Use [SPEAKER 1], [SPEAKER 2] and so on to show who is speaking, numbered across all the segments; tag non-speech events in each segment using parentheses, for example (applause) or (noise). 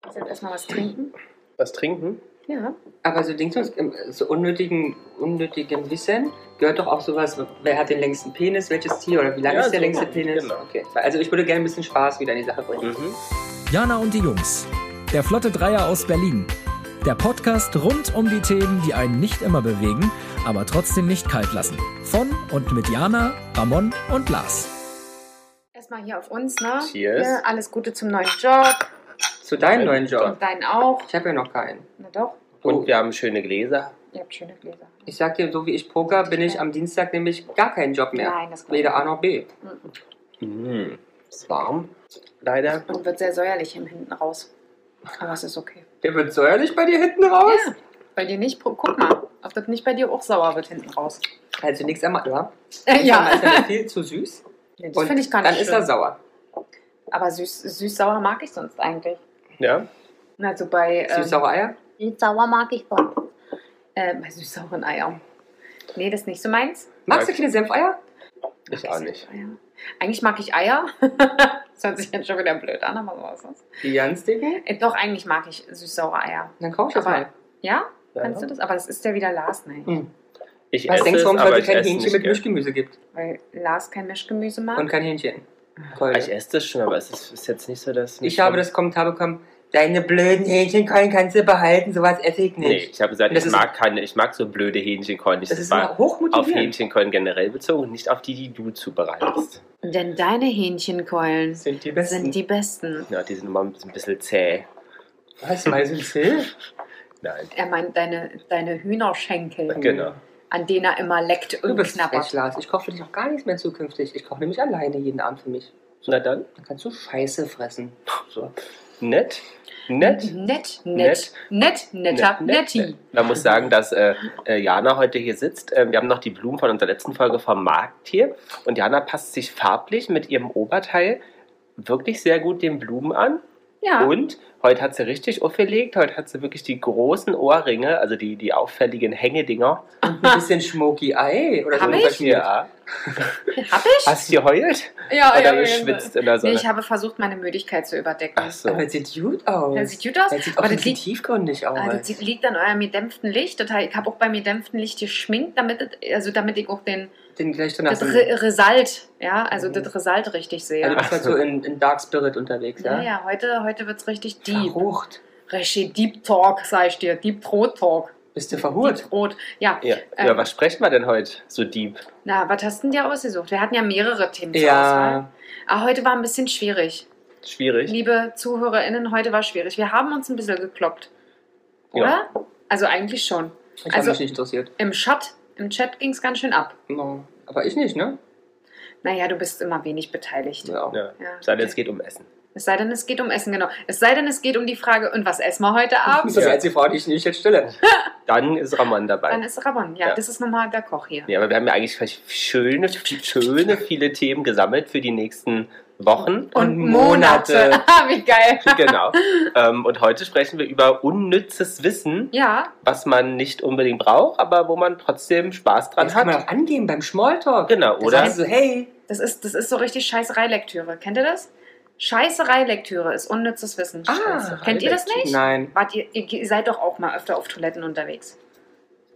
[SPEAKER 1] Ich jetzt halt erstmal was trinken.
[SPEAKER 2] Was trinken?
[SPEAKER 1] Ja.
[SPEAKER 3] Aber so Dings, ähm, so unnötigen, unnötigem Wissen gehört doch auch sowas, wer hat den längsten Penis, welches Tier oder wie lang
[SPEAKER 2] Ja,
[SPEAKER 3] ist der
[SPEAKER 2] so,
[SPEAKER 3] längste Penis?
[SPEAKER 2] genau.
[SPEAKER 3] Okay. Also ich würde gerne ein bisschen Spaß wieder in die Sache bringen.
[SPEAKER 2] Mhm.
[SPEAKER 4] Jana und die Jungs. Der Flotte Dreier aus Berlin. Der Podcast rund um die Themen, die einen nicht immer bewegen, aber trotzdem nicht kalt lassen. Von und mit Jana, Ramon und Lars.
[SPEAKER 1] Erstmal hier auf uns, ne?
[SPEAKER 2] Cheers.
[SPEAKER 1] Hier, alles Gute zum neuen Job.
[SPEAKER 3] Zu deinem
[SPEAKER 2] Mhm. Ja,
[SPEAKER 3] neuen Job.
[SPEAKER 1] Und deinen auch.
[SPEAKER 3] Ich habe ja noch keinen.
[SPEAKER 1] Na doch,
[SPEAKER 2] Und wir haben schöne Gläser.
[SPEAKER 1] ihr habt schöne Gläser.
[SPEAKER 3] Ich sag dir, so wie ich poker, bin ich am Dienstag nämlich gar keinen Job mehr.
[SPEAKER 1] Nein, das
[SPEAKER 3] Weder A noch B.
[SPEAKER 1] Mhm.
[SPEAKER 2] Mhm. Ist warm. Leider.
[SPEAKER 1] Und wird sehr säuerlich im hinten raus. Aber es ist okay.
[SPEAKER 3] Der wird säuerlich bei dir hinten raus?
[SPEAKER 1] Ja. Bei dir nicht, guck mal, ob das nicht bei dir auch sauer wird hinten raus.
[SPEAKER 3] Also nichts am Adler.
[SPEAKER 1] Äh,
[SPEAKER 3] Am
[SPEAKER 1] (laughs)
[SPEAKER 3] Adler
[SPEAKER 1] ja.
[SPEAKER 3] Ist er viel zu süß.
[SPEAKER 1] Nee, (laughs) das
[SPEAKER 3] Und
[SPEAKER 1] finde ich gar
[SPEAKER 3] Dann
[SPEAKER 1] nicht
[SPEAKER 3] ist
[SPEAKER 1] schlimm.
[SPEAKER 3] er sauer.
[SPEAKER 1] Aber süß- süß-sauer mag ich sonst eigentlich.
[SPEAKER 2] Ja.
[SPEAKER 1] Also bei ähm,
[SPEAKER 3] Süß-saure Eier?
[SPEAKER 1] süß-sauer mag ich sonst. Äh, bei süß-sauren Eiern. Nee, das ist nicht so meins.
[SPEAKER 3] Magst du
[SPEAKER 2] Mag-
[SPEAKER 3] keine Senfeier?
[SPEAKER 2] Ich auch nicht.
[SPEAKER 1] Eier. Eigentlich mag ich Eier. (laughs) das hört sich jetzt schon wieder blöd an, aber so was ist.
[SPEAKER 3] Die ganz dicken?
[SPEAKER 1] Äh, Doch, eigentlich mag ich süß-saure Eier.
[SPEAKER 3] Dann komm ich das
[SPEAKER 1] Aber-
[SPEAKER 3] mal.
[SPEAKER 1] Ja? Kannst
[SPEAKER 2] Ja.
[SPEAKER 1] du das? Aber das ist ja wieder Lars, nein.
[SPEAKER 3] Hm.
[SPEAKER 2] Ich
[SPEAKER 3] Was
[SPEAKER 2] esse
[SPEAKER 3] denkst
[SPEAKER 2] es,
[SPEAKER 3] du, warum es
[SPEAKER 2] aber
[SPEAKER 3] heute
[SPEAKER 2] ich
[SPEAKER 3] kein
[SPEAKER 2] esse
[SPEAKER 3] Hähnchen
[SPEAKER 2] nicht
[SPEAKER 3] mit
[SPEAKER 2] gern.
[SPEAKER 3] Mischgemüse gibt?
[SPEAKER 1] Weil Lars kein Mischgemüse mag.
[SPEAKER 3] Und kein Hähnchen.
[SPEAKER 2] Ah,
[SPEAKER 3] Keule.
[SPEAKER 2] Ich esse das schon, aber es ist, ist jetzt nicht so, dass...
[SPEAKER 3] Ich habe das Kommentar bekommen, deine blöden Hähnchenkeulen kannst du behalten, sowas esse ich
[SPEAKER 2] Nee,
[SPEAKER 3] nicht.
[SPEAKER 2] ich habe gesagt,
[SPEAKER 3] Das
[SPEAKER 2] ich
[SPEAKER 3] ist-
[SPEAKER 2] mag keine, ich mag so blöde Hähnchenkeulen. nicht.
[SPEAKER 3] Das
[SPEAKER 2] Das,
[SPEAKER 3] ist
[SPEAKER 2] war
[SPEAKER 3] immer hochmotivierend.
[SPEAKER 2] auf Hähnchenkeulen generell bezogen und nicht auf die, die du zubereitest.
[SPEAKER 1] Denn deine Hähnchenkeulen
[SPEAKER 3] Sind die besten.
[SPEAKER 1] sind die besten.
[SPEAKER 2] Ja, die sind immer ein bisschen zäh.
[SPEAKER 3] Was, meinst du, Phil?
[SPEAKER 2] Nein.
[SPEAKER 1] Er meint deine, deine Hühnerschenkel,
[SPEAKER 2] Genau.
[SPEAKER 1] an denen er immer leckt
[SPEAKER 3] Du
[SPEAKER 1] und
[SPEAKER 3] bist frech,
[SPEAKER 1] knabbert.
[SPEAKER 3] Lars. Ich koche für dich auch gar nichts mehr zukünftig. Ich koche nämlich alleine jeden Abend für mich.
[SPEAKER 2] Na dann,
[SPEAKER 3] Dann kannst du Scheiße fressen.
[SPEAKER 2] so. Nett, nett,
[SPEAKER 1] Mhm. Nett, nett,
[SPEAKER 2] Nett.
[SPEAKER 1] nett, netter,
[SPEAKER 2] Nett, nett,
[SPEAKER 1] netti.
[SPEAKER 2] nett. Man muss sagen, dass äh, äh, Jana heute hier sitzt. Äh, wir haben noch die Blumen von unserer letzten Folge vom Markt hier. Und Jana passt sich farblich mit ihrem Oberteil wirklich sehr gut den Blumen an.
[SPEAKER 1] Ja,
[SPEAKER 2] Und heute hat sie richtig aufgelegt. Heute hat sie wirklich die großen Ohrringe, also die, die auffälligen Hängedinger.
[SPEAKER 3] Und ein bisschen Smoky Eye oder so.
[SPEAKER 1] Hab ich?
[SPEAKER 3] verschmiert.
[SPEAKER 2] Ja.
[SPEAKER 1] hab ich?
[SPEAKER 2] Hast du geheult?
[SPEAKER 1] ja,
[SPEAKER 2] Oder
[SPEAKER 1] ja,
[SPEAKER 2] geschwitzt in der
[SPEAKER 1] Nee,
[SPEAKER 2] Sonne?
[SPEAKER 1] ich habe versucht, meine Müdigkeit zu überdecken.
[SPEAKER 2] Ach so.
[SPEAKER 3] Aber es sieht gut aus.
[SPEAKER 1] Das sieht gut aus.
[SPEAKER 3] Es sieht auch
[SPEAKER 1] aber
[SPEAKER 3] ein
[SPEAKER 1] das
[SPEAKER 3] bisschen
[SPEAKER 1] liegt,
[SPEAKER 3] tiefgründig aus.
[SPEAKER 1] ah, das liegt an eurem gedämpften Licht. Das heißt, ich habe auch beim gedämpften Licht geschminkt, damit, das- also damit ich auch den,
[SPEAKER 3] Den gleich danach.
[SPEAKER 1] das Re Result, ja, also das Result richtig sehe.
[SPEAKER 3] Mhm. also du bist halt so in, in Dark Spirit unterwegs,
[SPEAKER 1] ja,
[SPEAKER 3] ja?
[SPEAKER 1] ja, heute, heute wird es richtig deep.
[SPEAKER 3] Verrucht.
[SPEAKER 1] Richtig Deep Talk, sag ich dir. Deep Throat Talk.
[SPEAKER 3] Bist du verhurt?
[SPEAKER 1] Deep Throat. Ja.
[SPEAKER 2] Ja.
[SPEAKER 1] Ähm.
[SPEAKER 2] Über was sprechen wir denn heute so deep?
[SPEAKER 1] Na, was hast du denn dir ausgesucht? Wir hatten ja mehrere Themen zur Auswahl.
[SPEAKER 3] Ja.
[SPEAKER 1] Aber heute war ein bisschen schwierig.
[SPEAKER 2] Schwierig.
[SPEAKER 1] Liebe ZuhörerInnen, heute war schwierig. Wir haben uns ein bisschen gekloppt. Oder? Also eigentlich schon.
[SPEAKER 3] Ich habe
[SPEAKER 1] Also-
[SPEAKER 3] mich nicht interessiert.
[SPEAKER 1] Im Chat, im Chat ging es ganz schön ab.
[SPEAKER 3] No. Aber ich nicht, ne?
[SPEAKER 1] Naja, du bist immer wenig beteiligt.
[SPEAKER 3] Ja.
[SPEAKER 2] Ja.
[SPEAKER 1] Ja.
[SPEAKER 2] Sei denn, es geht um Essen.
[SPEAKER 1] Es sei denn, es geht um Essen, genau. Es sei denn, es geht um die Frage, und was essen wir heute Abend?
[SPEAKER 3] Das ist die einzige Frage, die ich nicht jetzt stelle.
[SPEAKER 2] Dann ist Ramon dabei.
[SPEAKER 1] Dann ist Rabon. Ja,
[SPEAKER 2] Ja.
[SPEAKER 1] das ist nochmal der Koch hier.
[SPEAKER 2] Ja, aber wir haben ja eigentlich vielleicht schöne, schöne viele Themen gesammelt für die nächsten
[SPEAKER 1] (laughs)
[SPEAKER 2] Wochen.
[SPEAKER 1] Und Monate. (laughs) Ah, Wie geil.
[SPEAKER 2] genau. Ähm, und heute sprechen wir über unnützes Wissen,
[SPEAKER 1] Ja,
[SPEAKER 2] was man nicht unbedingt braucht, aber wo man trotzdem Spaß dran
[SPEAKER 3] Das kann man
[SPEAKER 2] hat.
[SPEAKER 3] auch angeben beim Smalltalk.
[SPEAKER 2] Genau,
[SPEAKER 3] Oder?
[SPEAKER 2] oder?
[SPEAKER 3] Also, hey,
[SPEAKER 1] Das ist, das ist so richtig Scheißerei-Lektüre. Kennt ihr das? Scheißerei-Lektüre ist unnützes Wissen.
[SPEAKER 3] Ah,
[SPEAKER 1] Kennt ihr das nicht?
[SPEAKER 3] nein,
[SPEAKER 1] Wart ihr, ihr ge- seid doch auch mal öfter auf Toiletten unterwegs.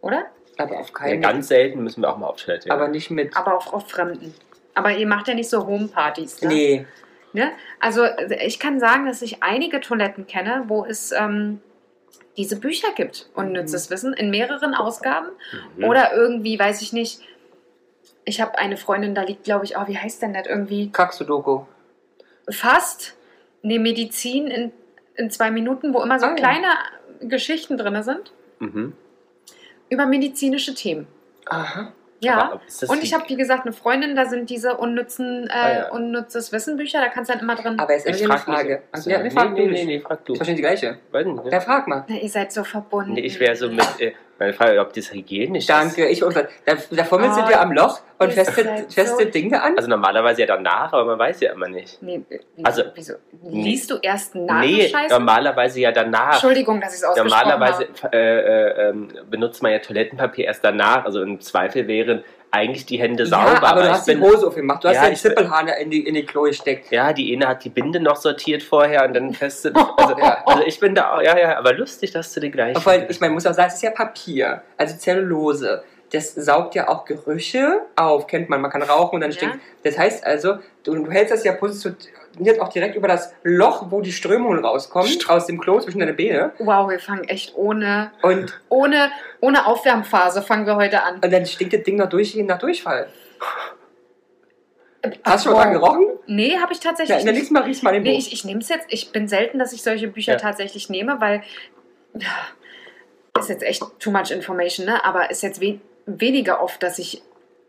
[SPEAKER 1] Oder?
[SPEAKER 3] aber auf
[SPEAKER 2] Ja,
[SPEAKER 3] keinen
[SPEAKER 2] ganz selten müssen wir auch mal auf Toilette.
[SPEAKER 3] Aber nicht mit.
[SPEAKER 1] Aber auch auf Fremden. Aber ihr macht ja nicht so Homepartys. Ne?
[SPEAKER 3] nee,
[SPEAKER 1] Ne? Also ich kann sagen, dass ich einige Toiletten kenne, wo es ähm, diese Bücher gibt. Unnützes Wissen in mehreren Ausgaben.
[SPEAKER 2] Mhm.
[SPEAKER 1] Oder irgendwie, weiß ich nicht. Ich habe eine Freundin, da liegt, glaube ich, oh, wie heißt denn das irgendwie?
[SPEAKER 3] Kaksudoku.
[SPEAKER 1] fast eine Medizin in, in zwei Minuten, wo immer so
[SPEAKER 2] Oh.
[SPEAKER 3] Ah, ja.
[SPEAKER 1] kleine Geschichten drin sind
[SPEAKER 2] Mhm.
[SPEAKER 1] über medizinische Themen.
[SPEAKER 3] Aha.
[SPEAKER 1] Ja.
[SPEAKER 2] Aber ist das
[SPEAKER 1] Und ich
[SPEAKER 2] die-
[SPEAKER 1] habe, wie gesagt, eine Freundin, da sind diese unnützen, äh,
[SPEAKER 2] Ah, ja.
[SPEAKER 1] unnützes Wissenbücher, da kannst du dann immer drin.
[SPEAKER 3] Aber es ist
[SPEAKER 2] ich
[SPEAKER 3] immer
[SPEAKER 2] frag
[SPEAKER 3] die Frage.
[SPEAKER 2] Mich,
[SPEAKER 3] Also,
[SPEAKER 2] also,
[SPEAKER 3] ja,
[SPEAKER 2] nee,
[SPEAKER 3] wir
[SPEAKER 2] nee,
[SPEAKER 3] fragen
[SPEAKER 2] nee,
[SPEAKER 3] du
[SPEAKER 2] nee,
[SPEAKER 3] nicht.
[SPEAKER 2] frag du.
[SPEAKER 3] Ist wahrscheinlich die gleiche.
[SPEAKER 2] Weiß nicht, ne?
[SPEAKER 3] Ja, frag mal.
[SPEAKER 1] Na, ihr seid so verbunden.
[SPEAKER 2] Nee, ich wäre so mit. Äh, meine Frage, ob das hygienisch ist.
[SPEAKER 3] Danke, ich und da, da fummeln
[SPEAKER 1] Ah,
[SPEAKER 3] sind wir am Loch und
[SPEAKER 1] ihr seid
[SPEAKER 3] festet,
[SPEAKER 1] so-
[SPEAKER 3] festet Dinge an.
[SPEAKER 2] Also normalerweise ja danach, aber man weiß ja immer nicht.
[SPEAKER 1] Nee, äh, wieso,
[SPEAKER 2] Also,
[SPEAKER 1] wieso?
[SPEAKER 2] nee.
[SPEAKER 1] Liest du erst nach
[SPEAKER 2] Nee,
[SPEAKER 1] nee, Scheiße?
[SPEAKER 2] normalerweise ja danach.
[SPEAKER 1] Entschuldigung, dass ich es ausgesprochen
[SPEAKER 2] Normalerweise
[SPEAKER 1] habe.
[SPEAKER 2] äh, äh, ähm, benutzt man ja Toilettenpapier erst danach. Also im Zweifel wären eigentlich die Hände sauber.
[SPEAKER 3] ja, aber du
[SPEAKER 2] ich
[SPEAKER 3] hast die
[SPEAKER 2] bin-
[SPEAKER 3] Hose aufgemacht. Du hast
[SPEAKER 2] Ja,
[SPEAKER 3] ja, die
[SPEAKER 2] ich bin-
[SPEAKER 3] Zippelhahne in die, in die Chloe steckt.
[SPEAKER 2] Ja, die Ene hat die Binde noch sortiert vorher und dann feste. Also,
[SPEAKER 3] (laughs)
[SPEAKER 2] ja, also ich bin da auch, ja, ja, aber lustig, dass du den gleichen.
[SPEAKER 3] Obwohl, ich meine, muss auch sagen, es ist ja Papier, also Zellulose. Das saugt ja auch Gerüche auf, kennt man. Man kann rauchen und dann
[SPEAKER 1] Ja.
[SPEAKER 3] stinkt. Das heißt also, du, du hältst das ja positioniert auch direkt über das Loch, wo die Strömung rauskommt, aus dem Klo zwischen deine Beine.
[SPEAKER 1] Wow, wir fangen echt ohne,
[SPEAKER 3] Und,
[SPEAKER 1] ohne, ohne Aufwärmphase fangen wir heute an.
[SPEAKER 3] und dann stinkt das Ding noch durch, nach Durchfall. Äh, Hast du schon mal dran gerochen?
[SPEAKER 1] Nee, habe Also ich
[SPEAKER 3] Ja,
[SPEAKER 1] tatsächlich
[SPEAKER 3] in der
[SPEAKER 1] nicht.
[SPEAKER 3] nächsten Mal riechst du mal den
[SPEAKER 1] Nee,
[SPEAKER 3] Buch.
[SPEAKER 1] ich, ich nehme es jetzt. Ich bin selten, dass ich solche Bücher
[SPEAKER 2] Ja.
[SPEAKER 1] tatsächlich nehme, weil ist jetzt echt too much information, ne? Aber ist jetzt we weniger oft, dass ich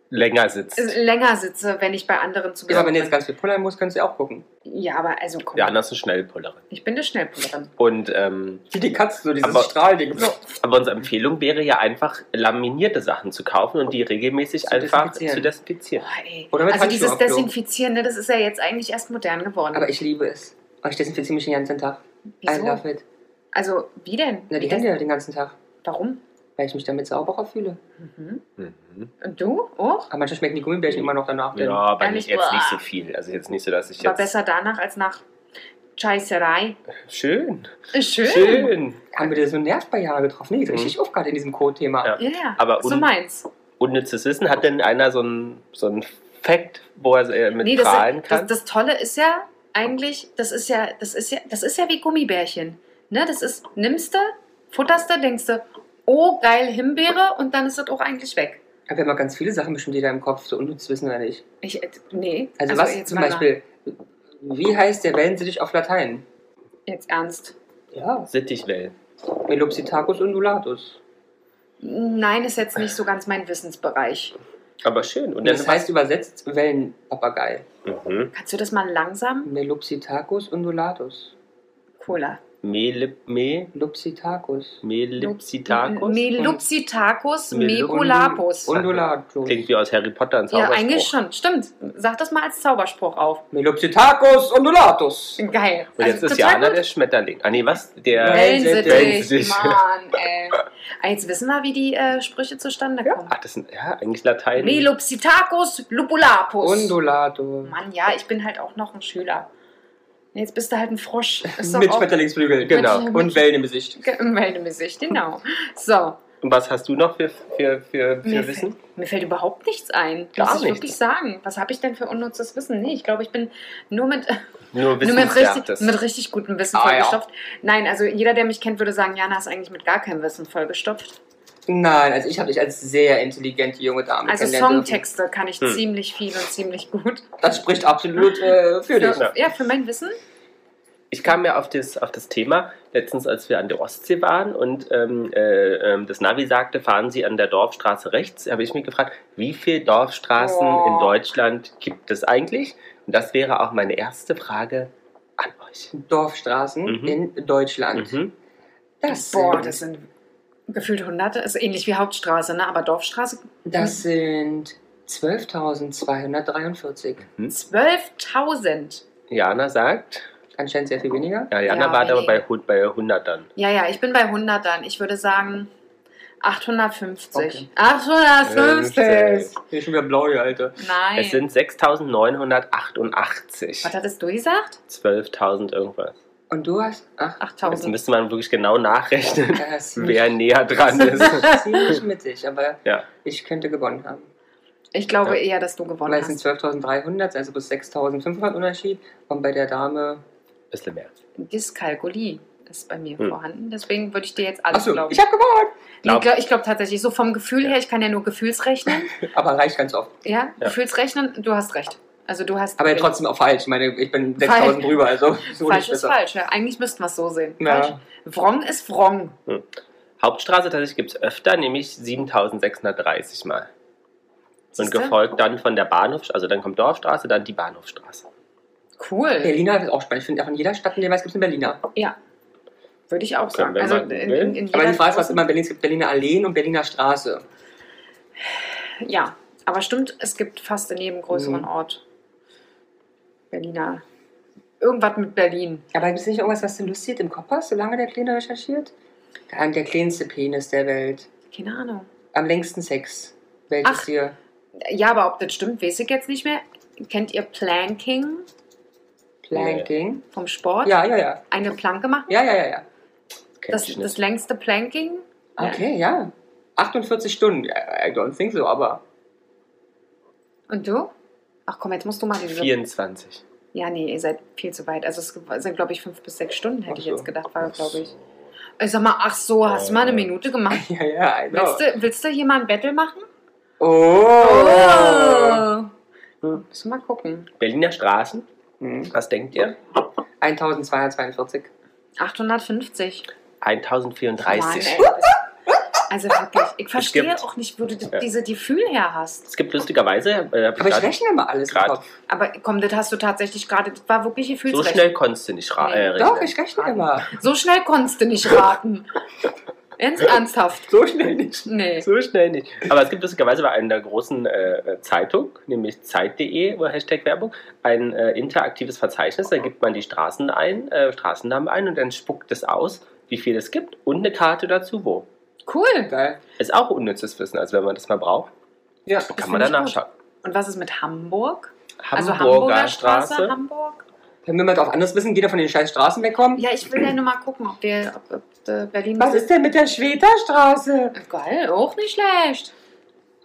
[SPEAKER 2] länger sitzt.
[SPEAKER 1] länger sitze, wenn ich bei anderen zu
[SPEAKER 3] Ja, aber wenn du
[SPEAKER 1] Besuch
[SPEAKER 3] jetzt ganz viel pullern musst, kannst du ja auch gucken.
[SPEAKER 1] bin. Ja, aber also komm,
[SPEAKER 2] Ja, anders eine Schnellpullerin.
[SPEAKER 1] ich bin eine Schnellpullerin.
[SPEAKER 2] Und ähm,
[SPEAKER 3] Wie die Katze, so dieses
[SPEAKER 2] Aber-
[SPEAKER 3] Strahlding. So.
[SPEAKER 2] aber unsere Empfehlung wäre ja einfach laminierte Sachen zu kaufen und die regelmäßig
[SPEAKER 3] Zu
[SPEAKER 2] einfach
[SPEAKER 3] desinfizieren.
[SPEAKER 2] zu
[SPEAKER 1] Boah,
[SPEAKER 2] desinfizieren.
[SPEAKER 1] ey.
[SPEAKER 3] Oder mit
[SPEAKER 1] also
[SPEAKER 3] Handschuhe
[SPEAKER 1] dieses
[SPEAKER 3] auf Klo.
[SPEAKER 1] Desinfizieren, ne, das ist ja jetzt eigentlich erst modern geworden.
[SPEAKER 3] Aber ich liebe es. Aber ich desinfiziere mich den ganzen Tag. I
[SPEAKER 1] Wieso?
[SPEAKER 3] love it.
[SPEAKER 1] Also, wie denn?
[SPEAKER 3] Na, die
[SPEAKER 1] Wie das-
[SPEAKER 3] Hände den ganzen Tag.
[SPEAKER 1] Warum?
[SPEAKER 3] Weil ich mich damit sauberer fühle.
[SPEAKER 1] Mhm.
[SPEAKER 2] Mhm.
[SPEAKER 1] Und du auch?
[SPEAKER 3] Aber manchmal schmecken die Gummibärchen immer noch danach.
[SPEAKER 2] Ja,
[SPEAKER 3] Denn
[SPEAKER 2] aber
[SPEAKER 1] Ehrlich,
[SPEAKER 2] nicht, jetzt
[SPEAKER 1] boah.
[SPEAKER 2] nicht so viel. Also jetzt nicht so, dass ich
[SPEAKER 1] War
[SPEAKER 2] jetzt.
[SPEAKER 1] besser danach als nach Scheißerei.
[SPEAKER 2] Schön.
[SPEAKER 1] Schön.
[SPEAKER 2] Schön.
[SPEAKER 3] Haben wir da so einen Nerv bei Jahre getroffen? Nee, ist richtig oft gerade in diesem Code-Thema.
[SPEAKER 2] Ja.
[SPEAKER 1] Ja, ja.
[SPEAKER 2] Aber
[SPEAKER 1] so
[SPEAKER 2] un-
[SPEAKER 1] meins.
[SPEAKER 2] Unnützes Wissen. Hat denn einer so ein, so ein Fact, wo er äh, mit
[SPEAKER 1] Nee, das,
[SPEAKER 2] prahlen kann?
[SPEAKER 1] das, das Tolle ist ja eigentlich, das ist ja, das ist ja, das ist ja wie Gummibärchen. Ne? Das ist, nimmst du, futterst du, denkst du, oh geil, Himbeere und dann ist das auch eigentlich weg.
[SPEAKER 3] Aber wir haben auch ganz viele Sachen bestimmt, die da im Kopf so unnütz wissen oder nicht.
[SPEAKER 1] Ich, äh, nee.
[SPEAKER 3] Also, was
[SPEAKER 1] jetzt
[SPEAKER 3] zum
[SPEAKER 1] mal
[SPEAKER 3] Beispiel, wie heißt der Wellensittich auf Latein?
[SPEAKER 1] Mal, jetzt ernst.
[SPEAKER 3] Ja.
[SPEAKER 2] Sittichwellen.
[SPEAKER 3] Melopsitacus undulatus.
[SPEAKER 1] Nein, ist jetzt nicht so ganz mein Wissensbereich.
[SPEAKER 2] Aber schön. Und
[SPEAKER 3] Und das
[SPEAKER 2] dann
[SPEAKER 3] heißt übersetzt Wellenpapagei.
[SPEAKER 2] mhm.
[SPEAKER 1] Kannst du das mal langsam?
[SPEAKER 3] Melopsitacus undulatus.
[SPEAKER 1] Cola.
[SPEAKER 2] Mele, me,
[SPEAKER 3] Lupsitacus.
[SPEAKER 2] Melipsitacus.
[SPEAKER 1] Melupsitacus
[SPEAKER 2] Melu-
[SPEAKER 1] Mepulapus.
[SPEAKER 3] Undulatus.
[SPEAKER 2] Klingt wie aus Harry Potter ein
[SPEAKER 1] Ja,
[SPEAKER 2] Zauberspruch.
[SPEAKER 1] eigentlich schon. Stimmt. Sag das mal als Zauberspruch auf.
[SPEAKER 3] Melopsitacus undulatus.
[SPEAKER 1] Geil.
[SPEAKER 2] Und jetzt ist
[SPEAKER 1] also total
[SPEAKER 2] Jana
[SPEAKER 1] gut.
[SPEAKER 2] der Schmetterling. Ah nee, was? Der.
[SPEAKER 1] Wellensittich.
[SPEAKER 2] Wellensittich.
[SPEAKER 1] Mann, ey. Ah, Jetzt wissen wir, wie die äh, Sprüche zustande kommen.
[SPEAKER 2] Ach, das sind ja eigentlich Latein.
[SPEAKER 1] Melopsitacus lupulapus.
[SPEAKER 3] Undulatus.
[SPEAKER 1] Mann, ja, ich bin halt auch noch ein Schüler. Jetzt bist du halt ein Frosch. Ist doch
[SPEAKER 3] Mit
[SPEAKER 1] auch-
[SPEAKER 3] Schmetterlingsflügeln.
[SPEAKER 2] Genau.
[SPEAKER 1] Mit-
[SPEAKER 3] Und Wellen im Gesicht.
[SPEAKER 1] Ge- Melde mich, sich, genau. So,
[SPEAKER 2] Und was hast du noch für, für, für,
[SPEAKER 1] mir
[SPEAKER 2] für Wissen?
[SPEAKER 1] fällt, mir fällt überhaupt nichts ein.
[SPEAKER 2] Gar
[SPEAKER 1] muss ich
[SPEAKER 2] nichts.
[SPEAKER 1] wirklich sagen. Was habe ich denn für unnützes Wissen? Nee, ich glaube, ich bin nur mit,
[SPEAKER 2] Nur
[SPEAKER 1] nur mit,
[SPEAKER 2] Wissenswertes.
[SPEAKER 1] richtig, mit richtig gutem Wissen
[SPEAKER 3] Ah, ja.
[SPEAKER 1] vollgestopft. Nein, also jeder, der mich kennt, würde sagen, Jana ist eigentlich mit gar keinem Wissen vollgestopft.
[SPEAKER 3] Nein, also ich habe dich als sehr intelligente junge Dame
[SPEAKER 1] Also
[SPEAKER 3] kennenlernen
[SPEAKER 1] Songtexte kann ich
[SPEAKER 2] Hm.
[SPEAKER 1] ziemlich viel und ziemlich gut.
[SPEAKER 3] dürfen. Das spricht absolut äh, für dich.
[SPEAKER 1] Für, Mhm. ja, für mein Wissen.
[SPEAKER 2] Ich kam ja auf das, auf das Thema letztens, als wir an der Ostsee waren und ähm, äh, ähm, das Navi sagte, fahren Sie an der Dorfstraße rechts. Habe ich mich gefragt, wie viele Dorfstraßen
[SPEAKER 1] Oh.
[SPEAKER 2] in Deutschland gibt es eigentlich? Und das wäre auch meine erste Frage an euch.
[SPEAKER 3] Dorfstraßen
[SPEAKER 2] Mhm.
[SPEAKER 3] in Deutschland.
[SPEAKER 2] Mhm.
[SPEAKER 3] Das,
[SPEAKER 1] Boah,
[SPEAKER 3] sind,
[SPEAKER 1] das sind gefühlt Hunderte. Ist ähnlich wie Hauptstraße, ne? aber Dorfstraße
[SPEAKER 3] das sind 12.243.
[SPEAKER 1] Zwölftausend.
[SPEAKER 2] Jana sagt,
[SPEAKER 3] Anscheinend sehr viel weniger.
[SPEAKER 2] ja, Jana
[SPEAKER 1] Ja,
[SPEAKER 2] war da
[SPEAKER 1] weniger.
[SPEAKER 2] bei, hun- bei 100 dann.
[SPEAKER 1] Ja, ja, ich bin bei 100 dann. Ich würde sagen 850.
[SPEAKER 3] Okay.
[SPEAKER 1] 850!
[SPEAKER 3] Hier ist schon wieder blau, hier, Alter.
[SPEAKER 1] Nein.
[SPEAKER 2] Es sind 6988.
[SPEAKER 1] Was hattest du gesagt?
[SPEAKER 2] 12.000 irgendwas.
[SPEAKER 3] Und du hast. Ach,
[SPEAKER 1] 8000.
[SPEAKER 2] Jetzt müsste man wirklich genau (laughs) nachrechnen,
[SPEAKER 3] das ist (laughs)
[SPEAKER 2] wer
[SPEAKER 1] (laughs)
[SPEAKER 2] näher dran ist.
[SPEAKER 3] ziemlich mittig, aber
[SPEAKER 2] Ja.
[SPEAKER 3] ich könnte gewonnen haben.
[SPEAKER 1] Ich glaube
[SPEAKER 2] Ja.
[SPEAKER 1] eher, dass du gewonnen
[SPEAKER 3] Weil es sind
[SPEAKER 1] hast.
[SPEAKER 3] 12.300, also bis 6.500 Unterschied. Und bei der Dame.
[SPEAKER 2] Bisschen mehr.
[SPEAKER 1] Dyskalkulie ist bei mir
[SPEAKER 2] Hm.
[SPEAKER 1] vorhanden. Deswegen würde ich dir jetzt alles
[SPEAKER 3] Achso,
[SPEAKER 1] glauben.
[SPEAKER 3] ich habe gewonnen!
[SPEAKER 1] nee,
[SPEAKER 2] glaub-
[SPEAKER 1] glaub, ich glaube tatsächlich, so vom Gefühl her, ich kann ja nur
[SPEAKER 2] (laughs)
[SPEAKER 1] Gefühlsrechnen.
[SPEAKER 3] Aber reicht ganz oft.
[SPEAKER 1] ja?
[SPEAKER 2] Ja.
[SPEAKER 1] Gefühlsrechnen, du hast recht. Also du hast.
[SPEAKER 3] Aber trotzdem auch falsch. Ich meine, ich bin 6.000
[SPEAKER 1] Falsch.
[SPEAKER 3] drüber, also so
[SPEAKER 1] Falsch
[SPEAKER 3] nicht
[SPEAKER 1] ist
[SPEAKER 3] besser.
[SPEAKER 1] falsch. Ja. Eigentlich müssten wir es so sehen.
[SPEAKER 3] Ja.
[SPEAKER 1] Falsch. Wrong ist wrong.
[SPEAKER 2] Hauptstraße tatsächlich gibt es öfter, nämlich 7630 Mal. Und
[SPEAKER 1] Siehste?
[SPEAKER 2] gefolgt dann von der Bahnhof, also dann kommt Dorfstraße, dann die Bahnhofstraße.
[SPEAKER 1] Cool.
[SPEAKER 3] Berliner ist auch spannend. Ich finde, auch in jeder Stadt, in der man es gibt, einen Berliner.
[SPEAKER 1] Ja. Würde ich auch sagen.
[SPEAKER 2] Können wir
[SPEAKER 1] Also
[SPEAKER 2] mal
[SPEAKER 1] in, in,
[SPEAKER 2] googeln.
[SPEAKER 1] in
[SPEAKER 3] Aber
[SPEAKER 1] jeder
[SPEAKER 3] die Frage ist, was
[SPEAKER 1] großen-
[SPEAKER 3] immer in Berlin es gibt, Berliner Alleen und Berliner Straße.
[SPEAKER 1] Ja, aber stimmt, es gibt fast in jedem größeren
[SPEAKER 3] Mhm.
[SPEAKER 1] Ort Berliner. Irgendwas mit Berlin.
[SPEAKER 3] Aber gibt es nicht irgendwas, was du lustig im Kopf hast, solange der Kleine recherchiert? Der, der kleinste Penis der Welt.
[SPEAKER 1] Keine Ahnung.
[SPEAKER 3] Am längsten Sex. Welches
[SPEAKER 1] Ach.
[SPEAKER 3] hier?
[SPEAKER 1] ja, aber ob das stimmt, weiß ich jetzt nicht mehr. Kennt ihr Planking
[SPEAKER 3] Planking.
[SPEAKER 1] vom Sport?
[SPEAKER 3] Ja, ja, ja.
[SPEAKER 1] Eine Planke machen?
[SPEAKER 3] Ja, ja, ja, ja.
[SPEAKER 2] Kenn
[SPEAKER 1] Das,
[SPEAKER 2] ich nicht.
[SPEAKER 1] das längste Planking? Ja.
[SPEAKER 3] Okay, ja. 48 Stunden. I I don't think so, aber. (laughs)
[SPEAKER 1] Und du? Ach komm, jetzt musst du mal diese.
[SPEAKER 2] 24.
[SPEAKER 1] Ja, nee, ihr seid viel zu weit. Also es sind, glaube ich, fünf bis sechs Stunden, hätte
[SPEAKER 3] Ach
[SPEAKER 1] ich
[SPEAKER 3] so.
[SPEAKER 1] jetzt gedacht, war, glaube ich. Ich sag mal, ach so, hast du mal eine
[SPEAKER 2] Äh.
[SPEAKER 1] Minute gemacht?
[SPEAKER 3] Ja, ja, I know.
[SPEAKER 1] Willst du, willst du hier mal ein Battle machen?
[SPEAKER 3] Oh.
[SPEAKER 1] Hm, Müssen wir mal gucken.
[SPEAKER 2] Berliner Straßen,
[SPEAKER 3] Hm.
[SPEAKER 2] was denkt ihr?
[SPEAKER 3] 1242.
[SPEAKER 1] 850.
[SPEAKER 2] 1034.
[SPEAKER 1] Mann, ey, das- also wirklich, ich verstehe
[SPEAKER 2] gibt-
[SPEAKER 1] auch nicht, wo du
[SPEAKER 2] Ja.
[SPEAKER 1] diese Gefühl her hast.
[SPEAKER 2] Es gibt lustigerweise, äh, hab ich
[SPEAKER 3] Aber ich
[SPEAKER 2] grad-
[SPEAKER 3] rechne immer alles im
[SPEAKER 2] grad-
[SPEAKER 3] Kopf.
[SPEAKER 1] Aber komm, das hast du tatsächlich gerade, das war wirklich
[SPEAKER 2] so
[SPEAKER 1] Gefühlsrecht.
[SPEAKER 2] schnell konntest du nicht ra-
[SPEAKER 1] Nee.
[SPEAKER 2] äh,
[SPEAKER 3] Doch,
[SPEAKER 2] rechnen.
[SPEAKER 3] ich rechne immer.
[SPEAKER 1] so schnell konntest du nicht raten. Ernst, ernsthaft.
[SPEAKER 2] So schnell nicht.
[SPEAKER 1] Nee.
[SPEAKER 2] So schnell nicht. Aber es gibt lustigerweise bei einer großen äh, Zeitung, nämlich Zeit.de, wo Hashtag Werbung, ein äh, interaktives Verzeichnis. Da gibt man die Straßen ein, äh, Straßennamen ein und dann spuckt es aus, wie viel es gibt und eine Karte dazu, wo.
[SPEAKER 1] Cool.
[SPEAKER 3] Geil.
[SPEAKER 2] Ist auch unnützes Wissen, also wenn man das mal braucht,
[SPEAKER 3] Ja.
[SPEAKER 2] kann
[SPEAKER 1] finde
[SPEAKER 2] man da
[SPEAKER 1] ich gut.
[SPEAKER 2] nachschauen.
[SPEAKER 1] Und was ist mit Hamburg? Also
[SPEAKER 2] Hamburger, Straße.
[SPEAKER 1] Straße, Hamburg.
[SPEAKER 3] Wenn wir mal drauf anderes wissen, jeder von den scheiß Straßen wegkommen.
[SPEAKER 1] Ja, ich will ja nur mal gucken, ob wir ob, ob äh, Berlin.
[SPEAKER 3] Was ist denn mit der Schweterstraße?
[SPEAKER 1] Geil, auch nicht schlecht.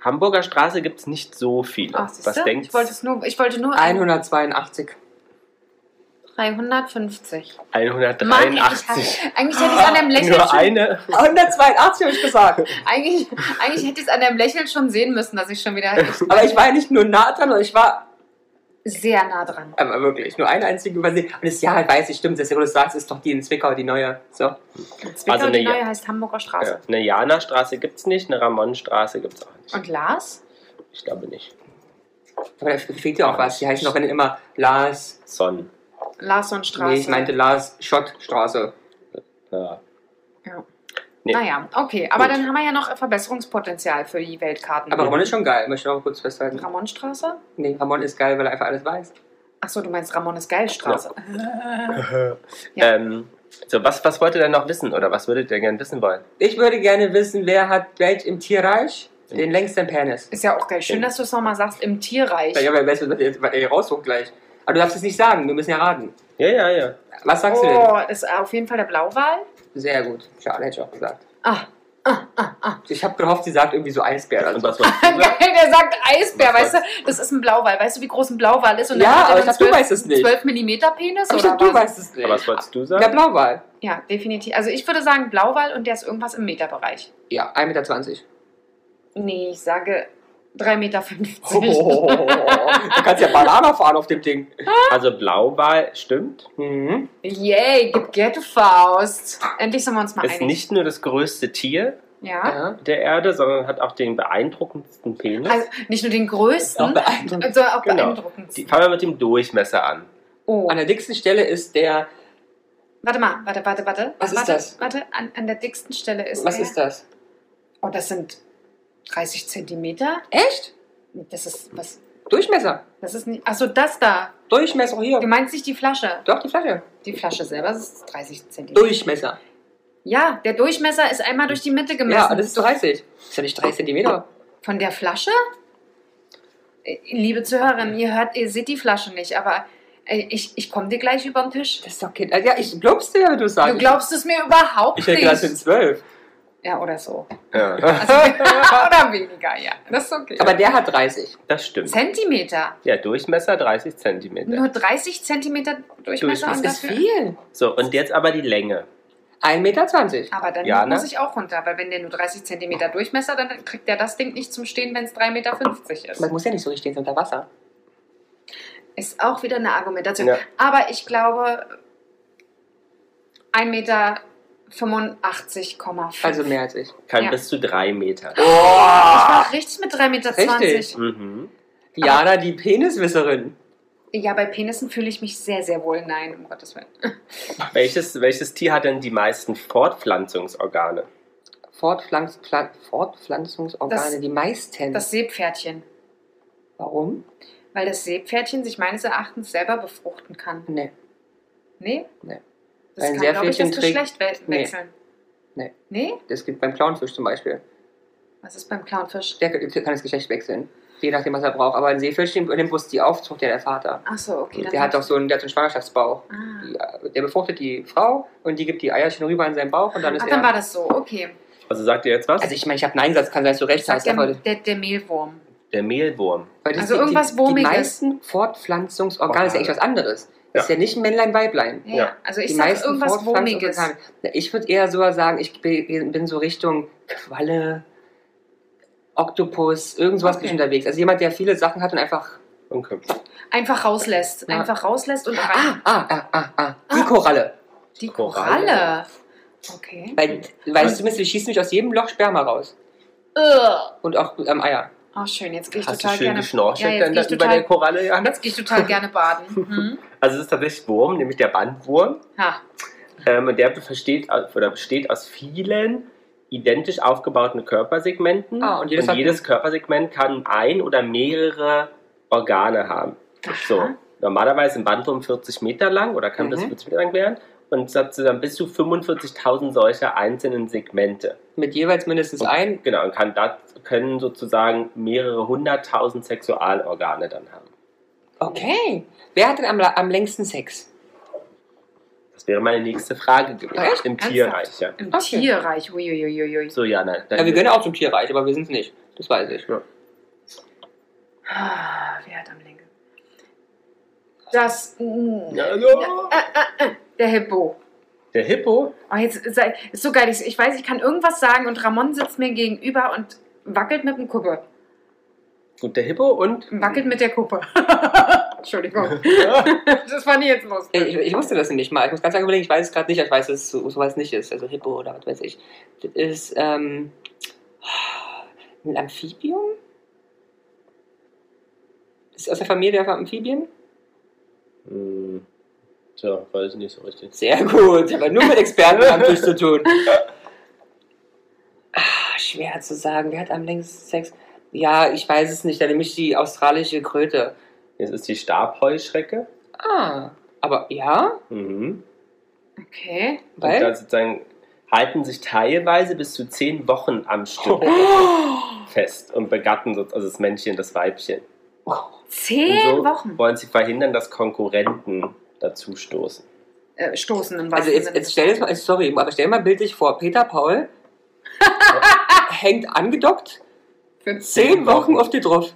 [SPEAKER 2] Hamburger Straße gibt es nicht so viele.
[SPEAKER 1] Ach,
[SPEAKER 2] Was
[SPEAKER 1] siehste?
[SPEAKER 2] denkt
[SPEAKER 1] ich wollte es nur, ich wollte nur
[SPEAKER 3] 182.
[SPEAKER 1] 350. Mann, ey, ich
[SPEAKER 2] 183?
[SPEAKER 1] hab- eigentlich hätte ich an
[SPEAKER 3] Ah,
[SPEAKER 1] deinem Lächeln
[SPEAKER 2] Nur
[SPEAKER 1] schon,
[SPEAKER 2] eine.
[SPEAKER 3] 182 habe ich gesagt.
[SPEAKER 1] eigentlich, eigentlich hätte ich es an deinem Lächeln schon sehen müssen, dass ich schon
[SPEAKER 3] (laughs)
[SPEAKER 1] wieder echt
[SPEAKER 3] Aber ich war ja nicht nur nah dran, sondern ich war
[SPEAKER 1] sehr nah dran.
[SPEAKER 3] aber wirklich nur eine einzige übersehen. Und das Jahr halt weiß ich, stimmt, das, wo du sagst, ist doch die in Zwickau, die neue. So.
[SPEAKER 1] Zwickau,
[SPEAKER 2] Also
[SPEAKER 1] die
[SPEAKER 2] eine-
[SPEAKER 1] neue heißt Hamburger
[SPEAKER 2] Ja.
[SPEAKER 1] Straße.
[SPEAKER 2] Eine Jana-Straße gibt es nicht, eine Ramon-Straße gibt es auch nicht.
[SPEAKER 1] Und Lars?
[SPEAKER 2] Ich glaube nicht.
[SPEAKER 3] Aber da fehlt ja auch was. Die heißen doch wenn immer Lars.
[SPEAKER 2] Son.
[SPEAKER 1] Larsson-Straße.
[SPEAKER 3] Nee, ich meinte Lars Schottstraße.
[SPEAKER 2] Ja. nee.
[SPEAKER 1] Naja, Ah okay. Aber
[SPEAKER 2] Gut.
[SPEAKER 1] dann haben wir ja noch Verbesserungspotenzial für die Weltkarten.
[SPEAKER 3] Aber Ramon ist schon geil, möchte ich noch kurz festhalten.
[SPEAKER 1] Ramon-Straße?
[SPEAKER 3] Nee, Ramon ist geil, weil er einfach alles weiß.
[SPEAKER 1] Achso, du meinst Ramon ist
[SPEAKER 3] Genau.
[SPEAKER 1] geil Straße.
[SPEAKER 2] Ähm, so, was, was wollt ihr denn noch wissen oder was würdet ihr gerne wissen wollen?
[SPEAKER 3] Ich würde gerne wissen, wer hat welch im Tierreich den längsten Penis?
[SPEAKER 1] Ist ja auch geil. Schön, dass du es nochmal sagst, im Tierreich.
[SPEAKER 3] Ja, wer weiß, was ihr- was ihr raussucht gleich. Aber du darfst es nicht sagen, wir müssen ja raten.
[SPEAKER 2] Ja, ja, ja.
[SPEAKER 3] Was sagst du denn?
[SPEAKER 1] oh, ist auf jeden Fall der Blauwal.
[SPEAKER 3] Sehr gut. Schade, hätte ich auch gesagt.
[SPEAKER 1] Ah,
[SPEAKER 3] Ich habe gehofft, sie sagt irgendwie so Eisbär.
[SPEAKER 2] Und
[SPEAKER 3] Also.
[SPEAKER 2] was wollt ihr
[SPEAKER 1] geil,
[SPEAKER 2] sagen?
[SPEAKER 1] (laughs) der sagt Eisbär,
[SPEAKER 2] Was
[SPEAKER 1] weißt du? Das ist ein Blauwal. Weißt du, wie groß ein Blauwal ist?
[SPEAKER 3] Ja,
[SPEAKER 1] hat er
[SPEAKER 3] aber ich
[SPEAKER 1] dann
[SPEAKER 3] dachte, du
[SPEAKER 1] 12
[SPEAKER 3] weißt es nicht.
[SPEAKER 1] 12 mm Penis
[SPEAKER 3] Aber ich
[SPEAKER 1] oder
[SPEAKER 3] dachte, du
[SPEAKER 1] was?
[SPEAKER 3] weißt es nicht.
[SPEAKER 2] Aber was wolltest du
[SPEAKER 3] Der
[SPEAKER 2] sagen?
[SPEAKER 3] Blauwal.
[SPEAKER 1] Ja, definitiv. Also ich würde sagen Blauwal und der ist irgendwas im Meterbereich.
[SPEAKER 3] Ja, 1,20 Meter.
[SPEAKER 1] Nee, ich sage 3,50 Meter.
[SPEAKER 3] Oh. (laughs)
[SPEAKER 1] Oh.
[SPEAKER 3] Du kannst ja Banana fahren auf dem Ding.
[SPEAKER 2] Also Blauwahl stimmt.
[SPEAKER 3] Mhm.
[SPEAKER 1] Yay, gib Gerte Faust. Endlich sind wir uns mal
[SPEAKER 2] Ist
[SPEAKER 1] einig.
[SPEAKER 2] nicht nur das größte Tier
[SPEAKER 1] ja?
[SPEAKER 3] Ja.
[SPEAKER 2] der Erde, sondern hat auch den beeindruckendsten Penis.
[SPEAKER 1] Also nicht nur den größten,
[SPEAKER 3] beeindruckend.
[SPEAKER 1] sondern auch
[SPEAKER 2] Genau. Die,
[SPEAKER 1] beeindruckendsten.
[SPEAKER 2] fangen wir mit dem Durchmesser an.
[SPEAKER 1] Oh.
[SPEAKER 3] An der dicksten Stelle ist der.
[SPEAKER 1] Warte mal, warte, warte, warte.
[SPEAKER 3] Was ist
[SPEAKER 1] warte,
[SPEAKER 3] das?
[SPEAKER 1] Warte, an, an der dicksten Stelle ist
[SPEAKER 3] Was
[SPEAKER 1] der.
[SPEAKER 3] ist das?
[SPEAKER 1] Oh, das sind 30 Zentimeter.
[SPEAKER 3] Echt?
[SPEAKER 1] Das ist was.
[SPEAKER 3] Durchmesser.
[SPEAKER 1] Das ist nicht. Achso, das da.
[SPEAKER 3] Durchmesser
[SPEAKER 1] Du
[SPEAKER 3] hier.
[SPEAKER 1] meinst nicht die Flasche.
[SPEAKER 3] Doch, die Flasche.
[SPEAKER 1] Die Flasche selber ist 30 Zentimeter.
[SPEAKER 3] Durchmesser.
[SPEAKER 1] Ja, der Durchmesser ist einmal durch die Mitte
[SPEAKER 3] Ja,
[SPEAKER 1] gemessen.
[SPEAKER 3] das ist 30. Das ist ja nicht 3 cm.
[SPEAKER 1] Von der Flasche? Äh, Liebe Zuhörerin, ihr hört, ihr seht die Flasche nicht, aber äh, ich, ich komme dir gleich über den Tisch.
[SPEAKER 3] Das ist doch Kind. Also, ja, ich glaub's dir, wenn du es sagst.
[SPEAKER 1] Du glaubst es mir überhaupt
[SPEAKER 3] Ich hätte gedacht, das sind
[SPEAKER 1] nicht.
[SPEAKER 3] 12.
[SPEAKER 1] Ja, oder so.
[SPEAKER 2] Ja,
[SPEAKER 1] Also, (laughs) oder weniger, ja. Das ist okay.
[SPEAKER 3] Aber der hat 30.
[SPEAKER 2] das stimmt.
[SPEAKER 1] Zentimeter.
[SPEAKER 2] Ja, Durchmesser 30 Zentimeter.
[SPEAKER 1] Nur 30 Zentimeter Durchmesser
[SPEAKER 2] Durchmesser.
[SPEAKER 1] und
[SPEAKER 3] Das ist
[SPEAKER 1] dafür.
[SPEAKER 3] viel.
[SPEAKER 2] So, und jetzt aber die Länge.
[SPEAKER 3] 1,20 Meter.
[SPEAKER 1] Aber dann
[SPEAKER 2] Ja, ne?
[SPEAKER 1] muss ich auch runter, weil wenn der nur 30 Zentimeter Durchmesser, dann kriegt der das Ding nicht zum Stehen, wenn es 3,50 Meter ist.
[SPEAKER 3] Man muss ja nicht so richtig stehen, unter Wasser.
[SPEAKER 1] Ist auch wieder eine Argumentation.
[SPEAKER 2] Ja.
[SPEAKER 1] Aber ich glaube, 1,85 Meter. 85,5.
[SPEAKER 3] Also mehr als ich.
[SPEAKER 2] Kann
[SPEAKER 1] Ja.
[SPEAKER 2] bis zu drei Meter.
[SPEAKER 1] Ich
[SPEAKER 3] Boah!
[SPEAKER 1] war Ah, richtig mit 3,20 Meter.
[SPEAKER 3] Richtig.
[SPEAKER 2] Mhm.
[SPEAKER 3] Jana, die Peniswisserin.
[SPEAKER 1] Ja, bei Penissen fühle ich mich sehr, sehr wohl. Nein, um Gottes Willen.
[SPEAKER 2] Welches, welches Tier hat denn die meisten Fortpflanzungsorgane?
[SPEAKER 3] Fortpflanz Pflan- Fortpflanzungsorgane,
[SPEAKER 1] Das-
[SPEAKER 3] die meisten.
[SPEAKER 1] Das Seepferdchen.
[SPEAKER 3] Warum?
[SPEAKER 1] Weil das Seepferdchen sich meines Erachtens selber befruchten kann.
[SPEAKER 3] Nee.
[SPEAKER 1] Nee?
[SPEAKER 3] Nee.
[SPEAKER 1] Das
[SPEAKER 3] Ein
[SPEAKER 1] kann, glaube ich,
[SPEAKER 3] Seepferdchen
[SPEAKER 1] das
[SPEAKER 3] trägt-
[SPEAKER 1] Geschlecht we
[SPEAKER 3] Nee.
[SPEAKER 1] wechseln.
[SPEAKER 3] Nee.
[SPEAKER 1] Nee?
[SPEAKER 3] Das gibt beim Clownfisch zum Beispiel.
[SPEAKER 1] Was ist beim Clownfisch?
[SPEAKER 3] Der kann das Geschlecht wechseln. je nachdem, was er braucht. Aber in Seefeld steht Olympus die Aufzucht, der der Vater.
[SPEAKER 1] Achso, okay. dann
[SPEAKER 3] der hat doch so einen, der hat so einen Schwangerschaftsbauch.
[SPEAKER 1] Ah,
[SPEAKER 3] Die, äh, Der befruchtet die Frau und die gibt die Eierchen rüber in seinen Bauch und dann ist
[SPEAKER 1] Ach,
[SPEAKER 3] er.
[SPEAKER 1] dann war das so, okay.
[SPEAKER 2] Also sagt ihr jetzt was?
[SPEAKER 3] also ich meine, ich habe Nein gesagt, kann sein, dass du recht
[SPEAKER 1] Sagt
[SPEAKER 3] hast.
[SPEAKER 1] der,
[SPEAKER 3] Aber,
[SPEAKER 1] der, der Mehlwurm.
[SPEAKER 2] der Mehlwurm.
[SPEAKER 3] weil das
[SPEAKER 1] also
[SPEAKER 3] die-
[SPEAKER 1] irgendwas
[SPEAKER 3] die, die
[SPEAKER 1] Wurmiges.
[SPEAKER 3] meisten Fortpflanzungsorgane ist ja echt was anderes. Das ist ja nicht Männlein, Weiblein.
[SPEAKER 1] Ja,
[SPEAKER 2] Ja.
[SPEAKER 1] also
[SPEAKER 3] Die
[SPEAKER 1] ich sage
[SPEAKER 3] meisten
[SPEAKER 1] irgendwas Wurmiges.
[SPEAKER 3] Fortpflanzungsorgane- Na, Ich würde eher sogar sagen, ich bin bin so Richtung Qualle, Oktopus, irgendwas
[SPEAKER 1] Okay.
[SPEAKER 3] bin ich unterwegs. Also jemand, der viele Sachen hat und einfach.
[SPEAKER 2] Okay.
[SPEAKER 1] Einfach rauslässt.
[SPEAKER 3] Ja.
[SPEAKER 1] Einfach rauslässt und
[SPEAKER 3] Ah,
[SPEAKER 1] rein.
[SPEAKER 3] ah, ah, ah, ah. Die
[SPEAKER 1] Ah.
[SPEAKER 3] Koralle.
[SPEAKER 1] Die
[SPEAKER 2] Koralle.
[SPEAKER 1] Koralle. Okay.
[SPEAKER 3] Weil, weißt du zumindest, die schießen mich aus jedem Loch Sperma raus.
[SPEAKER 1] Ugh.
[SPEAKER 3] Und auch ähm, Eier.
[SPEAKER 1] Oh, schön. Jetzt gehe ich
[SPEAKER 2] Hast du
[SPEAKER 1] total (laughs)
[SPEAKER 2] schön
[SPEAKER 1] gerne.
[SPEAKER 2] geschnorchelt
[SPEAKER 1] Ja,
[SPEAKER 2] dann
[SPEAKER 1] jetzt gehe
[SPEAKER 2] da
[SPEAKER 1] ich,
[SPEAKER 2] über der
[SPEAKER 1] total-
[SPEAKER 2] Koralle, Johannes?
[SPEAKER 1] jetzt geh ich total gerne baden. Hm?
[SPEAKER 2] Also es ist tatsächlich Wurm, nämlich der Bandwurm.
[SPEAKER 1] Ha.
[SPEAKER 2] Ähm, und der versteht, oder besteht aus vielen identisch aufgebauten Körpersegmenten.
[SPEAKER 3] Ah, und jedes
[SPEAKER 2] und
[SPEAKER 3] hat-
[SPEAKER 2] jedes Körpersegment kann ein oder mehrere Organe haben. So, normalerweise ein Bandwurm 40 Meter lang oder kann das
[SPEAKER 3] Mhm.
[SPEAKER 2] 40 Meter lang werden. Und es hat dann bis zu 45.000 solcher einzelnen Segmente.
[SPEAKER 3] Mit jeweils mindestens ein.
[SPEAKER 2] Genau, und kann da, können sozusagen mehrere hunderttausend Sexualorgane dann haben.
[SPEAKER 3] Okay. Wer hat denn am, la- am längsten Sex?
[SPEAKER 2] Das wäre meine nächste Frage gewesen.
[SPEAKER 3] Echt?
[SPEAKER 2] Im
[SPEAKER 1] Ernsthaft?
[SPEAKER 2] Tierreich, ja.
[SPEAKER 1] Im
[SPEAKER 3] Okay.
[SPEAKER 1] Tierreich. Uiuiuiui.
[SPEAKER 2] So, Jana.
[SPEAKER 3] Ja, wir gehören auch zum Tierreich, aber wir sind es nicht. Das weiß ich.
[SPEAKER 1] Ah, wer hat am längsten? Das. mm, Ja, äh,
[SPEAKER 2] Ja,
[SPEAKER 1] äh, äh, der Hippo.
[SPEAKER 2] Der Hippo?
[SPEAKER 1] Oh, jetzt sei, ist so geil. Ich, ich weiß, ich kann irgendwas sagen und Ramon sitzt mir gegenüber und wackelt mit dem Kuppe.
[SPEAKER 2] Gut, der
[SPEAKER 1] (laughs)
[SPEAKER 2] Hippo und.
[SPEAKER 1] Wackelt mit der Kuppe.
[SPEAKER 3] (laughs)
[SPEAKER 1] Entschuldigung. Das fand ich jetzt
[SPEAKER 3] Ey,
[SPEAKER 1] lustig.
[SPEAKER 3] Ich, ich wusste das nämlich mal. Ich muss ganz lange überlegen, ich weiß es gerade nicht. aber Ich weiß, dass es so, sowas nicht ist. Also Hippo oder was weiß ich. Das ist ähm, ein Amphibium? Das ist aus der Familie der Amphibien?
[SPEAKER 2] Hm, Tja, weiß ich nicht so richtig.
[SPEAKER 3] Sehr gut. Aber nur mit Experten am Tisch zu tun. Ah, schwer zu sagen. Wer hat am längsten Sex? Ja, ich weiß es nicht. Dann nehme ich die australische Kröte.
[SPEAKER 2] Jetzt ist die Stabheuschrecke.
[SPEAKER 3] Ah, aber ja?
[SPEAKER 2] Mhm.
[SPEAKER 1] Okay.
[SPEAKER 2] Und da
[SPEAKER 3] Weil?
[SPEAKER 2] sozusagen halten sich teilweise bis zu zehn Wochen am Stück fest und begatten sozusagen also das Männchen, das Weibchen. Und
[SPEAKER 1] Zehn
[SPEAKER 2] so
[SPEAKER 1] Wochen
[SPEAKER 2] wollen sie verhindern, dass Konkurrenten dazu stoßen.
[SPEAKER 1] äh, stoßen im
[SPEAKER 3] Also
[SPEAKER 1] wahrsten
[SPEAKER 3] jetzt,
[SPEAKER 1] Sinne
[SPEAKER 3] jetzt
[SPEAKER 1] des
[SPEAKER 3] stell dir das mal,
[SPEAKER 1] Wortes.
[SPEAKER 3] sorry, aber stell dir mal bildlich vor, Peter (laughs) Paul hängt angedockt
[SPEAKER 1] Für
[SPEAKER 3] zehn Wochen auf dir drauf.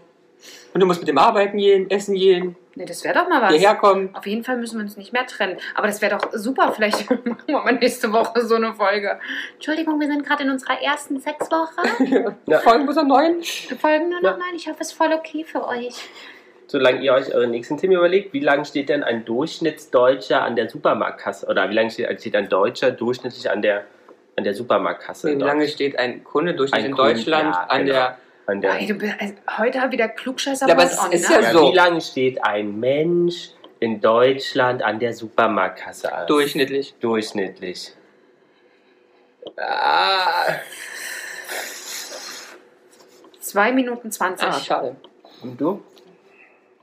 [SPEAKER 3] Und du musst mit dem arbeiten gehen, essen gehen,
[SPEAKER 1] Nee, das wäre doch mal was.
[SPEAKER 3] hierher kommen.
[SPEAKER 1] Auf jeden Fall müssen wir uns nicht mehr trennen. Aber das wäre doch super. Vielleicht (laughs) machen wir mal nächste Woche so eine Folge. Entschuldigung, wir sind gerade in unserer ersten Sexwoche.
[SPEAKER 2] Ja.
[SPEAKER 3] Folgen bis am neuen.
[SPEAKER 1] Wir folgen nur
[SPEAKER 2] Ja.
[SPEAKER 1] noch mal. Ich hoffe, es ist voll okay für euch.
[SPEAKER 2] Solange ihr euch eure nächsten Themen überlegt, wie lange steht denn ein Durchschnittsdeutscher an der Supermarktkasse? Oder wie lange steht, steht ein Deutscher durchschnittlich an der, an der Supermarktkasse?
[SPEAKER 3] Wie
[SPEAKER 2] in
[SPEAKER 3] lange
[SPEAKER 2] Deutschland?
[SPEAKER 3] steht ein Kunde durch
[SPEAKER 2] Ein
[SPEAKER 3] in
[SPEAKER 2] Kunde,
[SPEAKER 3] Deutschland
[SPEAKER 2] ja,
[SPEAKER 3] an
[SPEAKER 2] genau.
[SPEAKER 3] der.
[SPEAKER 2] An der,
[SPEAKER 1] Ey, du bist, also, heute hat wieder Klugscheißer
[SPEAKER 3] Ja, aber
[SPEAKER 1] Mode
[SPEAKER 3] es
[SPEAKER 1] on,
[SPEAKER 3] ist
[SPEAKER 1] ne?
[SPEAKER 3] ja-
[SPEAKER 2] ja,
[SPEAKER 3] so.
[SPEAKER 2] Wie lange steht ein Mensch in Deutschland an der Supermarktkasse an?
[SPEAKER 3] Durchschnittlich.
[SPEAKER 2] Durchschnittlich.
[SPEAKER 1] Zwei Minuten zwanzig.
[SPEAKER 3] Ah, schade.
[SPEAKER 2] Und du?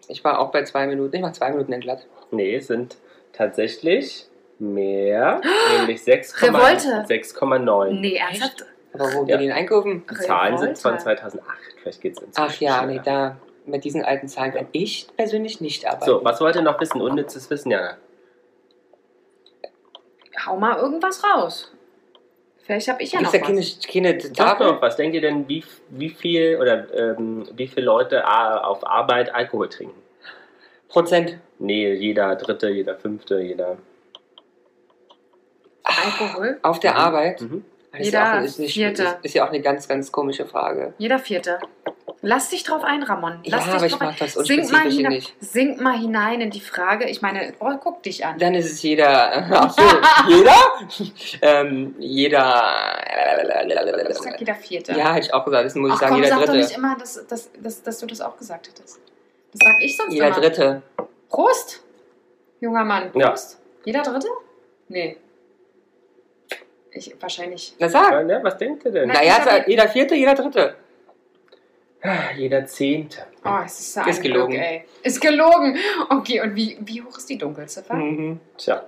[SPEAKER 3] Ich war auch bei zwei Minuten. Ich war zwei Minuten entglatt.
[SPEAKER 2] Nee, es sind tatsächlich mehr, nämlich 6,9.
[SPEAKER 1] Revolte.
[SPEAKER 2] 6,9.
[SPEAKER 1] nee, ernsthaft?
[SPEAKER 3] Aber wo
[SPEAKER 2] Ja.
[SPEAKER 3] gehen die denn einkaufen?
[SPEAKER 2] Die Zahlen sind
[SPEAKER 1] Revolte.
[SPEAKER 2] von 2008. Vielleicht geht es
[SPEAKER 3] Ach ja, nee, da. Mit diesen alten Zahlen kann ich persönlich nicht arbeiten.
[SPEAKER 2] So, was wollt ihr noch wissen? Unnützes Wissen, Jana.
[SPEAKER 1] Hau mal irgendwas raus. Vielleicht habe ich ja
[SPEAKER 3] Gibt's
[SPEAKER 1] noch
[SPEAKER 3] da keine,
[SPEAKER 1] was.
[SPEAKER 3] keine
[SPEAKER 2] Sag
[SPEAKER 3] Tafel?
[SPEAKER 2] doch, was denkt ihr denn, wie, wie viel oder ähm, wie viele Leute a- auf Arbeit Alkohol trinken?
[SPEAKER 3] Prozent.
[SPEAKER 2] Nee, jeder dritte, jeder fünfte, jeder.
[SPEAKER 1] Alkohol?
[SPEAKER 3] Auf der
[SPEAKER 2] Mhm.
[SPEAKER 3] Arbeit?
[SPEAKER 2] Mhm.
[SPEAKER 3] Das ist,
[SPEAKER 1] Jeder
[SPEAKER 3] ja auch, ist, nicht,
[SPEAKER 1] Vierte.
[SPEAKER 3] ist, ist ja auch eine ganz, ganz komische Frage.
[SPEAKER 1] Jeder vierte. Lass dich drauf ein, Ramon. Lass
[SPEAKER 3] ja, aber
[SPEAKER 1] dich
[SPEAKER 3] ich
[SPEAKER 1] drauf ein.
[SPEAKER 3] mag das
[SPEAKER 1] Sing mal,
[SPEAKER 3] unspezifisch
[SPEAKER 1] hinein,
[SPEAKER 3] nicht.
[SPEAKER 1] sing mal hinein in die Frage. Ich meine, oh, guck dich an.
[SPEAKER 3] Dann ist es jeder.
[SPEAKER 1] (laughs)
[SPEAKER 3] Ach so, jeder? ähm, jeder.
[SPEAKER 1] Ich sag jeder vierte.
[SPEAKER 3] Ja, hätte ich auch gesagt. Das muss ich
[SPEAKER 1] Ach
[SPEAKER 3] sagen,
[SPEAKER 1] komm,
[SPEAKER 3] jeder
[SPEAKER 1] sag doch nicht
[SPEAKER 3] Dritte.
[SPEAKER 1] immer, dass, dass, dass, dass du das auch gesagt hättest. Das sag ich sonst
[SPEAKER 3] Jeder
[SPEAKER 1] immer.
[SPEAKER 3] Dritte.
[SPEAKER 1] Prost, junger Mann.
[SPEAKER 2] Ja.
[SPEAKER 1] Prost. Jeder Dritte? Nee. Ich, wahrscheinlich.
[SPEAKER 3] Na sag.
[SPEAKER 2] Ja, ne? Was denkt ihr denn?
[SPEAKER 1] Nein.
[SPEAKER 3] Naja,
[SPEAKER 1] ich
[SPEAKER 3] sag,
[SPEAKER 1] hab-
[SPEAKER 3] jeder Vierte, jeder Dritte.
[SPEAKER 2] Ah, Jeder Zehnte.
[SPEAKER 1] Oh, es ist ja
[SPEAKER 3] Ist
[SPEAKER 1] ein
[SPEAKER 3] gelogen.
[SPEAKER 1] Glück, ey. Ist gelogen. Okay, und wie, wie hoch ist die Dunkelziffer?
[SPEAKER 3] Mhm.
[SPEAKER 2] Tja,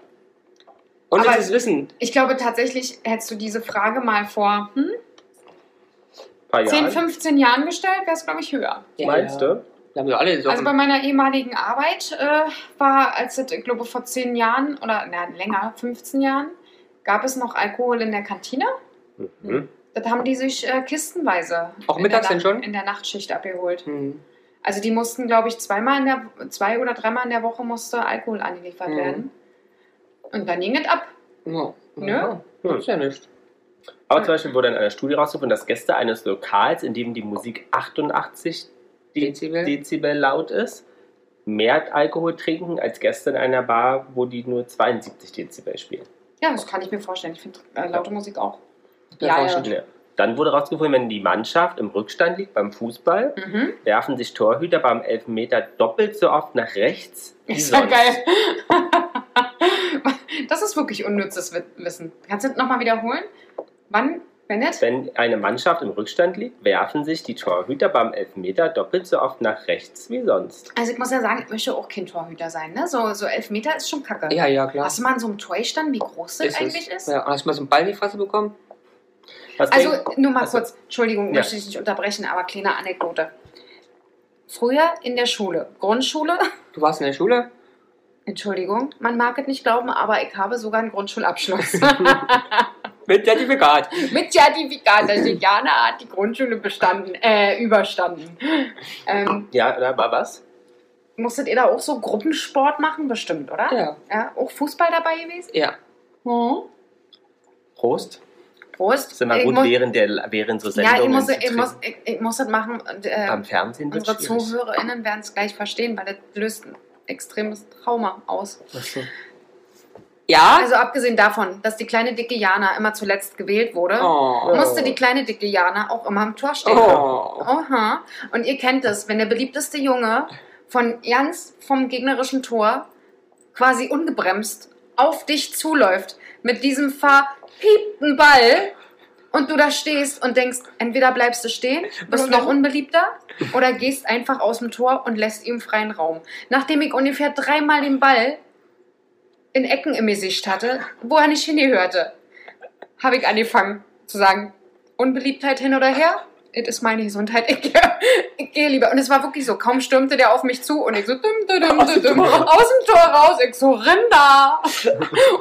[SPEAKER 3] Und
[SPEAKER 1] Aber-
[SPEAKER 3] das Wissen.
[SPEAKER 1] Ich glaube tatsächlich, hättest du diese Frage mal vor hm,
[SPEAKER 2] paar
[SPEAKER 1] 10,
[SPEAKER 2] Jahren.
[SPEAKER 1] 15 Jahren gestellt, wäre es, glaube ich, höher.
[SPEAKER 3] Ja,
[SPEAKER 2] meinst
[SPEAKER 3] ja.
[SPEAKER 2] du?
[SPEAKER 3] Wir haben ja alle so.
[SPEAKER 1] Also bei meiner ehemaligen Arbeit äh, war, als das, ich glaube, vor 10 Jahren oder na, länger, 15 Jahren, gab es noch Alkohol in der Kantine.
[SPEAKER 2] Mhm.
[SPEAKER 1] Das haben die sich äh, kistenweise
[SPEAKER 3] Auch
[SPEAKER 1] in
[SPEAKER 3] mittags
[SPEAKER 1] der
[SPEAKER 3] denn
[SPEAKER 1] Nacht-
[SPEAKER 3] schon?
[SPEAKER 1] in der Nachtschicht abgeholt.
[SPEAKER 2] Mhm.
[SPEAKER 3] Hm.
[SPEAKER 1] Also die mussten, glaube ich, zweimal in der zwei oder dreimal in der Woche musste Alkohol angeliefert
[SPEAKER 3] Mhm.
[SPEAKER 1] werden. Und dann ging es ab.
[SPEAKER 3] Hm. Ja.
[SPEAKER 1] Ne?
[SPEAKER 3] Ja. Gibt's ja nicht.
[SPEAKER 2] Aber zum Beispiel wurde in einer Studie herausgefunden, dass Gäste eines Lokals, in dem die Musik 88
[SPEAKER 3] Dezibel?
[SPEAKER 2] Dezibel laut ist, mehr Alkohol trinken als Gäste in einer Bar, wo die nur 72 Dezibel spielen.
[SPEAKER 1] Ja, das kann ich mir vorstellen. Ich finde äh, laute Musik auch.
[SPEAKER 3] Ja,
[SPEAKER 1] Ja,
[SPEAKER 3] ja.
[SPEAKER 2] Ja. Dann wurde herausgefunden, wenn die Mannschaft im Rückstand liegt beim Fußball,
[SPEAKER 1] Mhm.
[SPEAKER 2] werfen sich Torhüter beim Elfmeter doppelt so oft nach rechts. wie
[SPEAKER 1] Ist ja
[SPEAKER 2] sonst.
[SPEAKER 1] geil. (laughs) das ist wirklich unnützes Wi- Wissen. Kannst du das nochmal wiederholen? Wann, wenn nicht?
[SPEAKER 2] Wenn eine Mannschaft im Rückstand liegt, werfen sich die Torhüter beim Elfmeter doppelt so oft nach rechts wie sonst.
[SPEAKER 1] Also ich muss ja sagen, ich möchte auch kein Torhüter sein. Ne? So, so elf Meter ist schon kacke.
[SPEAKER 3] Ja, ja, klar.
[SPEAKER 1] Hast du mal an so einem Toy stand, wie groß das
[SPEAKER 3] Ist es.
[SPEAKER 1] eigentlich ist?
[SPEAKER 3] Ja, hast du mal so einen Ball in die Fresse bekommen?
[SPEAKER 2] Was
[SPEAKER 1] Also
[SPEAKER 2] denk-
[SPEAKER 1] nur mal
[SPEAKER 2] Also-
[SPEAKER 1] kurz, Entschuldigung,
[SPEAKER 2] Ja.
[SPEAKER 1] möchte ich nicht unterbrechen, aber kleine Anekdote. Früher in der Schule, Grundschule, (laughs)
[SPEAKER 3] Du warst in der Schule?
[SPEAKER 1] Entschuldigung, man mag es nicht glauben, aber ich habe sogar einen
[SPEAKER 3] (laughs)
[SPEAKER 1] Grundschulabschluss.
[SPEAKER 3] Mit Zertifikat.
[SPEAKER 1] Mit Zertifikat, dass ich Jana hat die Grundschule bestanden, äh, überstanden. Ähm,
[SPEAKER 2] ja, da war was?
[SPEAKER 1] musstet ihr da auch so Gruppensport machen, bestimmt, oder?
[SPEAKER 3] Ja. Mhm.
[SPEAKER 1] Ja, auch Fußball dabei gewesen?
[SPEAKER 3] Ja.
[SPEAKER 1] Hm.
[SPEAKER 2] Prost.
[SPEAKER 1] Prost.
[SPEAKER 2] Das ist immer
[SPEAKER 1] Ich
[SPEAKER 2] gut
[SPEAKER 1] muss-
[SPEAKER 2] während, der, während so
[SPEAKER 1] ja, ich
[SPEAKER 2] Sendungen
[SPEAKER 1] muss,
[SPEAKER 2] zu
[SPEAKER 1] ich,
[SPEAKER 2] trinken.
[SPEAKER 1] muss, ich, ich muss das machen. und, Äh,
[SPEAKER 2] Am Fernsehen wird
[SPEAKER 1] Unsere
[SPEAKER 2] es schwierig.
[SPEAKER 1] ZuhörerInnen werden es gleich verstehen, weil das löst ein extremes Trauma aus.
[SPEAKER 2] Ach so.
[SPEAKER 3] Ja?
[SPEAKER 1] Also abgesehen davon, dass die kleine dicke Jana immer zuletzt gewählt wurde,
[SPEAKER 3] Oh.
[SPEAKER 1] musste die kleine dicke Jana auch immer am Tor stehen.
[SPEAKER 3] Oh.
[SPEAKER 1] Aha. Und ihr kennt es, wenn der beliebteste Junge von ganz vom gegnerischen Tor quasi ungebremst auf dich zuläuft mit diesem verpiepten Ball und du da stehst und denkst, entweder bleibst du stehen, bist noch unbeliebter oder gehst einfach aus dem Tor und lässt ihm freien Raum. Nachdem ich ungefähr dreimal den Ball in Ecken im Gesicht hatte, wo er nicht hingehörte, habe ich angefangen zu sagen, Unbeliebtheit hin oder her, es ist meine Gesundheit, ich gehe, ich gehe lieber. Und es war wirklich so, kaum stürmte der auf mich zu und ich so, düm, düm, düm, düm, düm, aus dem Tor raus, ich so, Rinder.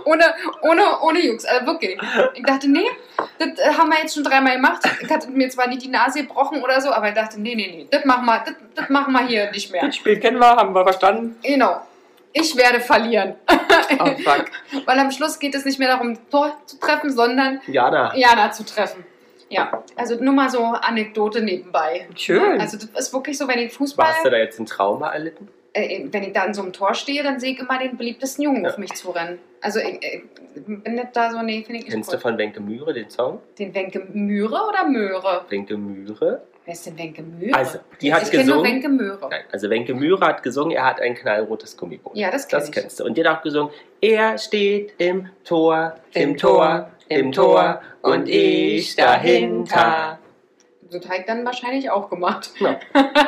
[SPEAKER 1] ohne, ohne, ohne Jux, also wirklich. Ich dachte, nee, das äh, haben wir jetzt schon dreimal gemacht. Ich hatte mir zwar nicht die Nase gebrochen oder so, aber ich dachte, nee, nee, nee, das machen wir, das, das machen wir hier nicht mehr.
[SPEAKER 3] Das Spiel kennen wir, haben wir verstanden.
[SPEAKER 1] Genau. Ich werde verlieren.
[SPEAKER 3] Oh, fuck.
[SPEAKER 1] Weil am Schluss geht es nicht mehr darum, Tor zu treffen, sondern
[SPEAKER 2] Jana,
[SPEAKER 1] Jana zu treffen. Ja, also nur mal so Anekdote nebenbei.
[SPEAKER 3] Schön.
[SPEAKER 1] Also das ist wirklich so, wenn ich
[SPEAKER 2] hast du
[SPEAKER 1] Fußball,
[SPEAKER 2] da jetzt ein Trauma erlitten?
[SPEAKER 1] äh, wenn ich da in so einem Tor stehe, dann sehe ich immer den beliebtesten Jungen
[SPEAKER 2] Ja.
[SPEAKER 1] auf mich zu rennen. Also ich, ich bin nicht da so, nee, finde ich nicht
[SPEAKER 2] Kennst du
[SPEAKER 1] cool.
[SPEAKER 2] von Wenke Mühre den Song?
[SPEAKER 1] Den Wenke Möhre oder Möhre?
[SPEAKER 2] Wenke Mühre?
[SPEAKER 1] Wer ist denn Wenke Möhre?
[SPEAKER 2] Also, die hat
[SPEAKER 1] ich kenne nur
[SPEAKER 2] gesungen.
[SPEAKER 1] Wenke Möhre.
[SPEAKER 2] Nein, also Wenke Mühre hat gesungen, er hat ein knallrotes Gummiboot.
[SPEAKER 1] Ja, das kenne
[SPEAKER 2] Das
[SPEAKER 1] ich.
[SPEAKER 2] kennst du. Und die hat auch gesungen, er steht im Tor, im,
[SPEAKER 3] Im
[SPEAKER 2] Tor, im Tor und ich dahinter.
[SPEAKER 1] Das habe ich dann wahrscheinlich auch gemacht.
[SPEAKER 2] Ja.
[SPEAKER 1] (laughs)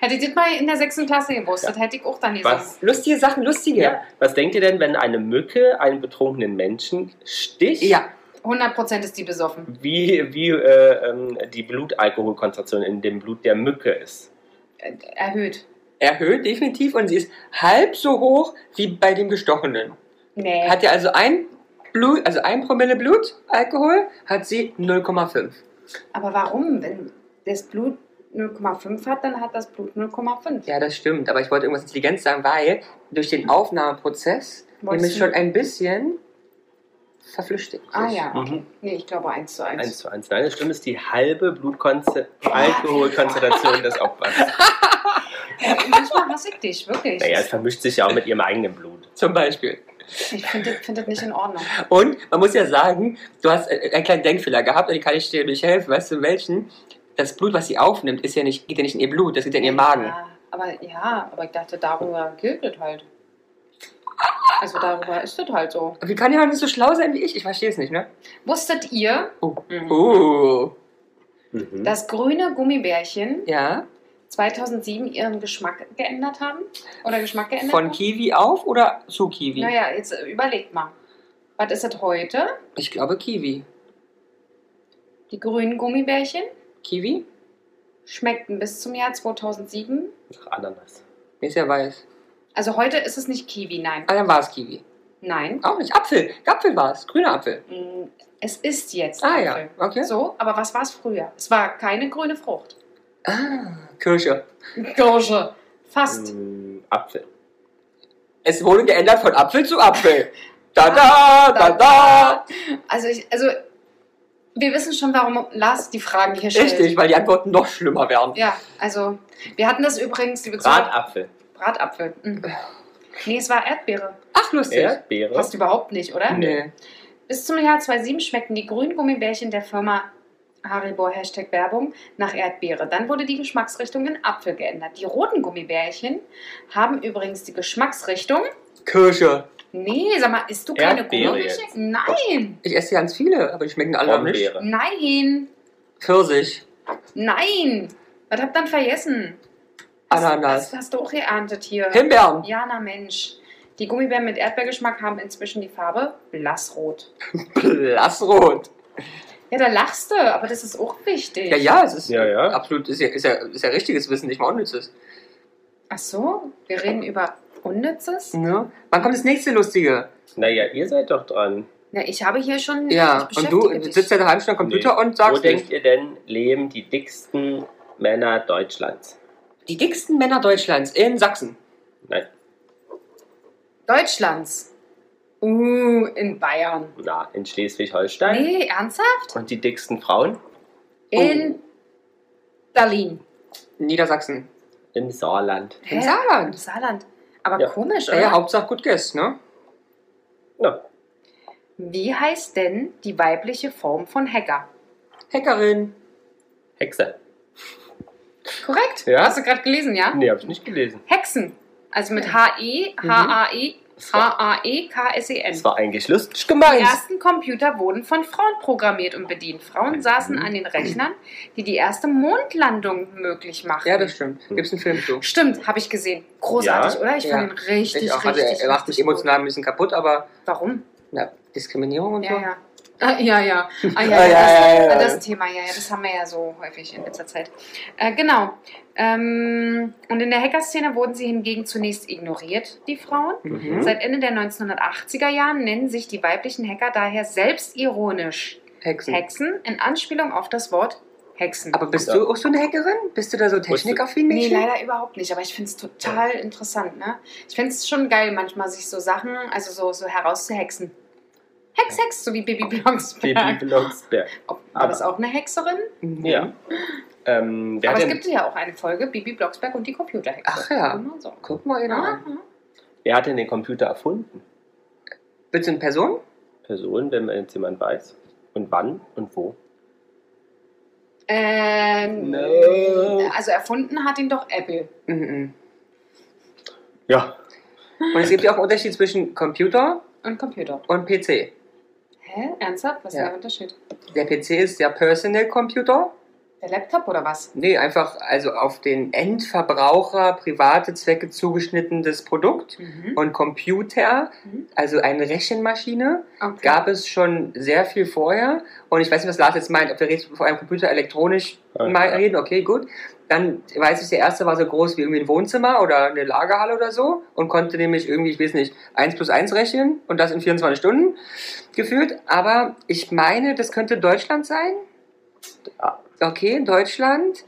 [SPEAKER 1] hätte ich das mal in der sechsten Klasse gewusst, das hätte ich auch dann gesungen.
[SPEAKER 2] Was,
[SPEAKER 3] Lustige Sachen, lustige.
[SPEAKER 2] ja. was denkt ihr denn, wenn eine Mücke einen betrunkenen Menschen sticht?
[SPEAKER 3] Ja.
[SPEAKER 1] 100% ist die besoffen.
[SPEAKER 2] Wie, wie äh, ähm, die Blutalkoholkonzentration in dem Blut der Mücke ist.
[SPEAKER 1] Äh, Erhöht.
[SPEAKER 3] Erhöht definitiv und sie ist halb so hoch wie bei dem Gestochenen.
[SPEAKER 1] Nee.
[SPEAKER 3] Hat ja also ein Blut, also ein Promille Blut, Alkohol, hat sie 0,5.
[SPEAKER 1] Aber warum? Wenn das Blut 0,5 hat, dann hat das Blut 0,5.
[SPEAKER 3] Ja, das stimmt, aber ich wollte irgendwas Intelligenz sagen, weil durch den Aufnahmeprozess
[SPEAKER 1] Wolltest
[SPEAKER 3] nämlich
[SPEAKER 1] du-
[SPEAKER 3] schon ein bisschen verflüchtigt.
[SPEAKER 1] Ah
[SPEAKER 3] sich.
[SPEAKER 1] ja, okay.
[SPEAKER 2] Mhm.
[SPEAKER 1] Nee, ich glaube 1 zu 1.
[SPEAKER 2] 1 zu 1. Nein, das Schlimme ist die halbe Blutalkoholkonzentration des (laughs) Opfers.
[SPEAKER 1] Manchmal hasse ich dich, wirklich.
[SPEAKER 2] Naja, es vermischt sich ja auch mit ihrem eigenen Blut.
[SPEAKER 3] Zum Beispiel.
[SPEAKER 1] Ich finde das, find das nicht in Ordnung.
[SPEAKER 3] Und man muss ja sagen, du hast äh, einen kleinen Denkfehler gehabt und ich kann ich dir nicht helfen. Weißt du, welchen? Das Blut, was sie aufnimmt, ist ja nicht, geht ja nicht in ihr Blut, das geht ja in ihren Magen.
[SPEAKER 1] Ja, aber ja, aber ich dachte, darüber gilt das halt. Also darüber ist das halt so.
[SPEAKER 3] Wie kann jemand so schlau sein wie ich? Ich verstehe es nicht, ne?
[SPEAKER 1] Wusstet ihr,
[SPEAKER 3] Oh.
[SPEAKER 1] Mhm.
[SPEAKER 3] Oh.
[SPEAKER 2] Mhm.
[SPEAKER 1] dass grüne Gummibärchen
[SPEAKER 3] Ja.
[SPEAKER 1] 2007 ihren Geschmack geändert haben? Oder Geschmack geändert
[SPEAKER 3] Von
[SPEAKER 1] haben?
[SPEAKER 3] Kiwi auf oder zu Kiwi?
[SPEAKER 1] Naja, jetzt äh, überlegt mal. Was ist das heute?
[SPEAKER 3] Ich glaube Kiwi.
[SPEAKER 1] Die grünen Gummibärchen
[SPEAKER 3] Kiwi?
[SPEAKER 1] schmeckten bis zum Jahr 2007.
[SPEAKER 2] Nach Ananas.
[SPEAKER 3] Nee, ist ja weiß.
[SPEAKER 1] Also heute ist es nicht Kiwi, nein.
[SPEAKER 3] Ah, dann war es Kiwi.
[SPEAKER 1] Nein.
[SPEAKER 3] Auch nicht. Apfel. Apfel war es. Grüner Apfel.
[SPEAKER 1] Mm, Es ist jetzt
[SPEAKER 3] Ah ja,
[SPEAKER 1] Apfel.
[SPEAKER 3] okay.
[SPEAKER 1] So, aber was war es früher? Es war keine grüne Frucht.
[SPEAKER 3] Ah, Kirsche.
[SPEAKER 1] Kirsche.
[SPEAKER 3] Mhm.
[SPEAKER 1] Fast.
[SPEAKER 2] Mm, Apfel.
[SPEAKER 3] Es wurde geändert von Apfel zu (laughs) Apfel. Da da, Ah, da da.
[SPEAKER 1] Also, ich, also wir wissen schon, warum Lars die Fragen hier stellt.
[SPEAKER 3] Richtig, weil die Antworten noch schlimmer wären.
[SPEAKER 1] Ja, also wir hatten das übrigens, liebe Zuhörer-
[SPEAKER 2] Bratapfel.
[SPEAKER 1] Bratapfel. Mhm. Nee, es war Erdbeere.
[SPEAKER 3] Ach, lustig.
[SPEAKER 2] Erdbeere.
[SPEAKER 1] Passt überhaupt nicht, oder?
[SPEAKER 3] Nee.
[SPEAKER 1] Bis zum Jahr 2007 schmeckten die grünen Gummibärchen der Firma Haribo Hashtag Werbung nach Erdbeere. Dann wurde die Geschmacksrichtung in Apfel geändert. Die roten Gummibärchen haben übrigens die Geschmacksrichtung.
[SPEAKER 3] Kirsche.
[SPEAKER 1] Nee, sag mal, isst du keine
[SPEAKER 2] Erdbeere
[SPEAKER 1] Gummibärchen?
[SPEAKER 2] jetzt.
[SPEAKER 1] Nein,
[SPEAKER 3] Ich esse ganz viele, aber die schmecken alle noch nicht.
[SPEAKER 2] Brombeere.
[SPEAKER 1] nein,
[SPEAKER 3] Pfirsich.
[SPEAKER 1] nein. Was habt ihr dann vergessen?
[SPEAKER 3] Ananas.
[SPEAKER 1] Das hast du auch geerntet hier.
[SPEAKER 3] Himbeeren.
[SPEAKER 1] Ja, na Mensch. Die Gummibären mit Erdbeergeschmack haben inzwischen die Farbe blassrot.
[SPEAKER 3] Blassrot.
[SPEAKER 1] Ja, da lachst du, aber das ist auch wichtig.
[SPEAKER 3] Ja, ja, es ist
[SPEAKER 2] Ja, ja.
[SPEAKER 3] absolut, ist ja, ist, ja, ist ja richtiges Wissen, nicht mal unnützes.
[SPEAKER 1] Ach so, wir reden über Unnützes?
[SPEAKER 3] Ne? Wann kommt das nächste Lustige?
[SPEAKER 2] Naja, ihr seid doch dran.
[SPEAKER 1] Na, ich habe hier schon.
[SPEAKER 3] Ja,
[SPEAKER 1] ich
[SPEAKER 3] und du
[SPEAKER 1] beschäftige dich.
[SPEAKER 3] sitzt ja daheim schon am Computer und
[SPEAKER 2] Wo
[SPEAKER 3] sagst
[SPEAKER 2] denkt
[SPEAKER 3] nicht.
[SPEAKER 2] ihr denn, leben die dicksten Männer Deutschlands?
[SPEAKER 3] Die dicksten Männer Deutschlands in Sachsen.
[SPEAKER 2] Nein,
[SPEAKER 1] Deutschlands. Uh, in Bayern.
[SPEAKER 2] na, in Schleswig-Holstein.
[SPEAKER 1] Nee, ernsthaft?
[SPEAKER 2] Und die dicksten Frauen?
[SPEAKER 3] Oh.
[SPEAKER 1] In Berlin.
[SPEAKER 3] Niedersachsen.
[SPEAKER 2] Im Saarland.
[SPEAKER 3] Im
[SPEAKER 1] Hä? Im
[SPEAKER 3] Saarland.
[SPEAKER 1] Saarland. Aber
[SPEAKER 2] Ja.
[SPEAKER 1] komisch,
[SPEAKER 3] Ja,
[SPEAKER 1] oder?
[SPEAKER 3] ja, Hauptsache gut guess, ne?
[SPEAKER 2] Na,
[SPEAKER 1] Wie heißt denn die weibliche Form von Hacker?
[SPEAKER 3] Hackerin.
[SPEAKER 2] Hexe.
[SPEAKER 1] Korrekt.
[SPEAKER 2] Ja.
[SPEAKER 1] Hast du gerade gelesen, ja?
[SPEAKER 2] Nee, hab ich nicht gelesen.
[SPEAKER 1] Hexen. Also mit H-E,
[SPEAKER 3] Mhm.
[SPEAKER 1] H-A-E,
[SPEAKER 2] Es war,
[SPEAKER 1] E H-A-E-K-S-E-N.
[SPEAKER 2] es war eigentlich lustig
[SPEAKER 1] Die
[SPEAKER 2] gemeint.
[SPEAKER 1] ersten Computer wurden von Frauen programmiert und bedient. Frauen saßen an den Rechnern, die die erste Mondlandung möglich machten.
[SPEAKER 3] Ja, das stimmt. Gibt's einen Film zu.
[SPEAKER 1] Stimmt, habe ich gesehen. Großartig,
[SPEAKER 2] Ja.
[SPEAKER 1] oder? Ich fand
[SPEAKER 3] Ja.
[SPEAKER 1] ihn richtig,
[SPEAKER 3] Ich auch. Also,
[SPEAKER 1] richtig.
[SPEAKER 3] er macht mich
[SPEAKER 1] richtig
[SPEAKER 3] emotional ein bisschen kaputt, aber
[SPEAKER 1] gut. Warum?
[SPEAKER 3] na, Diskriminierung und so.
[SPEAKER 1] Ja, ja. Ah, ja, ja. Ah, ja,
[SPEAKER 3] (laughs) Ah,
[SPEAKER 1] ja,
[SPEAKER 3] ja,
[SPEAKER 1] das,
[SPEAKER 3] ja, ja,
[SPEAKER 1] ah,
[SPEAKER 3] ja.
[SPEAKER 1] das Thema, ja, ja, das haben wir ja so häufig in letzter Zeit. Äh, genau. Ähm, und in der Hacker-Szene wurden sie hingegen zunächst ignoriert, die Frauen.
[SPEAKER 3] Mhm.
[SPEAKER 1] Seit Ende der 1980er Jahren nennen sich die weiblichen Hacker daher selbstironisch
[SPEAKER 3] Hexen.
[SPEAKER 1] Hexen in Anspielung auf das Wort Hexen.
[SPEAKER 3] Aber bist du auch so eine Hackerin? Bist du da so technikaffin?
[SPEAKER 1] nee,
[SPEAKER 3] Mädchen?
[SPEAKER 1] leider überhaupt nicht, aber ich finde es total interessant. Ne? Ich finde es schon geil, manchmal sich so Sachen, also so, so herauszuhexen. Hex, Hex, so wie Baby
[SPEAKER 3] (laughs)
[SPEAKER 2] Baby
[SPEAKER 1] Blocksberg.
[SPEAKER 2] Blocksberg.
[SPEAKER 1] Ob- War das auch eine Hexerin?
[SPEAKER 3] Mhm.
[SPEAKER 2] Ja. Ähm, wer,
[SPEAKER 1] aber
[SPEAKER 2] hat
[SPEAKER 1] es
[SPEAKER 2] denn,
[SPEAKER 1] gibt ja auch eine Folge, Bibi Blocksberg und die Computerhexe.
[SPEAKER 3] Ach ja.
[SPEAKER 1] Genau so.
[SPEAKER 3] Guck mal, genau.
[SPEAKER 1] Ah,
[SPEAKER 2] wer hat denn den Computer erfunden?
[SPEAKER 3] Bitte in Person?
[SPEAKER 2] Person, wenn man jetzt jemand weiß. Und wann und wo?
[SPEAKER 1] Ähm,
[SPEAKER 2] No.
[SPEAKER 1] Also erfunden hat ihn doch Apple.
[SPEAKER 3] Mhm.
[SPEAKER 2] Ja.
[SPEAKER 3] Und es gibt ja auch einen Unterschied zwischen Computer
[SPEAKER 1] Und Computer.
[SPEAKER 3] und PC.
[SPEAKER 1] Hä? Ernsthaft? Was ist
[SPEAKER 3] Ja.
[SPEAKER 1] der Unterschied?
[SPEAKER 3] Der PC ist der Personal Computer.
[SPEAKER 1] Der Laptop oder was?
[SPEAKER 3] Nee, einfach also auf den Endverbraucher private Zwecke zugeschnittenes Produkt.
[SPEAKER 1] Mhm.
[SPEAKER 3] Und Computer,
[SPEAKER 1] Mhm.
[SPEAKER 3] also eine Rechenmaschine,
[SPEAKER 1] Okay.
[SPEAKER 3] gab es schon sehr viel vorher. Und ich weiß nicht, was Lars jetzt meint, ob wir reden- vor einem Computer elektronisch
[SPEAKER 2] Ja,
[SPEAKER 3] mal
[SPEAKER 2] ja.
[SPEAKER 3] reden, okay, gut. Dann weiß ich, der erste war so groß wie irgendwie ein Wohnzimmer oder eine Lagerhalle oder so und konnte nämlich irgendwie, ich weiß nicht, 1 plus 1 rechnen und das in 24 Stunden geführt. Aber ich meine, das könnte Deutschland sein.
[SPEAKER 2] Ja.
[SPEAKER 3] Okay, Deutschland.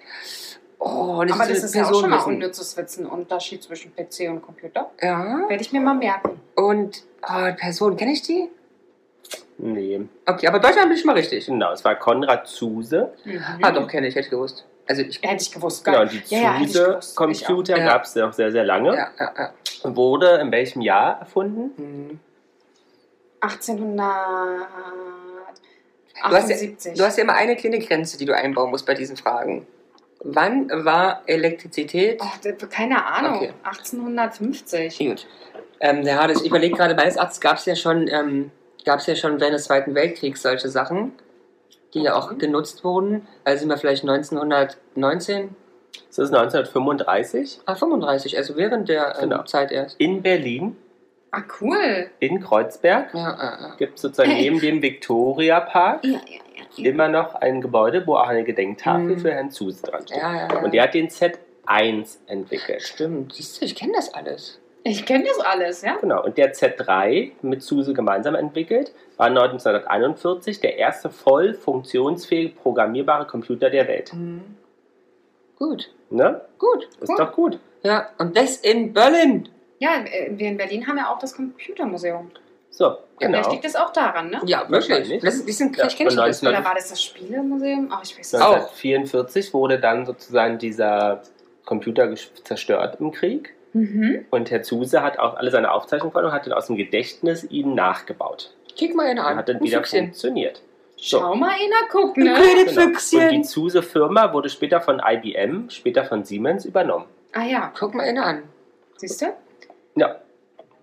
[SPEAKER 3] Oh,
[SPEAKER 1] aber das
[SPEAKER 3] eine
[SPEAKER 1] ist ja auch schon mal
[SPEAKER 3] Personenwissen.
[SPEAKER 1] unnützes Witzen, Unterschied zwischen PC und Computer.
[SPEAKER 3] Ja,
[SPEAKER 1] Werde ich mir mal merken.
[SPEAKER 3] und oh, Person, kenne ich die?
[SPEAKER 2] Nee.
[SPEAKER 3] Okay, aber Deutschland bin ich mal richtig.
[SPEAKER 2] Genau, es war Konrad Zuse.
[SPEAKER 3] Ah, doch, kenne ich, hätte ich gewusst. Also ich.
[SPEAKER 1] Hätte ich gewusst.
[SPEAKER 2] Genau,
[SPEAKER 1] Geil.
[SPEAKER 2] die
[SPEAKER 1] Ja, ja, hätte ich gewusst. Ich
[SPEAKER 2] Zuse-Computer
[SPEAKER 3] auch. Ja.
[SPEAKER 2] gab es ja auch sehr, sehr lange.
[SPEAKER 3] Ja, ja, ja.
[SPEAKER 2] Wurde in welchem Jahr erfunden?
[SPEAKER 1] Mhm.
[SPEAKER 3] Hm.
[SPEAKER 1] 1878.
[SPEAKER 3] Du hast, ja, du hast ja immer eine kleine Grenze, die du einbauen musst bei diesen Fragen. Wann war Elektrizität?
[SPEAKER 1] Oh, das- keine Ahnung.
[SPEAKER 3] Okay.
[SPEAKER 1] 1850.
[SPEAKER 3] Gut. Ähm, ja, das, ich überlege gerade, meines Erachtens gab es ja schon, ähm, gab es ja schon während des Zweiten Weltkriegs solche Sachen, die ja auch
[SPEAKER 1] Mhm.
[SPEAKER 3] genutzt wurden. Also sind wir vielleicht 1919,
[SPEAKER 2] Es ist 1935
[SPEAKER 3] ah, 35, also während der ähm,
[SPEAKER 2] Genau.
[SPEAKER 3] Zeit erst.
[SPEAKER 2] in Berlin,
[SPEAKER 1] Ah, cool.
[SPEAKER 2] in Kreuzberg.
[SPEAKER 3] Ja, ja, ja.
[SPEAKER 2] Gibt es sozusagen neben dem Victoria Park
[SPEAKER 1] Ja, ja, ja.
[SPEAKER 2] immer noch ein Gebäude, wo auch eine Gedenktafel
[SPEAKER 3] Mhm.
[SPEAKER 2] für Herrn Zuse dran steht.
[SPEAKER 3] Ja, ja, ja.
[SPEAKER 2] Und der hat den Z1 entwickelt.
[SPEAKER 3] Stimmt, siehst du, ich kenne das alles.
[SPEAKER 1] Ich kenne das alles, ja?
[SPEAKER 2] Genau, und der Z3 mit Zuse gemeinsam entwickelt, war 1941 der erste voll funktionsfähige programmierbare Computer der Welt.
[SPEAKER 3] Mhm. Gut,
[SPEAKER 2] Ne?
[SPEAKER 3] gut.
[SPEAKER 2] Ist
[SPEAKER 3] gut.
[SPEAKER 2] doch gut.
[SPEAKER 3] Ja, und das in Berlin.
[SPEAKER 1] Ja, äh, wir in Berlin haben ja auch das Computermuseum.
[SPEAKER 2] So,
[SPEAKER 1] Vielleicht
[SPEAKER 2] genau.
[SPEAKER 1] liegt das auch daran, ne?
[SPEAKER 3] Ja,
[SPEAKER 2] Wahrscheinlich.
[SPEAKER 3] wirklich. Das ist, die sind,
[SPEAKER 2] Ja,
[SPEAKER 3] ich kenne
[SPEAKER 2] und
[SPEAKER 3] schon das.
[SPEAKER 2] 19
[SPEAKER 1] Oder war das das Spielemuseum? Ach, ich weiß es nicht.
[SPEAKER 3] Auch.
[SPEAKER 2] 1944 wurde dann sozusagen dieser Computer gesch- zerstört im Krieg.
[SPEAKER 1] Mhm.
[SPEAKER 2] Und Herr Zuse hat auch alle seine Aufzeichnungen verloren und hat ihn aus dem Gedächtnis ihnen nachgebaut.
[SPEAKER 3] Kick mal eine
[SPEAKER 2] Und
[SPEAKER 3] an.
[SPEAKER 2] hat dann
[SPEAKER 3] Ein
[SPEAKER 2] wieder
[SPEAKER 3] Füchschen.
[SPEAKER 2] funktioniert. Genau.
[SPEAKER 1] Schau mal, einer guckt,
[SPEAKER 3] Ein
[SPEAKER 1] ne?
[SPEAKER 2] Und die
[SPEAKER 3] Königsfüchschen.
[SPEAKER 2] Zuse-Firma wurde später von IBM, später von Siemens übernommen.
[SPEAKER 1] Ah ja,
[SPEAKER 3] Guck mal eine an.
[SPEAKER 1] siehst du?
[SPEAKER 2] Ja,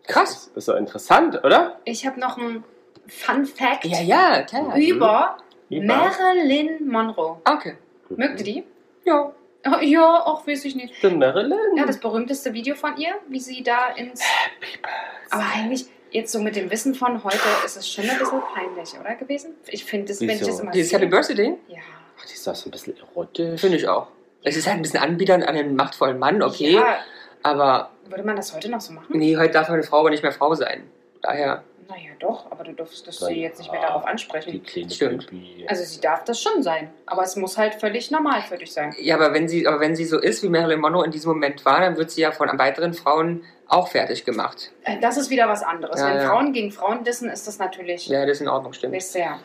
[SPEAKER 3] Krass.
[SPEAKER 2] ist so interessant, oder?
[SPEAKER 1] Ich habe noch einen Fun Fact
[SPEAKER 3] Ja, ja, klar.
[SPEAKER 1] über
[SPEAKER 2] Wie war's?
[SPEAKER 1] Marilyn Monroe.
[SPEAKER 3] Okay.
[SPEAKER 1] Mögt ihr die?
[SPEAKER 3] Ja.
[SPEAKER 1] Oh, ja, auch weiß ich nicht.
[SPEAKER 2] Die Marilyn.
[SPEAKER 1] Ja, das berühmteste Video von ihr, wie sie da ins. Aber eigentlich, jetzt so mit dem Wissen von heute, ist es schon ein bisschen peinlich, oder? Gewesen? Ich finde, das, wenn ich
[SPEAKER 2] Wieso?
[SPEAKER 1] das immer
[SPEAKER 3] Dieses Happy
[SPEAKER 1] sehe.
[SPEAKER 3] Birthday Ding?
[SPEAKER 1] Ja.
[SPEAKER 2] Ach, die ist doch so ein bisschen erotisch.
[SPEAKER 3] Finde ich auch. Es ist halt ein bisschen anbiedern an einen machtvollen Mann, okay.
[SPEAKER 1] Ja,
[SPEAKER 3] Aber
[SPEAKER 1] würde man das heute noch so machen?
[SPEAKER 3] nee, heute darf eine Frau aber nicht mehr Frau sein. Daher.
[SPEAKER 1] Naja, doch, aber du darfst das
[SPEAKER 2] Na
[SPEAKER 1] sie jetzt nicht mehr
[SPEAKER 2] ja.
[SPEAKER 1] darauf
[SPEAKER 2] Die
[SPEAKER 1] ansprechen.
[SPEAKER 2] kleine
[SPEAKER 3] Stimmt.
[SPEAKER 2] Baby.
[SPEAKER 1] Also, sie darf das schon sein, aber es muss halt völlig normal für dich sein.
[SPEAKER 3] Ja, aber wenn sie, aber wenn sie so ist, wie Marilyn Monroe in diesem Moment war, dann wird sie ja von weiteren Frauen auch fertig gemacht.
[SPEAKER 1] Äh, Das ist wieder was anderes.
[SPEAKER 3] Ja,
[SPEAKER 1] wenn
[SPEAKER 3] ja.
[SPEAKER 1] Frauen gegen Frauen dissen, ist das natürlich.
[SPEAKER 3] Ja, das ist in Ordnung, stimmt.
[SPEAKER 1] Weißt du ja.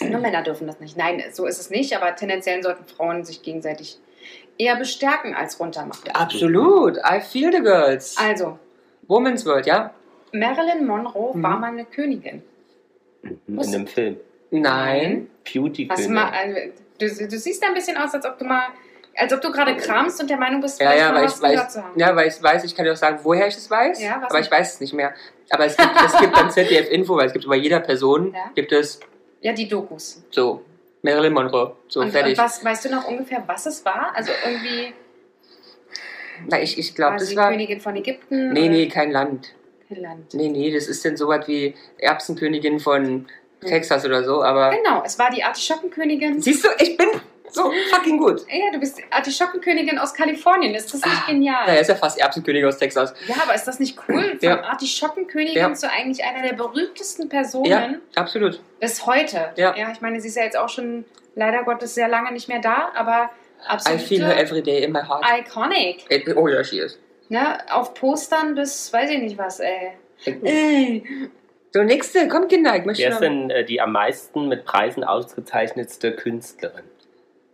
[SPEAKER 1] Nur Männer dürfen das nicht. Nein, so ist es nicht, aber tendenziell sollten Frauen sich gegenseitig eher bestärken als runtermachen.
[SPEAKER 3] Absolut. I feel the girls.
[SPEAKER 1] Also,
[SPEAKER 3] Woman's World, ja?
[SPEAKER 1] Marilyn Monroe
[SPEAKER 3] Mhm.
[SPEAKER 1] war mal eine Königin.
[SPEAKER 3] Also,
[SPEAKER 2] In einem Film.
[SPEAKER 3] Nein.
[SPEAKER 2] Beauty
[SPEAKER 1] Hast du,
[SPEAKER 3] Genau.
[SPEAKER 1] mal, äh, du, du siehst da ein bisschen aus, als ob du mal, als ob du gerade kramst und der Meinung bist,
[SPEAKER 3] Ja,
[SPEAKER 1] vielleicht
[SPEAKER 3] ja,
[SPEAKER 1] mal
[SPEAKER 3] weil
[SPEAKER 1] was
[SPEAKER 3] ich
[SPEAKER 1] gehört
[SPEAKER 3] weiß,
[SPEAKER 1] zu haben.
[SPEAKER 3] ja, weil ich weiß, ich kann dir auch sagen, woher ich es weiß,
[SPEAKER 1] Ja, was
[SPEAKER 3] aber
[SPEAKER 1] denn?
[SPEAKER 3] ich weiß es nicht mehr. Aber es gibt, es gibt beim ZDF Info, weil es gibt bei jeder Person,
[SPEAKER 1] Ja.
[SPEAKER 3] gibt es
[SPEAKER 1] Ja, die Dokus.
[SPEAKER 3] so Marilyn Monroe, so
[SPEAKER 1] und, und
[SPEAKER 3] fertig.
[SPEAKER 1] was, weißt du noch ungefähr, was es war? Also irgendwie
[SPEAKER 3] Na, ich, ich
[SPEAKER 1] war
[SPEAKER 3] glaube,
[SPEAKER 1] sie
[SPEAKER 3] das war,
[SPEAKER 1] Königin von Ägypten?
[SPEAKER 3] nee,
[SPEAKER 1] oder
[SPEAKER 3] nee, kein Land.
[SPEAKER 1] Irland?
[SPEAKER 3] Nee, nee, das ist denn sowas wie Erbsenkönigin
[SPEAKER 1] Hm.
[SPEAKER 3] von Texas oder so, aber
[SPEAKER 1] Genau, es war die Artischockenkönigin.
[SPEAKER 3] siehst du, ich bin so fucking gut.
[SPEAKER 1] Ja, du bist Artischockenkönigin aus Kalifornien. Ist das nicht
[SPEAKER 3] Ah,
[SPEAKER 1] genial?
[SPEAKER 3] Na, er ist ja fast Erbsenkönig aus Texas.
[SPEAKER 1] Ja, aber ist das nicht cool? Von
[SPEAKER 3] Ja.
[SPEAKER 1] Artischockenkönigin
[SPEAKER 3] Ja.
[SPEAKER 1] zu eigentlich einer der berühmtesten Personen
[SPEAKER 3] Ja, absolut.
[SPEAKER 1] bis heute.
[SPEAKER 3] Ja.
[SPEAKER 1] ich meine, sie ist ja jetzt auch schon leider Gottes sehr lange nicht mehr da, aber
[SPEAKER 3] I feel her
[SPEAKER 1] absolut
[SPEAKER 3] every day in my heart.
[SPEAKER 1] iconic.
[SPEAKER 3] oh ja, she is.
[SPEAKER 1] Ne? Auf Postern bis weiß ich nicht was, ey.
[SPEAKER 3] Ey. So, nächste, komm Kinder, ich möchte
[SPEAKER 2] Wer
[SPEAKER 3] noch-
[SPEAKER 2] ist denn äh, die am meisten mit Preisen ausgezeichnetste Künstlerin?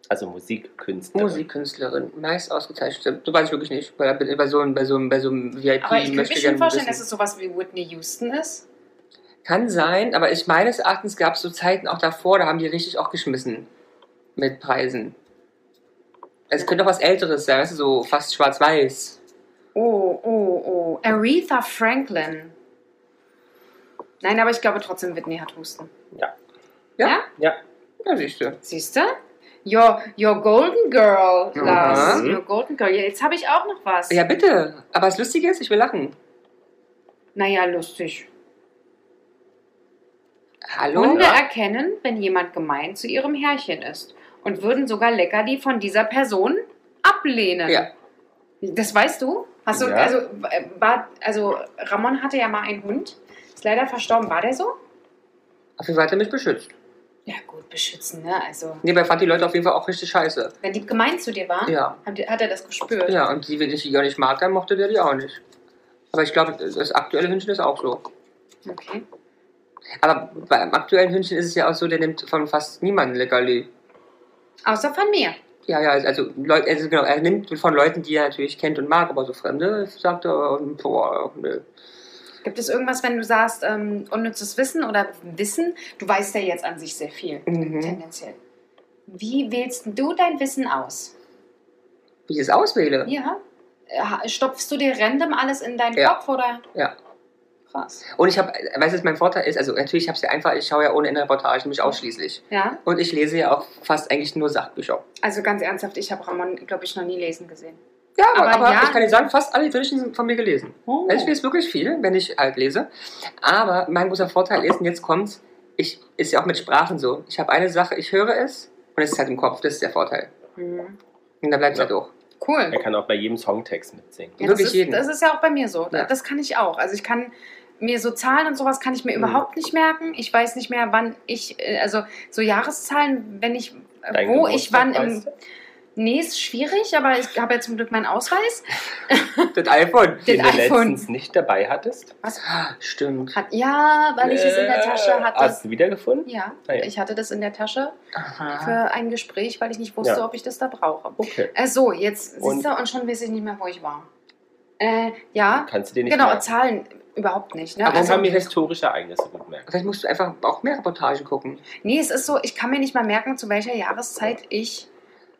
[SPEAKER 2] Also Musikkünstlerin.
[SPEAKER 3] Musikkünstlerin, meist ausgezeichnet. So weiß ich wirklich nicht. Bei, bei, so, einem- bei, so, einem- bei so einem VIP
[SPEAKER 1] Aber ich könnte
[SPEAKER 3] möchte
[SPEAKER 1] mir
[SPEAKER 3] gerne
[SPEAKER 1] schon vorstellen, dass
[SPEAKER 3] wissen.
[SPEAKER 1] es sowas wie Whitney Houston ist.
[SPEAKER 3] Kann sein, aber ich meines Erachtens gab es so Zeiten auch davor, da haben die richtig auch geschmissen mit Preisen. Es könnte auch was Älteres sein, weißt du, so fast schwarz-weiß.
[SPEAKER 1] Oh, oh, oh. Aretha Franklin. Nein, aber ich glaube trotzdem, Whitney hat Husten.
[SPEAKER 2] Ja.
[SPEAKER 3] Ja?
[SPEAKER 1] ja?
[SPEAKER 2] Ja,
[SPEAKER 3] Ja, siehst du.
[SPEAKER 1] Siehst du? Your, your Golden Girl,
[SPEAKER 3] Mhm.
[SPEAKER 1] Lars. Your Golden Girl. Ja, Jetzt habe ich auch noch was.
[SPEAKER 3] Ja, bitte. Aber das Lustige ist, ich will lachen.
[SPEAKER 1] Naja, lustig.
[SPEAKER 3] Hallo?
[SPEAKER 1] Hunde erkennen, wenn jemand gemein zu ihrem Herrchen ist und würden sogar Leckerli von dieser Person ablehnen.
[SPEAKER 3] Ja.
[SPEAKER 1] Das weißt du? Hast du,
[SPEAKER 2] Ja.
[SPEAKER 1] also, äh, war, also, Ramon hatte ja mal einen Hund. Ist leider verstorben. War der so?
[SPEAKER 3] Auf jeden Fall hat er mich beschützt.
[SPEAKER 1] Ja, gut, beschützen, ne? Also,
[SPEAKER 3] Nebenbei fand die Leute auf jeden Fall auch richtig scheiße.
[SPEAKER 1] wenn die gemein zu dir waren,
[SPEAKER 3] Ja.
[SPEAKER 1] haben die- hat er das gespürt.
[SPEAKER 3] Ja, und die, wenn ich die gar nicht mag, dann mochte der die auch nicht. Aber ich glaube, das aktuelle Hündchen ist auch so.
[SPEAKER 1] Okay.
[SPEAKER 3] Aber beim aktuellen Hündchen ist es ja auch so, der nimmt von fast niemandem Leckerli.
[SPEAKER 1] Außer von mir.
[SPEAKER 3] Ja, ja, also, Leu- also genau, er nimmt von Leuten, die er natürlich kennt und mag, aber so Fremde, sagt er, boah, nö.
[SPEAKER 1] Gibt es irgendwas, wenn du sagst, ähm, unnützes Wissen oder Wissen? Du weißt ja jetzt an sich sehr viel,
[SPEAKER 3] Mhm.
[SPEAKER 1] tendenziell. Wie wählst du dein Wissen aus?
[SPEAKER 3] Wie ich es auswähle.
[SPEAKER 1] Ja. Äh, Stopfst du dir random alles in deinen
[SPEAKER 3] Ja.
[SPEAKER 1] Kopf oder?
[SPEAKER 3] Ja.
[SPEAKER 1] Krass.
[SPEAKER 3] Und ich habe, weißt du, was mein Vorteil ist? Also natürlich habe ich ja einfach, ich schaue ja ohne Ende Reportagen, mich ausschließlich.
[SPEAKER 1] Ja.
[SPEAKER 3] Und ich lese ja auch fast eigentlich nur Sachbücher.
[SPEAKER 1] Also ganz ernsthaft, ich habe Ramon, glaube ich, noch nie lesen gesehen.
[SPEAKER 3] Ja, aber,
[SPEAKER 1] Aber
[SPEAKER 3] aber
[SPEAKER 1] ja.
[SPEAKER 3] ich kann dir sagen, fast alle Kritiken sind von mir gelesen.
[SPEAKER 1] Oh.
[SPEAKER 3] Also ich lese wirklich viel, wenn ich halt lese. Aber mein großer Vorteil ist, und jetzt kommt's, ich, ist ja auch mit Sprachen so. Ich habe eine Sache, ich höre es und es ist halt im Kopf, das ist der Vorteil.
[SPEAKER 1] Mhm.
[SPEAKER 3] Und dann bleibt es
[SPEAKER 2] Ja.
[SPEAKER 3] halt hoch.
[SPEAKER 1] Cool.
[SPEAKER 2] Er kann auch bei jedem Songtext mitsingen.
[SPEAKER 1] Ja, das,
[SPEAKER 3] Wirklich
[SPEAKER 1] ist,
[SPEAKER 3] jeden.
[SPEAKER 1] das ist ja auch bei mir so.
[SPEAKER 3] Ja.
[SPEAKER 1] Das kann ich auch. Also ich kann mir so Zahlen und sowas kann ich mir
[SPEAKER 2] Mhm.
[SPEAKER 1] überhaupt nicht merken. Ich weiß nicht mehr, wann ich, äh, also so Jahreszahlen, wenn ich, äh,
[SPEAKER 2] Dein
[SPEAKER 1] wo
[SPEAKER 2] Geburtstag
[SPEAKER 1] ich wann im...
[SPEAKER 2] weißt du?
[SPEAKER 1] Nee, ist schwierig, aber ich habe ja zum Glück meinen Ausweis.
[SPEAKER 3] (laughs) Das iPhone.
[SPEAKER 1] Den
[SPEAKER 2] Den du
[SPEAKER 1] iPhone.
[SPEAKER 2] letztens nicht dabei hattest?
[SPEAKER 3] Stimmt.
[SPEAKER 1] Hat, ja, weil ich es in der Tasche hatte.
[SPEAKER 2] Äh, Hast du wiedergefunden?
[SPEAKER 1] Ja,
[SPEAKER 2] also Ah, ja.
[SPEAKER 1] ich hatte das in der Tasche
[SPEAKER 3] Aha.
[SPEAKER 1] für ein Gespräch, weil ich nicht wusste,
[SPEAKER 2] Ja.
[SPEAKER 1] ob ich das da brauche.
[SPEAKER 2] Okay.
[SPEAKER 1] Äh, so, jetzt
[SPEAKER 2] Und-
[SPEAKER 1] siehst du und schon weiß ich nicht mehr, wo ich war. Äh, ja,
[SPEAKER 2] Kannst du dir nicht
[SPEAKER 1] genau,
[SPEAKER 2] merken.
[SPEAKER 1] Zahlen überhaupt nicht. Ne?
[SPEAKER 3] Aber
[SPEAKER 2] Ich
[SPEAKER 1] Also,
[SPEAKER 2] kann mir historische Ereignisse gut merken.
[SPEAKER 3] Vielleicht musst du einfach auch mehr Reportagen gucken.
[SPEAKER 1] nee, es ist so, ich kann mir nicht mal merken, zu welcher Jahreszeit ich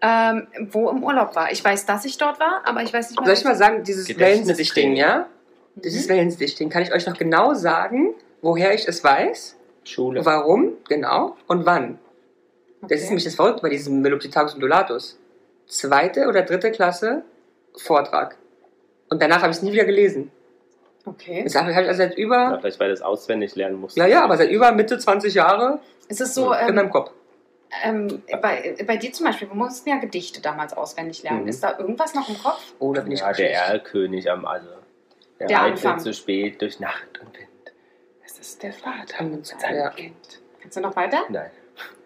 [SPEAKER 1] ähm, wo im Urlaub war. Ich weiß, dass ich dort war, aber ich weiß nicht mehr.
[SPEAKER 3] Soll ich mal sagen, dieses
[SPEAKER 2] Gedächtnistraining.
[SPEAKER 3] Wellensichting, ja?
[SPEAKER 1] Mhm.
[SPEAKER 3] Dieses Wellensichting kann ich euch noch genau sagen, woher ich es weiß,
[SPEAKER 2] Schule.
[SPEAKER 3] warum, genau, und wann.
[SPEAKER 1] Okay.
[SPEAKER 3] Das ist nämlich das Verrückte bei diesem Melopithecus undulatus. Zweite oder dritte Klasse Vortrag. Und danach habe ich es nie wieder gelesen.
[SPEAKER 1] Okay.
[SPEAKER 3] Das habe ich also seit über,
[SPEAKER 2] Na, vielleicht, weil du es auswendig lernen musst.
[SPEAKER 3] ja ja, aber seit über Mitte 20 Jahre
[SPEAKER 1] Es ist so,
[SPEAKER 3] in meinem
[SPEAKER 1] ähm,
[SPEAKER 3] Kopf.
[SPEAKER 1] ähm, bei, bei dir zum Beispiel, wir mussten ja Gedichte damals auswendig lernen.
[SPEAKER 2] Mhm.
[SPEAKER 1] Ist da irgendwas noch im Kopf?
[SPEAKER 3] Oh, da bin ich
[SPEAKER 2] ja,
[SPEAKER 3] auch
[SPEAKER 2] der
[SPEAKER 3] schlecht.
[SPEAKER 2] Erlkönig am Alle. Er
[SPEAKER 1] Der
[SPEAKER 2] reitet
[SPEAKER 1] Anfang.
[SPEAKER 2] zu spät durch Nacht und Wind. Es ist der Vater mit seinem
[SPEAKER 3] Ja.
[SPEAKER 2] Kind.
[SPEAKER 1] Kannst du noch weiter?
[SPEAKER 2] Nein,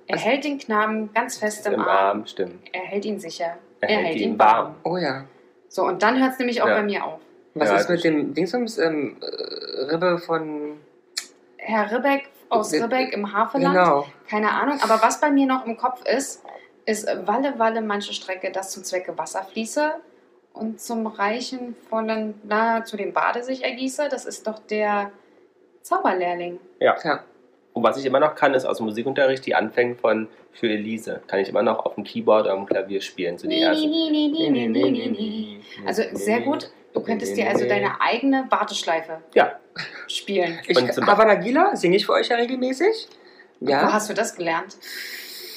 [SPEAKER 1] Er hält den Knaben ganz fest im,
[SPEAKER 2] im
[SPEAKER 1] Arm.
[SPEAKER 2] Arm, stimmt.
[SPEAKER 1] Er hält ihn sicher.
[SPEAKER 2] Er hält ihn warm.
[SPEAKER 3] Oh ja.
[SPEAKER 1] So, und dann hört es nämlich auch
[SPEAKER 2] Ja.
[SPEAKER 1] bei mir auf.
[SPEAKER 3] Was
[SPEAKER 2] Ja,
[SPEAKER 3] ist mit
[SPEAKER 2] das-
[SPEAKER 3] dem Dingsums ähm, äh, Ribbe von
[SPEAKER 1] Herr Ribbeck aus
[SPEAKER 3] Äh,
[SPEAKER 1] Ribbeck im Havelland,
[SPEAKER 3] genau?
[SPEAKER 1] keine Ahnung. Aber was bei mir noch im Kopf ist, ist äh, Walle, Walle, manche Strecke, das zum Zwecke Wasser fließe und zum Reichen von, den- na, zu dem Bade sich ergieße. Das ist doch der Zauberlehrling.
[SPEAKER 3] Tja,
[SPEAKER 2] Und was ich immer noch kann, ist aus dem Musikunterricht die Anfänge von Für Elise. Kann ich immer noch auf dem Keyboard oder am Klavier spielen. So die ersten.
[SPEAKER 1] Nee, nee, nee, nee, nee, nee, nee. Also sehr gut. Du könntest dir also deine eigene Warteschleife
[SPEAKER 2] Ja.
[SPEAKER 1] spielen.
[SPEAKER 3] ich,
[SPEAKER 2] Und zum-
[SPEAKER 3] Havana Gila singe ich für euch ja regelmäßig.
[SPEAKER 1] Wo
[SPEAKER 3] Ja,
[SPEAKER 1] hast du das gelernt?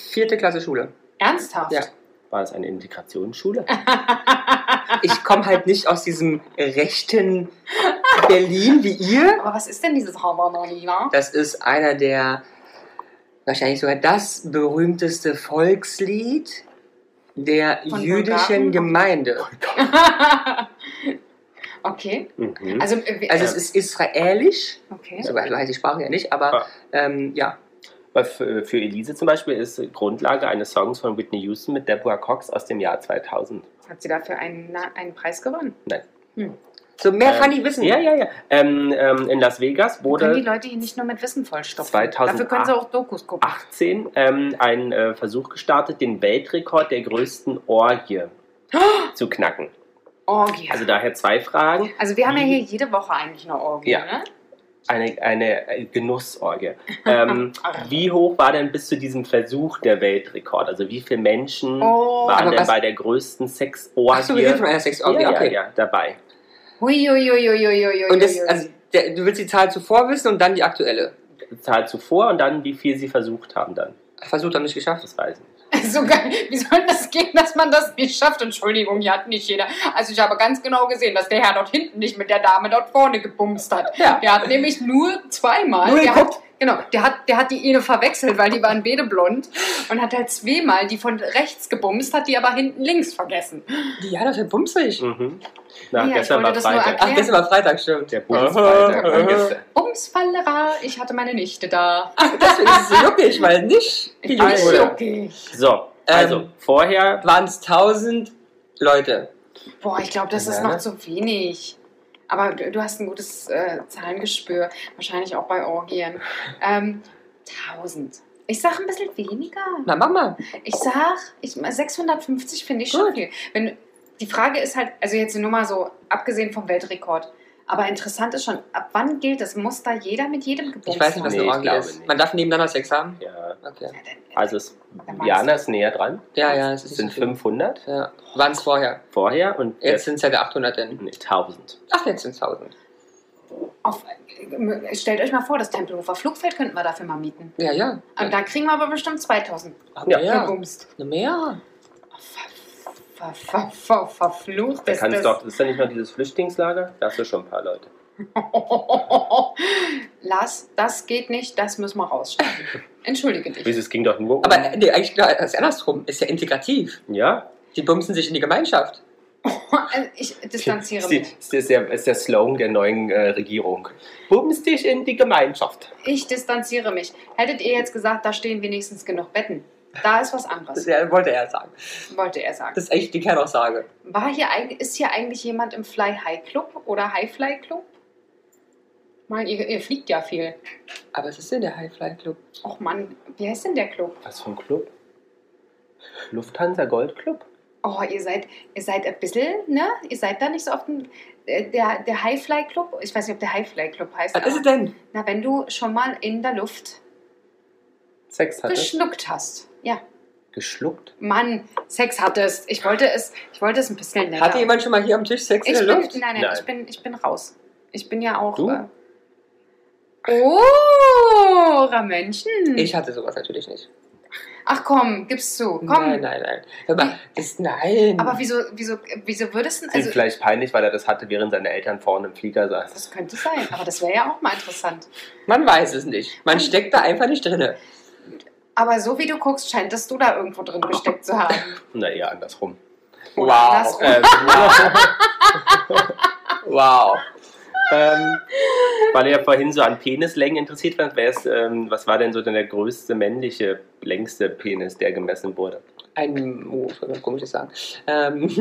[SPEAKER 3] vierte Klasse Schule.
[SPEAKER 1] Ernsthaft?
[SPEAKER 3] Ja.
[SPEAKER 2] War es eine Integrationsschule?
[SPEAKER 1] Ah.
[SPEAKER 3] Ich komme halt nicht aus diesem rechten Berlin wie ihr.
[SPEAKER 1] Aber was ist denn dieses Havanalina?
[SPEAKER 3] Das ist einer der, wahrscheinlich sogar das berühmteste Volkslied der
[SPEAKER 1] Von Bulgaren?
[SPEAKER 3] jüdischen Gemeinde.
[SPEAKER 1] (laughs) okay.
[SPEAKER 2] Mhm.
[SPEAKER 1] Also, äh, wir-
[SPEAKER 3] Also es ist israelisch,
[SPEAKER 1] okay.
[SPEAKER 3] so heißt die Sprache ja nicht, aber
[SPEAKER 2] Ah.
[SPEAKER 3] ähm, ja,
[SPEAKER 2] Weil für, für Elise zum Beispiel ist Grundlage eines Songs von Whitney Houston mit Deborah Cox aus dem Jahr 2000.
[SPEAKER 1] Hat sie dafür einen, Na- einen Preis gewonnen?
[SPEAKER 3] so mehr
[SPEAKER 2] Ähm,
[SPEAKER 3] kann ich wissen.
[SPEAKER 2] Ja, ja, ja. Ähm, ähm, in Las Vegas
[SPEAKER 1] Können die
[SPEAKER 2] wurde
[SPEAKER 1] Leute hier nicht nur mit Wissen vollstopfen?
[SPEAKER 2] 2008
[SPEAKER 1] Dafür können sie auch Dokus gucken.
[SPEAKER 2] 18 ähm, ein äh, Versuch gestartet, den Weltrekord der größten Orgie
[SPEAKER 1] Oh!
[SPEAKER 2] zu knacken.
[SPEAKER 1] Orgie.
[SPEAKER 2] Also
[SPEAKER 1] Also,
[SPEAKER 2] daher zwei Fragen.
[SPEAKER 1] wir haben ja
[SPEAKER 2] Wie-
[SPEAKER 1] hier jede Woche eigentlich eine Orgie,
[SPEAKER 2] Ja.
[SPEAKER 1] ne?
[SPEAKER 2] Eine, eine äh, Genussorgie.
[SPEAKER 3] (laughs)
[SPEAKER 2] Ähm,
[SPEAKER 1] Ach.
[SPEAKER 2] wie hoch war denn bis zu diesem Versuch der Weltrekord? Also wie viele
[SPEAKER 3] Mhm.
[SPEAKER 2] Menschen
[SPEAKER 1] Oh.
[SPEAKER 2] waren
[SPEAKER 3] Aber
[SPEAKER 2] denn
[SPEAKER 3] was-
[SPEAKER 2] bei der größten Sexorgie?
[SPEAKER 3] Ach so, wir reden von einer Sexorgie,
[SPEAKER 2] ja,
[SPEAKER 3] okay.
[SPEAKER 2] ja, ja, dabei.
[SPEAKER 1] Huiuiuiuiuiui.
[SPEAKER 3] Und das, also, der, du willst die Zahl zuvor wissen und dann die aktuelle.
[SPEAKER 2] Zahl zuvor und dann, wie viel sie versucht haben dann.
[SPEAKER 3] Versucht doch nicht geschafft.
[SPEAKER 2] Das weiß ich
[SPEAKER 1] (laughs)
[SPEAKER 2] nicht.
[SPEAKER 1] so geil. Wie soll das gehen, dass man das nicht schafft? Entschuldigung, hier hat nicht jeder. Also ich habe ganz genau gesehen, dass der Herr dort hinten nicht mit der Dame dort vorne gebumst hat.
[SPEAKER 3] Ja.
[SPEAKER 1] Der hat nämlich nur zweimal.
[SPEAKER 3] Nur
[SPEAKER 1] der
[SPEAKER 3] geguckt.
[SPEAKER 1] hat, genau, der hat, der hat die Ene verwechselt, weil die waren beide blond und hat halt zweimal die von rechts gebumst, hat die aber hinten links vergessen.
[SPEAKER 3] Die hat doch halt bumsig.
[SPEAKER 2] Mhm. Na,
[SPEAKER 1] Ja, ich
[SPEAKER 2] gestern war
[SPEAKER 1] wollte das nur
[SPEAKER 2] Freitag.
[SPEAKER 3] Ach, gestern war Freitag, stimmt.
[SPEAKER 2] Der Bundesfreitag war gestern.
[SPEAKER 1] Bumsfallera, ich hatte meine Nichte da.
[SPEAKER 3] Deswegen ist es so juckig, weil nicht die
[SPEAKER 1] Ich bin
[SPEAKER 2] Alter.
[SPEAKER 3] Juden
[SPEAKER 1] schockiert.
[SPEAKER 2] So, also
[SPEAKER 3] Ähm,
[SPEAKER 2] vorher
[SPEAKER 3] waren es 1000 Leute.
[SPEAKER 1] Boah, ich glaube, das ist
[SPEAKER 2] Ja,
[SPEAKER 1] noch
[SPEAKER 2] ne?
[SPEAKER 1] zu wenig. Aber du, du hast ein gutes äh, Zahlengespür. Wahrscheinlich auch bei Orgien. Ähm, 1000. Ich sag ein bisschen weniger.
[SPEAKER 3] Na, mach mal.
[SPEAKER 1] Ich sag, ich, 650 finde ich schon
[SPEAKER 3] Gut.
[SPEAKER 1] viel. Wenn, die Frage ist halt, also jetzt nur mal so, abgesehen vom Weltrekord. Aber interessant ist schon, ab wann gilt das? Muss da jeder mit jedem gebumst
[SPEAKER 3] Ich weiß nicht, was
[SPEAKER 2] Nee,
[SPEAKER 1] haben?
[SPEAKER 3] eine
[SPEAKER 2] ich
[SPEAKER 3] Orgie
[SPEAKER 2] glaube
[SPEAKER 3] ist.
[SPEAKER 2] nicht.
[SPEAKER 3] Man darf nebeneinander Sex haben?
[SPEAKER 2] Ja,
[SPEAKER 3] Okay.
[SPEAKER 1] Ja, dann-
[SPEAKER 2] also es, Jana ist näher dran.
[SPEAKER 3] Ja, ja, es
[SPEAKER 2] Es
[SPEAKER 3] ist
[SPEAKER 2] sind
[SPEAKER 3] so viel.
[SPEAKER 2] 500
[SPEAKER 3] Ja. Waren es vorher.
[SPEAKER 2] vorher und
[SPEAKER 3] Jetzt sind es ja der 800 denn.
[SPEAKER 2] nee, 1000.
[SPEAKER 3] Ach, jetzt sind es 1000.
[SPEAKER 1] auf, äh, stellt euch mal vor, das Tempelhofer Flugfeld könnten wir dafür mal mieten.
[SPEAKER 3] Ja, ja.
[SPEAKER 1] Und da kriegen wir aber bestimmt 2000
[SPEAKER 2] Ja.
[SPEAKER 3] ja. ja.
[SPEAKER 1] gebumst.
[SPEAKER 3] Na, Mehr.
[SPEAKER 1] Ver, ver, ver, verflucht
[SPEAKER 2] Da
[SPEAKER 1] ist
[SPEAKER 2] kannst
[SPEAKER 1] das. (laughs)
[SPEAKER 2] du doch, ist da nicht noch dieses Flüchtlingslager? Da hast du schon ein paar Leute.
[SPEAKER 1] Lars, das geht nicht, das müssen wir rausschneiden. Entschuldige dich.
[SPEAKER 2] Wieso, es ging doch nur um.
[SPEAKER 3] Aber nee, eigentlich genau, das ist andersrum. Ist ja integrativ.
[SPEAKER 2] ja?
[SPEAKER 3] Die bumsen sich in die Gemeinschaft.
[SPEAKER 1] (laughs) Also Ich distanziere
[SPEAKER 2] Ist, die,
[SPEAKER 1] mich.
[SPEAKER 2] ist, der- ist, der, ist der Slogan der neuen äh, Regierung. Bums dich in die Gemeinschaft.
[SPEAKER 1] Ich distanziere mich. Hättet ihr jetzt gesagt, da stehen wenigstens genug Betten. Da ist was
[SPEAKER 3] Das (laughs)
[SPEAKER 1] anderes,
[SPEAKER 3] ja, wollte er sagen.
[SPEAKER 1] wollte er sagen.
[SPEAKER 3] Das ist eigentlich die Kernaussage.
[SPEAKER 1] War hier eigentlich, ist hier eigentlich jemand im Fly High Club oder High Fly Club? Mann, ihr, ihr fliegt ja viel.
[SPEAKER 3] Aber was ist denn der Highfly Club?
[SPEAKER 1] Och Mann, wie heißt denn der Club?
[SPEAKER 2] Was für ein Club? Lufthansa Gold Club?
[SPEAKER 1] Oh, ihr seid, ihr seid ein bisschen, ne? Ihr seid da nicht so oft ein, äh, der, der High Fly Club. Ich weiß nicht, ob der High Fly Club heißt.
[SPEAKER 3] Was ist es
[SPEAKER 1] Aber,
[SPEAKER 3] denn?
[SPEAKER 1] na, wenn du schon mal in der Luft
[SPEAKER 2] Sex hatte?
[SPEAKER 1] geschnuckt hast. Ja.
[SPEAKER 2] Geschluckt?
[SPEAKER 1] Mann, Sex hattest. Ich wollte es, ich wollte es ein bisschen nennen.
[SPEAKER 3] Hatte jemand schon mal hier am Tisch Sex
[SPEAKER 1] ich
[SPEAKER 3] in
[SPEAKER 1] bin,
[SPEAKER 3] der Luft?
[SPEAKER 1] Nein, nein,
[SPEAKER 2] Nein.
[SPEAKER 1] Ich, bin, ich bin raus. Ich bin ja auch.
[SPEAKER 2] Du?
[SPEAKER 1] Äh, oh, Menschen.
[SPEAKER 3] Ich hatte sowas natürlich nicht.
[SPEAKER 1] Ach komm, gib's zu. Komm.
[SPEAKER 3] Nein, nein, nein. Hör mal, das, nein.
[SPEAKER 1] Aber wieso, wieso, wieso würdest du.
[SPEAKER 2] Also, Ihm
[SPEAKER 1] Also,
[SPEAKER 2] vielleicht peinlich, weil er das hatte, während seine Eltern vorne im Flieger saßen.
[SPEAKER 1] das könnte sein, aber das wäre ja auch mal interessant.
[SPEAKER 3] Man weiß es nicht. Man steckt da einfach nicht drinne.
[SPEAKER 1] Aber so wie du guckst, scheintest du da irgendwo drin gesteckt zu haben.
[SPEAKER 2] (laughs) Na, eher andersrum.
[SPEAKER 1] Wow.
[SPEAKER 2] Ähm,
[SPEAKER 3] Wow.
[SPEAKER 2] ähm, weil ihr ja vorhin so an Penislängen interessiert wart, wär's, ähm, was war denn so denn der größte männliche, längste Penis, der gemessen wurde?
[SPEAKER 3] Ein, oh, ich wollte was komisches sagen.
[SPEAKER 1] (laughs)
[SPEAKER 3] Ähm, (laughs)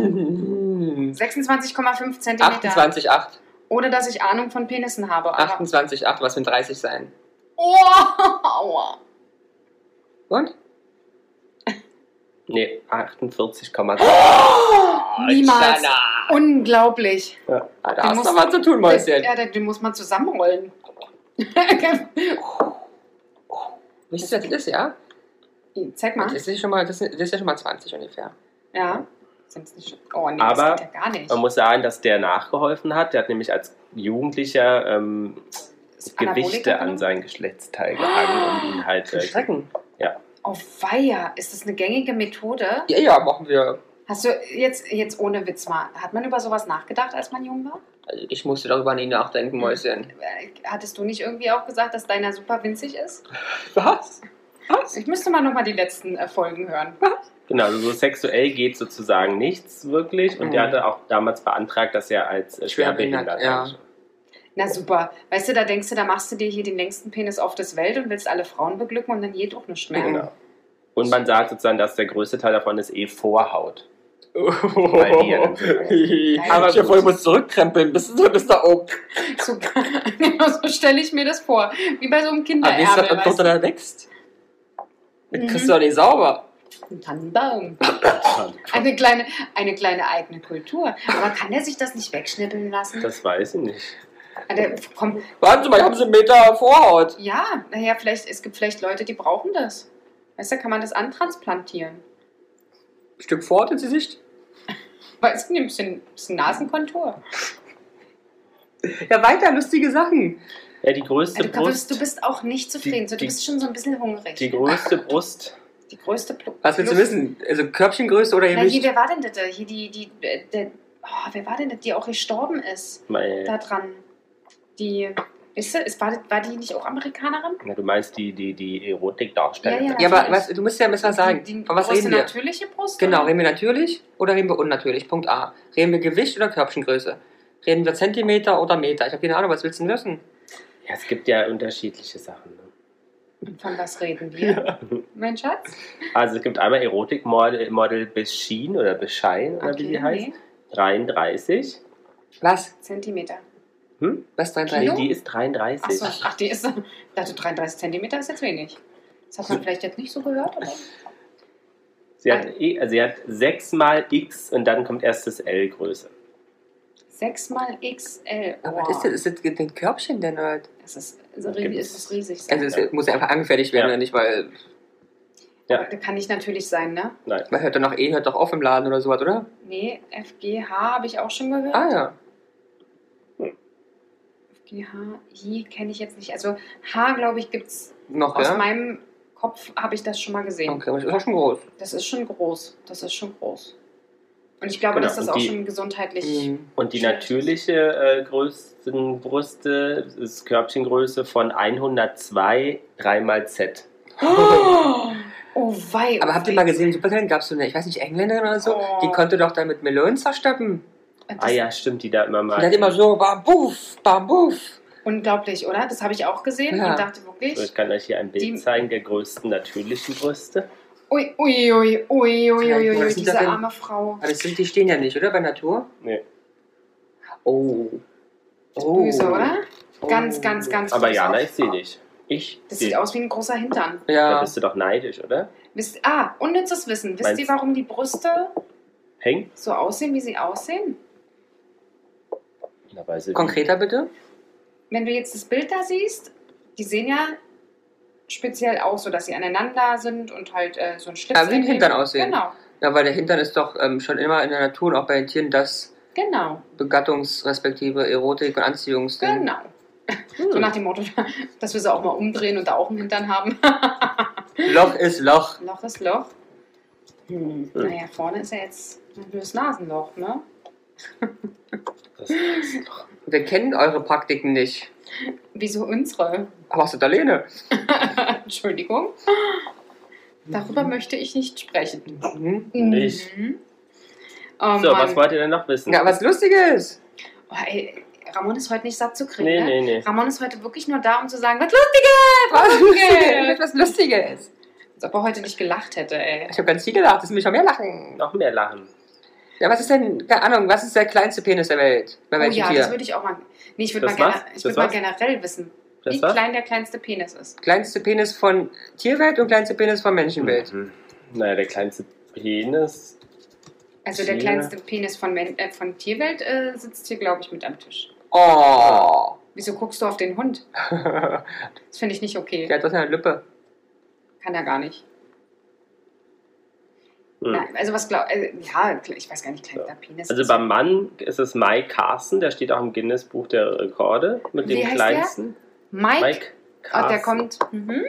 [SPEAKER 1] 26,5 Zentimeter.
[SPEAKER 3] 28,8.
[SPEAKER 1] Ohne dass ich Ahnung von Penissen habe. Aber
[SPEAKER 3] 28,8, was mit 30 sein.
[SPEAKER 1] oh, (laughs) aua.
[SPEAKER 3] Und?
[SPEAKER 2] Nee, 48,3. Ah,
[SPEAKER 1] Niemals.
[SPEAKER 3] Sana.
[SPEAKER 1] Unglaublich.
[SPEAKER 3] Ah,
[SPEAKER 1] Du
[SPEAKER 3] da hast
[SPEAKER 1] musst-
[SPEAKER 3] du was zu tun,
[SPEAKER 1] Das,
[SPEAKER 3] Mäuschen.
[SPEAKER 1] ja, den muss man zusammenrollen. (laughs)
[SPEAKER 3] Wisst ihr, was das ist, ja?
[SPEAKER 1] Zeig
[SPEAKER 3] Das
[SPEAKER 1] mal.
[SPEAKER 3] ist ja schon mal, das ist das ist ja schon mal 20 ungefähr.
[SPEAKER 1] Ja. Sind's nicht schon- Oh nee,
[SPEAKER 2] Aber
[SPEAKER 1] das geht ja gar nicht.
[SPEAKER 2] Man muss sagen, dass der nachgeholfen hat. Der hat nämlich als Jugendlicher ähm,
[SPEAKER 1] Ist Anabolika
[SPEAKER 2] Gewichte an
[SPEAKER 1] genommen? Ah,
[SPEAKER 2] sein Geschlechtsteil gehangen, um ihn halt.
[SPEAKER 3] Zu
[SPEAKER 2] Äh,
[SPEAKER 3] strecken.
[SPEAKER 1] Oh weia, ist das eine gängige Methode?
[SPEAKER 3] Ja, ja, machen wir.
[SPEAKER 1] Hast du jetzt, jetzt ohne Witz mal, hat man über sowas nachgedacht, als man jung war?
[SPEAKER 3] Also ich musste darüber nie nachdenken, Mäuschen.
[SPEAKER 1] Äh, Hattest du nicht irgendwie auch gesagt, dass deiner super winzig ist?
[SPEAKER 3] Was? Was?
[SPEAKER 1] Ich müsste mal nochmal die letzten äh, Folgen hören.
[SPEAKER 2] genau, also so sexuell geht sozusagen nichts wirklich. Und der
[SPEAKER 1] Mhm.
[SPEAKER 2] hatte auch damals beantragt, dass er als äh,
[SPEAKER 3] Schwerbehindert,
[SPEAKER 2] schwerbehindert
[SPEAKER 3] ja.
[SPEAKER 2] gilt.
[SPEAKER 1] Na super. Weißt du, da denkst du, da machst du dir hier den längsten Penis auf der Welt und willst alle Frauen beglücken und dann geht auch nichts mehr.
[SPEAKER 3] Mhm.
[SPEAKER 2] Genau. Und man sagt sozusagen, dass der größte Teil davon ist eh Vorhaut.
[SPEAKER 3] (laughs) Aber ich voll muss zurückkrempeln, bis, bis da oben.
[SPEAKER 1] So, (laughs) genau so stelle ich mir das vor. Wie bei so einem
[SPEAKER 3] Aber wie ist das,
[SPEAKER 1] Kindererbe.
[SPEAKER 3] ob
[SPEAKER 1] weißt
[SPEAKER 3] das da wächst? Das
[SPEAKER 1] Mhm.
[SPEAKER 3] kriegst du doch nicht sauber.
[SPEAKER 1] du? Ein Tannenbaum. Eine kleine, eine kleine eigene Kultur. Aber kann der sich das nicht wegschnippeln lassen?
[SPEAKER 2] Das weiß ich nicht.
[SPEAKER 1] Ah, Der, komm,
[SPEAKER 3] Warten Sie mal, ich habe so einen Meter Vorhaut.
[SPEAKER 1] ja, naja, vielleicht, es gibt vielleicht Leute, die brauchen das. Weißt du, kann man das antransplantieren?
[SPEAKER 3] Ein Stück Vorhaut in die Sicht?
[SPEAKER 1] Weißt du, ein bisschen, bisschen Nasenkontur.
[SPEAKER 3] Ja, weiter, lustige Sachen.
[SPEAKER 2] Ja, die größte
[SPEAKER 1] Du,
[SPEAKER 2] Brust.
[SPEAKER 1] bist, Also, du bist auch nicht zufrieden. so, du
[SPEAKER 2] die-
[SPEAKER 1] bist schon so ein bisschen hungrig.
[SPEAKER 2] die größte Brust.
[SPEAKER 1] Die größte Plu
[SPEAKER 3] Was willst du
[SPEAKER 1] Luft-
[SPEAKER 3] wissen? Also Körbchengröße oder
[SPEAKER 1] Na, hier,
[SPEAKER 3] Gewicht?
[SPEAKER 1] wer war denn das? da? Hier, die, die, äh, der, oh, wer war denn das, die auch gestorben ist? Da
[SPEAKER 2] Meine,
[SPEAKER 1] dran. Die, wisst ihr, ist, war, das- war die nicht auch Amerikanerin?
[SPEAKER 2] na, du meinst die, die, die Erotikdarstellerin.
[SPEAKER 1] Ja, ja.
[SPEAKER 3] Ja, aber was, du musst ja ein bisschen was sagen.
[SPEAKER 1] Die, die
[SPEAKER 3] Von was
[SPEAKER 1] große
[SPEAKER 3] reden wir?
[SPEAKER 1] natürliche Brust?
[SPEAKER 3] Genau,
[SPEAKER 1] oder?
[SPEAKER 3] reden wir natürlich oder reden wir unnatürlich? Punkt A. Reden wir Gewicht oder Körbchengröße? Reden wir Zentimeter oder Meter? Ich habe keine Ahnung, was willst du denn wissen?
[SPEAKER 2] Ja, es gibt ja unterschiedliche Sachen. Ne?
[SPEAKER 1] Und von was reden wir? Mein Schatz?
[SPEAKER 2] Also es gibt einmal Erotikmodel Model Beschin oder Beschein oder wie sie heißt.
[SPEAKER 1] nee.
[SPEAKER 2] 33.
[SPEAKER 3] Was?
[SPEAKER 1] Zentimeter.
[SPEAKER 2] Hm?
[SPEAKER 3] Was
[SPEAKER 2] Nee,
[SPEAKER 3] 33?
[SPEAKER 2] die ist
[SPEAKER 1] Ach so,
[SPEAKER 2] 33.
[SPEAKER 1] ach, die ist. Ich dachte, 33 Zentimeter ist jetzt wenig. Das hat man vielleicht jetzt nicht so gehört, aber.
[SPEAKER 2] Sie hat, eh- also sie hat 6 mal X und dann kommt erst das L Größe.
[SPEAKER 1] 6 mal XL.
[SPEAKER 3] Aber was ist das? Ist das ein Körbchen denn? Oder?
[SPEAKER 1] Das ist, so riesig,
[SPEAKER 2] Gibt's.
[SPEAKER 1] ist das riesig.
[SPEAKER 3] Also es muss ja einfach angefertigt werden,
[SPEAKER 2] Ja.
[SPEAKER 3] oder nicht? Weil
[SPEAKER 2] ja.
[SPEAKER 1] Aber das kann nicht natürlich sein, ne?
[SPEAKER 2] Nein.
[SPEAKER 3] man hört doch noch E, hört doch auf im Laden oder sowas, oder?
[SPEAKER 1] Nee, FGH habe ich auch schon gehört.
[SPEAKER 3] Ah ja.
[SPEAKER 1] FGH, I kenne ich jetzt nicht. Also H, glaube ich, gibt es
[SPEAKER 3] Noch,
[SPEAKER 1] aus
[SPEAKER 3] ja?
[SPEAKER 1] meinem Kopf, habe ich das schon mal gesehen.
[SPEAKER 3] Okay, aber das ist auch schon groß.
[SPEAKER 1] Das ist schon groß. Das ist schon groß. Und ich glaube,
[SPEAKER 2] Genau,
[SPEAKER 1] dass das
[SPEAKER 2] und
[SPEAKER 1] auch
[SPEAKER 2] die-
[SPEAKER 1] schon gesundheitlich.
[SPEAKER 3] Mhm.
[SPEAKER 2] Und die
[SPEAKER 1] Schön.
[SPEAKER 2] natürliche äh, Größenbrüste ist Körbchengröße von 102 dreimal Z.
[SPEAKER 1] Oh wei.
[SPEAKER 3] Aber habt ihr mal gesehen, Supertalent gab es so eine, ich weiß nicht, Engländerin oder so,
[SPEAKER 1] Oh.
[SPEAKER 3] die konnte doch dann mit Melonen zerstöppen.
[SPEAKER 1] Das
[SPEAKER 2] Ah ja, stimmt, die da immer mal.
[SPEAKER 3] Die hat immer so, bam, buff, bam, buff.
[SPEAKER 1] Unglaublich, oder? Das habe ich auch gesehen
[SPEAKER 3] Ja.
[SPEAKER 1] und dachte wirklich.
[SPEAKER 2] So, ich kann euch hier ein Bild
[SPEAKER 1] Die-
[SPEAKER 2] zeigen der größten natürlichen Brüste.
[SPEAKER 1] Ui, ui, ui, ui, ui, ui,
[SPEAKER 3] Ja,
[SPEAKER 1] ui,
[SPEAKER 3] was ist
[SPEAKER 1] diese
[SPEAKER 3] da denn?
[SPEAKER 1] arme Frau.
[SPEAKER 3] Aber das sind, die stehen ja nicht, oder? Bei Natur?
[SPEAKER 2] Nee.
[SPEAKER 3] Oh. Oh.
[SPEAKER 1] Böse, oder?
[SPEAKER 3] Oh.
[SPEAKER 1] Ganz, ganz, ganz
[SPEAKER 2] Aber
[SPEAKER 1] böse.
[SPEAKER 2] Jana, ich sehe dich. Ich
[SPEAKER 1] Das
[SPEAKER 2] sehe
[SPEAKER 1] sieht
[SPEAKER 2] dich.
[SPEAKER 1] aus wie ein großer Hintern.
[SPEAKER 2] Da
[SPEAKER 3] Ja.
[SPEAKER 2] bist du doch neidisch, oder?
[SPEAKER 1] Wisst, ah, unnützes Wissen. Wisst
[SPEAKER 2] Meinst-
[SPEAKER 1] ihr, warum die Brüste
[SPEAKER 2] Hängt.
[SPEAKER 1] so aussehen, wie sie aussehen?
[SPEAKER 2] Na, weil sie-
[SPEAKER 3] Konkreter bitte?
[SPEAKER 1] Wenn du jetzt das Bild da siehst, die sehen ja speziell auch so, dass sie aneinander sind und halt äh, so ein Schlitz.
[SPEAKER 3] Ja, wie ein
[SPEAKER 1] ergeben.
[SPEAKER 3] Hintern aussehen.
[SPEAKER 1] Genau,
[SPEAKER 3] Ja, weil der Hintern ist doch ähm, schon immer in der Natur und auch bei den Tieren das
[SPEAKER 1] genau,
[SPEAKER 3] Mhm. Begattungsrespektive Erotik- und Anziehungsding.
[SPEAKER 1] genau. (laughs) So nach dem Motto, (laughs) dass wir sie auch mal umdrehen und da auch einen Hintern haben. (laughs)
[SPEAKER 3] Loch ist Loch.
[SPEAKER 1] Loch ist Loch. Naja, vorne ist ja jetzt ein blödes Nasenloch, ne?
[SPEAKER 2] Das ist doch-
[SPEAKER 3] Wir kennen eure Praktiken nicht.
[SPEAKER 1] Wieso unsere? (laughs)
[SPEAKER 3] Aber hast du da Lene?
[SPEAKER 1] Entschuldigung. Darüber möchte ich nicht sprechen.
[SPEAKER 3] Mhm.
[SPEAKER 2] Nicht.
[SPEAKER 1] Mhm. Oh,
[SPEAKER 2] so,
[SPEAKER 1] Mann.
[SPEAKER 2] was wollt ihr denn noch wissen?
[SPEAKER 3] Ja, was Lustiges!
[SPEAKER 1] Oh, ey, Ramon ist heute nicht satt zu kriegen.
[SPEAKER 2] nee,
[SPEAKER 1] ne?
[SPEAKER 2] nee, nee.
[SPEAKER 1] Ramon ist heute wirklich nur da, um zu sagen, was lustig
[SPEAKER 3] Was (laughs)
[SPEAKER 1] Lustiges!
[SPEAKER 3] Was Lustiges!
[SPEAKER 1] ist. Als ob er heute nicht gelacht hätte, ey.
[SPEAKER 3] Ich habe ganz viel gelacht, es will schon mehr lachen.
[SPEAKER 2] Noch mehr lachen.
[SPEAKER 3] Ja, was ist denn, keine Ahnung, was ist der kleinste Penis der Welt? Bei
[SPEAKER 1] Oh
[SPEAKER 3] welchem
[SPEAKER 1] ja, das
[SPEAKER 3] Tier?
[SPEAKER 1] würde ich auch mal. Nee, ich würde mal,
[SPEAKER 2] Das
[SPEAKER 1] gener
[SPEAKER 2] was?
[SPEAKER 1] ich
[SPEAKER 2] Das
[SPEAKER 1] würde mal
[SPEAKER 2] was?
[SPEAKER 1] generell wissen,
[SPEAKER 2] Das
[SPEAKER 1] wie
[SPEAKER 2] war's?
[SPEAKER 1] klein der kleinste Penis ist.
[SPEAKER 3] Kleinste Penis von Tierwelt und kleinste Penis von Menschenwelt.
[SPEAKER 2] Mhm. Naja, der kleinste Penis.
[SPEAKER 1] Also der
[SPEAKER 2] Tier.
[SPEAKER 1] kleinste Penis von, Men äh, von Tierwelt äh, sitzt hier, glaube ich, mit am Tisch.
[SPEAKER 3] Oh! (laughs)
[SPEAKER 1] Wieso guckst du auf den Hund?
[SPEAKER 3] der
[SPEAKER 1] Das finde ich nicht okay.
[SPEAKER 3] hat was in der Lippe.
[SPEAKER 1] Kann er gar nicht.
[SPEAKER 2] Hm.
[SPEAKER 1] Nein, also was glaub äh, ja, ich weiß gar nicht, kleinster Penis.
[SPEAKER 2] Also
[SPEAKER 1] ist-
[SPEAKER 2] beim Mann ist es Mike Carson, der steht auch im Guinness Buch der Rekorde mit
[SPEAKER 1] Wie
[SPEAKER 2] dem
[SPEAKER 1] heißt
[SPEAKER 2] kleinsten.
[SPEAKER 1] Mike,
[SPEAKER 2] Mike
[SPEAKER 1] oh,
[SPEAKER 2] Carson.
[SPEAKER 1] der kommt. Mhm.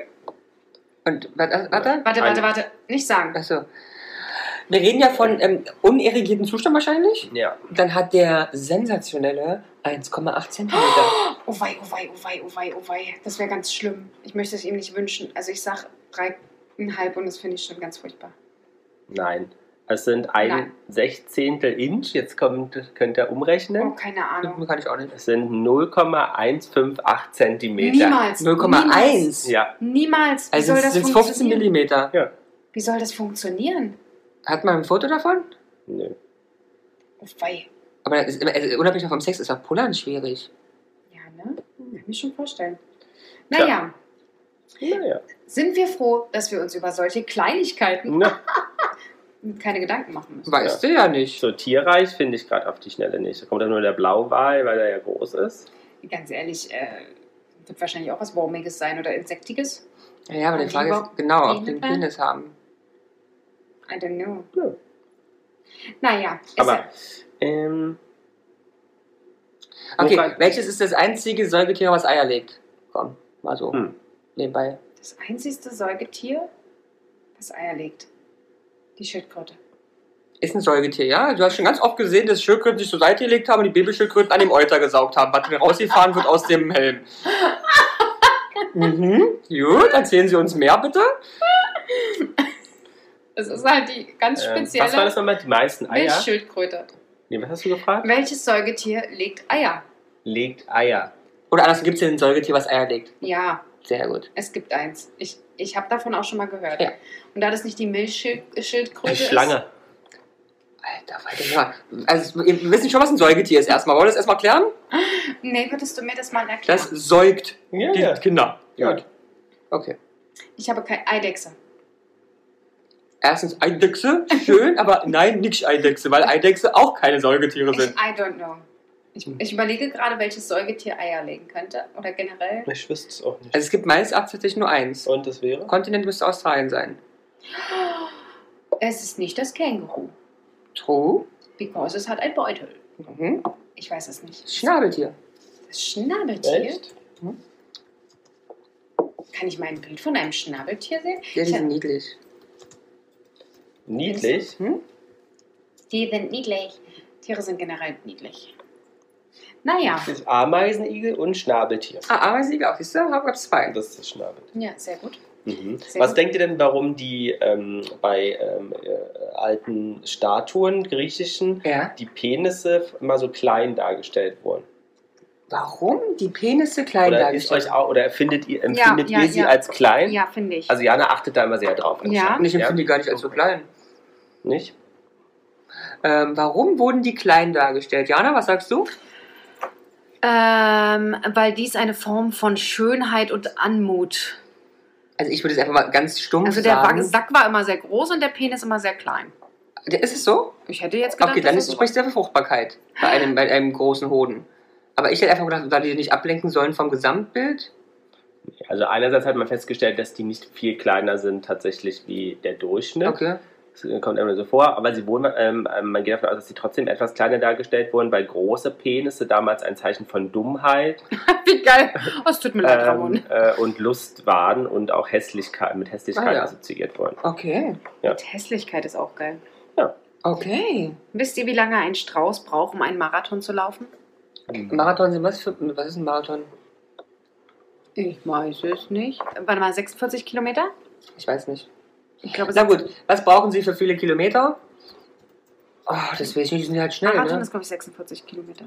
[SPEAKER 3] Und was hat er?
[SPEAKER 1] Warte, warte,
[SPEAKER 2] Ein-
[SPEAKER 1] warte. Nicht sagen.
[SPEAKER 3] Achso. Wir reden ja von ähm, unerregierten Zustand wahrscheinlich.
[SPEAKER 2] Ja,
[SPEAKER 3] Dann hat der sensationelle
[SPEAKER 1] (gasps)
[SPEAKER 3] 1,8 Zentimeter.
[SPEAKER 1] Oh wei, oh wei, oh wei, oh wei, oh wei. Das wäre ganz schlimm. Ich möchte es ihm nicht wünschen. Also ich sag dreieinhalb und das finde ich schon ganz furchtbar.
[SPEAKER 2] nein. Es sind ein
[SPEAKER 1] Nein.
[SPEAKER 2] Sechzehntel Inch, jetzt kommt, könnt ihr
[SPEAKER 1] Oh,
[SPEAKER 2] umrechnen.
[SPEAKER 1] keine Ahnung.
[SPEAKER 3] Kann ich auch nicht.
[SPEAKER 2] Es sind 0,158 Zentimeter.
[SPEAKER 1] Niemals. Niemals.
[SPEAKER 3] 0,1.
[SPEAKER 2] Ja,
[SPEAKER 1] Niemals. Wie
[SPEAKER 3] Also
[SPEAKER 1] soll
[SPEAKER 3] es
[SPEAKER 1] das
[SPEAKER 3] sind 15
[SPEAKER 1] funktionieren?
[SPEAKER 3] Millimeter.
[SPEAKER 1] Wie soll das funktionieren?
[SPEAKER 3] Hat man ein Foto davon?
[SPEAKER 2] nö.
[SPEAKER 1] Oh wei.
[SPEAKER 3] Aber das ist, also, unabhängig vom Sex ist auch Pullern schwierig.
[SPEAKER 1] Ja, ne? Kann ich mir schon vorstellen. Naja, ja.
[SPEAKER 2] Naja.
[SPEAKER 1] sind wir froh, dass wir uns über solche Kleinigkeiten
[SPEAKER 2] Na,
[SPEAKER 1] keine Gedanken machen müssen.
[SPEAKER 3] Weißt du ja nicht.
[SPEAKER 2] so tierreich finde ich gerade auf die Schnelle nicht. Da kommt dann nur der Blauwal, weil er ja groß ist.
[SPEAKER 1] Ganz ehrlich, äh, wird wahrscheinlich auch was Wurmiges sein oder Insektiges.
[SPEAKER 3] Ja, aber die
[SPEAKER 1] Und
[SPEAKER 3] Frage
[SPEAKER 1] lieber
[SPEAKER 3] ist, genau, ob die einen
[SPEAKER 1] Penis
[SPEAKER 3] Penis haben.
[SPEAKER 1] I don't know.
[SPEAKER 2] Ja.
[SPEAKER 1] Naja, ist
[SPEAKER 2] Aber
[SPEAKER 1] ja-
[SPEAKER 2] ähm,
[SPEAKER 3] Okay,
[SPEAKER 2] Wobei-
[SPEAKER 3] welches ist das einzige Säugetier, was Eier legt? Komm, mal so.
[SPEAKER 2] Hm.
[SPEAKER 3] Nebenbei.
[SPEAKER 1] das einzigste Säugetier, das Eier legt. Die Schildkröte.
[SPEAKER 3] Ist ein Säugetier, ja? Du hast schon ganz oft gesehen, dass Schildkröten sich zur Seite gelegt haben und die Babyschildkröten an dem Euter gesaugt haben, was mir rausgefahren wird aus dem Helm. mhm. Gut, erzählen Sie uns mehr bitte.
[SPEAKER 1] Es ist halt die ganz
[SPEAKER 2] ähm,
[SPEAKER 1] spezielle
[SPEAKER 2] was war das nochmal? Die meisten Eier?
[SPEAKER 1] Milchschildkröte.
[SPEAKER 2] Nee, was hast du gefragt?
[SPEAKER 1] Welches Säugetier legt Eier?
[SPEAKER 2] Legt Eier.
[SPEAKER 3] Oder anders, gibt es denn ein Säugetier, was Eier legt?
[SPEAKER 1] Ja,
[SPEAKER 3] Sehr gut.
[SPEAKER 1] es gibt eins. Ich, ich habe davon auch schon mal gehört.
[SPEAKER 3] Ja.
[SPEAKER 1] Und da das nicht die Milchschildkröte
[SPEAKER 2] Die
[SPEAKER 1] ist.
[SPEAKER 2] Schlange.
[SPEAKER 3] Alter, warte mal. Also, wir wissen schon, was ein Säugetier ist erstmal. Wollen wir das erstmal klären?
[SPEAKER 1] Nee, würdest du mir das mal erklären?
[SPEAKER 3] Das säugt
[SPEAKER 2] Ja,
[SPEAKER 3] die Kinder.
[SPEAKER 2] Ja.
[SPEAKER 3] Gut. Okay.
[SPEAKER 1] ich habe keine Eidechse.
[SPEAKER 3] Erstens Eidechse, schön, aber nein, nicht Eidechse, weil Eidechse auch keine Säugetiere
[SPEAKER 1] Ich, I
[SPEAKER 3] sind.
[SPEAKER 1] don't know. Ich,
[SPEAKER 2] Hm.
[SPEAKER 1] ich überlege gerade, welches Säugetier Eier legen könnte. Oder generell.
[SPEAKER 2] Ich wüsste es auch nicht.
[SPEAKER 3] Also es gibt meines Erachtens tatsächlich nur eins.
[SPEAKER 2] Und das wäre?
[SPEAKER 3] Kontinent müsste Australien sein.
[SPEAKER 1] Es ist nicht das Känguru.
[SPEAKER 3] True.
[SPEAKER 1] Because es hat ein Beutel.
[SPEAKER 3] Mhm.
[SPEAKER 1] Ich weiß es nicht.
[SPEAKER 3] Schnabeltier.
[SPEAKER 1] Das Schnabeltier. Kann ich mal ein Bild von einem Schnabeltier sehen?
[SPEAKER 3] Ja, die
[SPEAKER 1] Ich hab-
[SPEAKER 3] sind niedlich.
[SPEAKER 2] Niedlich.
[SPEAKER 3] Hm?
[SPEAKER 1] Die sind niedlich. Tiere sind generell niedlich. Naja,
[SPEAKER 2] Das ist Ameisenigel und Schnabeltier.
[SPEAKER 3] Ah, Ameisenigel auch, siehst du? Hab gab's zwei.
[SPEAKER 2] Das ist das Schnabel.
[SPEAKER 1] ja, sehr gut.
[SPEAKER 2] Mhm.
[SPEAKER 1] Sehr
[SPEAKER 2] Was
[SPEAKER 1] gut.
[SPEAKER 2] denkt ihr denn, warum die ähm, bei ähm, äh, alten Statuen, griechischen,
[SPEAKER 3] Ja.
[SPEAKER 2] die Penisse immer so klein dargestellt wurden?
[SPEAKER 3] Warum die Penisse klein
[SPEAKER 2] oder ist
[SPEAKER 3] dargestellt?
[SPEAKER 2] euch auch, oder findet ihr, empfindet
[SPEAKER 1] ja,
[SPEAKER 2] ihr sie
[SPEAKER 1] ja.
[SPEAKER 2] als klein?
[SPEAKER 1] Ja, finde ich.
[SPEAKER 2] Also Jana achtet da immer sehr drauf.
[SPEAKER 1] Ja.
[SPEAKER 2] anscheinend.
[SPEAKER 3] Ich empfinde die gar nicht als so klein.
[SPEAKER 2] Nicht?
[SPEAKER 3] Ähm, warum wurden die klein dargestellt? Jana, was sagst du?
[SPEAKER 1] Ähm, weil dies eine Form von Schönheit und Anmut.
[SPEAKER 3] Also ich würde es einfach mal ganz stumpf
[SPEAKER 1] Also der
[SPEAKER 3] sagen.
[SPEAKER 1] Wa- Sack war immer sehr groß und der Penis immer sehr klein.
[SPEAKER 3] der ist es so?
[SPEAKER 1] Ich hätte jetzt gedacht,
[SPEAKER 3] okay, dann
[SPEAKER 1] das
[SPEAKER 3] ist, sprichst du ja für Fruchtbarkeit bei einem, bei einem großen Hoden. Aber ich hätte einfach gedacht, da die nicht ablenken sollen vom Gesamtbild.
[SPEAKER 2] Also einerseits hat man festgestellt, dass die nicht viel kleiner sind tatsächlich wie der Durchschnitt.
[SPEAKER 3] Okay.
[SPEAKER 2] Das kommt einem nur so vor, aber sie wurden, ähm, ähm, man geht davon aus, dass sie trotzdem etwas kleiner dargestellt wurden, weil große Penisse damals ein Zeichen von Dummheit
[SPEAKER 1] (laughs) Wie geil. Oh, es tut mir leid,
[SPEAKER 2] ähm,
[SPEAKER 1] Ramon.
[SPEAKER 2] äh, und Lust waren und auch Hässlichkeit, mit Hässlichkeit
[SPEAKER 3] Ah, ja.
[SPEAKER 2] assoziiert wurden.
[SPEAKER 3] Okay.
[SPEAKER 1] Die Hässlichkeit ist auch geil.
[SPEAKER 3] Okay.
[SPEAKER 1] Wisst ihr, wie lange ein Strauß braucht, um einen Marathon zu laufen?
[SPEAKER 3] Marathon sind was für. Was ist ein Marathon?
[SPEAKER 1] Ich weiß es nicht. Warte mal, 46 Kilometer?
[SPEAKER 3] Ich weiß nicht.
[SPEAKER 1] Ich glaube,
[SPEAKER 3] Na gut, was brauchen Sie für viele Kilometer? Oh, das will ich nicht, die sind halt schnell.
[SPEAKER 1] Marathon
[SPEAKER 3] Ne?
[SPEAKER 1] ist, glaube ich, 46 Kilometer.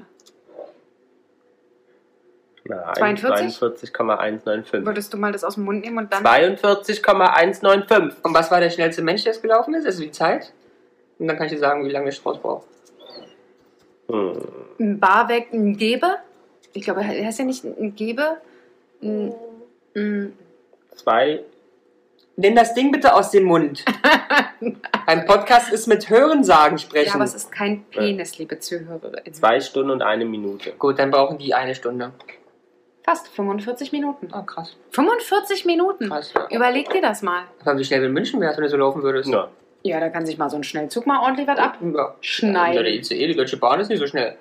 [SPEAKER 2] Nein,
[SPEAKER 1] 42?
[SPEAKER 2] 42,195.
[SPEAKER 1] Würdest du mal das aus dem Mund nehmen und dann.
[SPEAKER 2] 42,195.
[SPEAKER 3] Und was war der schnellste Mensch, der es gelaufen ist? Also die Zeit? Und dann kann ich dir sagen, wie lange der Strauß braucht.
[SPEAKER 2] Hm.
[SPEAKER 1] ein Barweg, ein Gebe? Ich glaube, he- heißt ja nicht ein Gebe? Ein, ein,
[SPEAKER 2] Zwei.
[SPEAKER 3] Nimm das Ding bitte aus dem
[SPEAKER 1] (laughs)
[SPEAKER 3] Mund. Ein Podcast ist mit Hörensagen sprechen.
[SPEAKER 1] ja, aber es ist kein Penis, liebe Zuhörerin.
[SPEAKER 2] Zwei Stunden und eine Minute.
[SPEAKER 3] Gut, dann brauchen die eine Stunde.
[SPEAKER 1] Fast 45 Minuten.
[SPEAKER 3] Oh, krass.
[SPEAKER 1] 45 Minuten!
[SPEAKER 3] krass ja.
[SPEAKER 1] Überleg dir das mal.
[SPEAKER 3] Aber wie schnell du in München wärst, wenn du so laufen würdest.
[SPEAKER 2] Ja.
[SPEAKER 1] Ja, da kann sich mal so ein Schnellzug mal ordentlich was
[SPEAKER 3] Ja. Ja, der
[SPEAKER 1] abschneiden.
[SPEAKER 3] ICE, die E Deutsche Bahn ist nicht so schnell.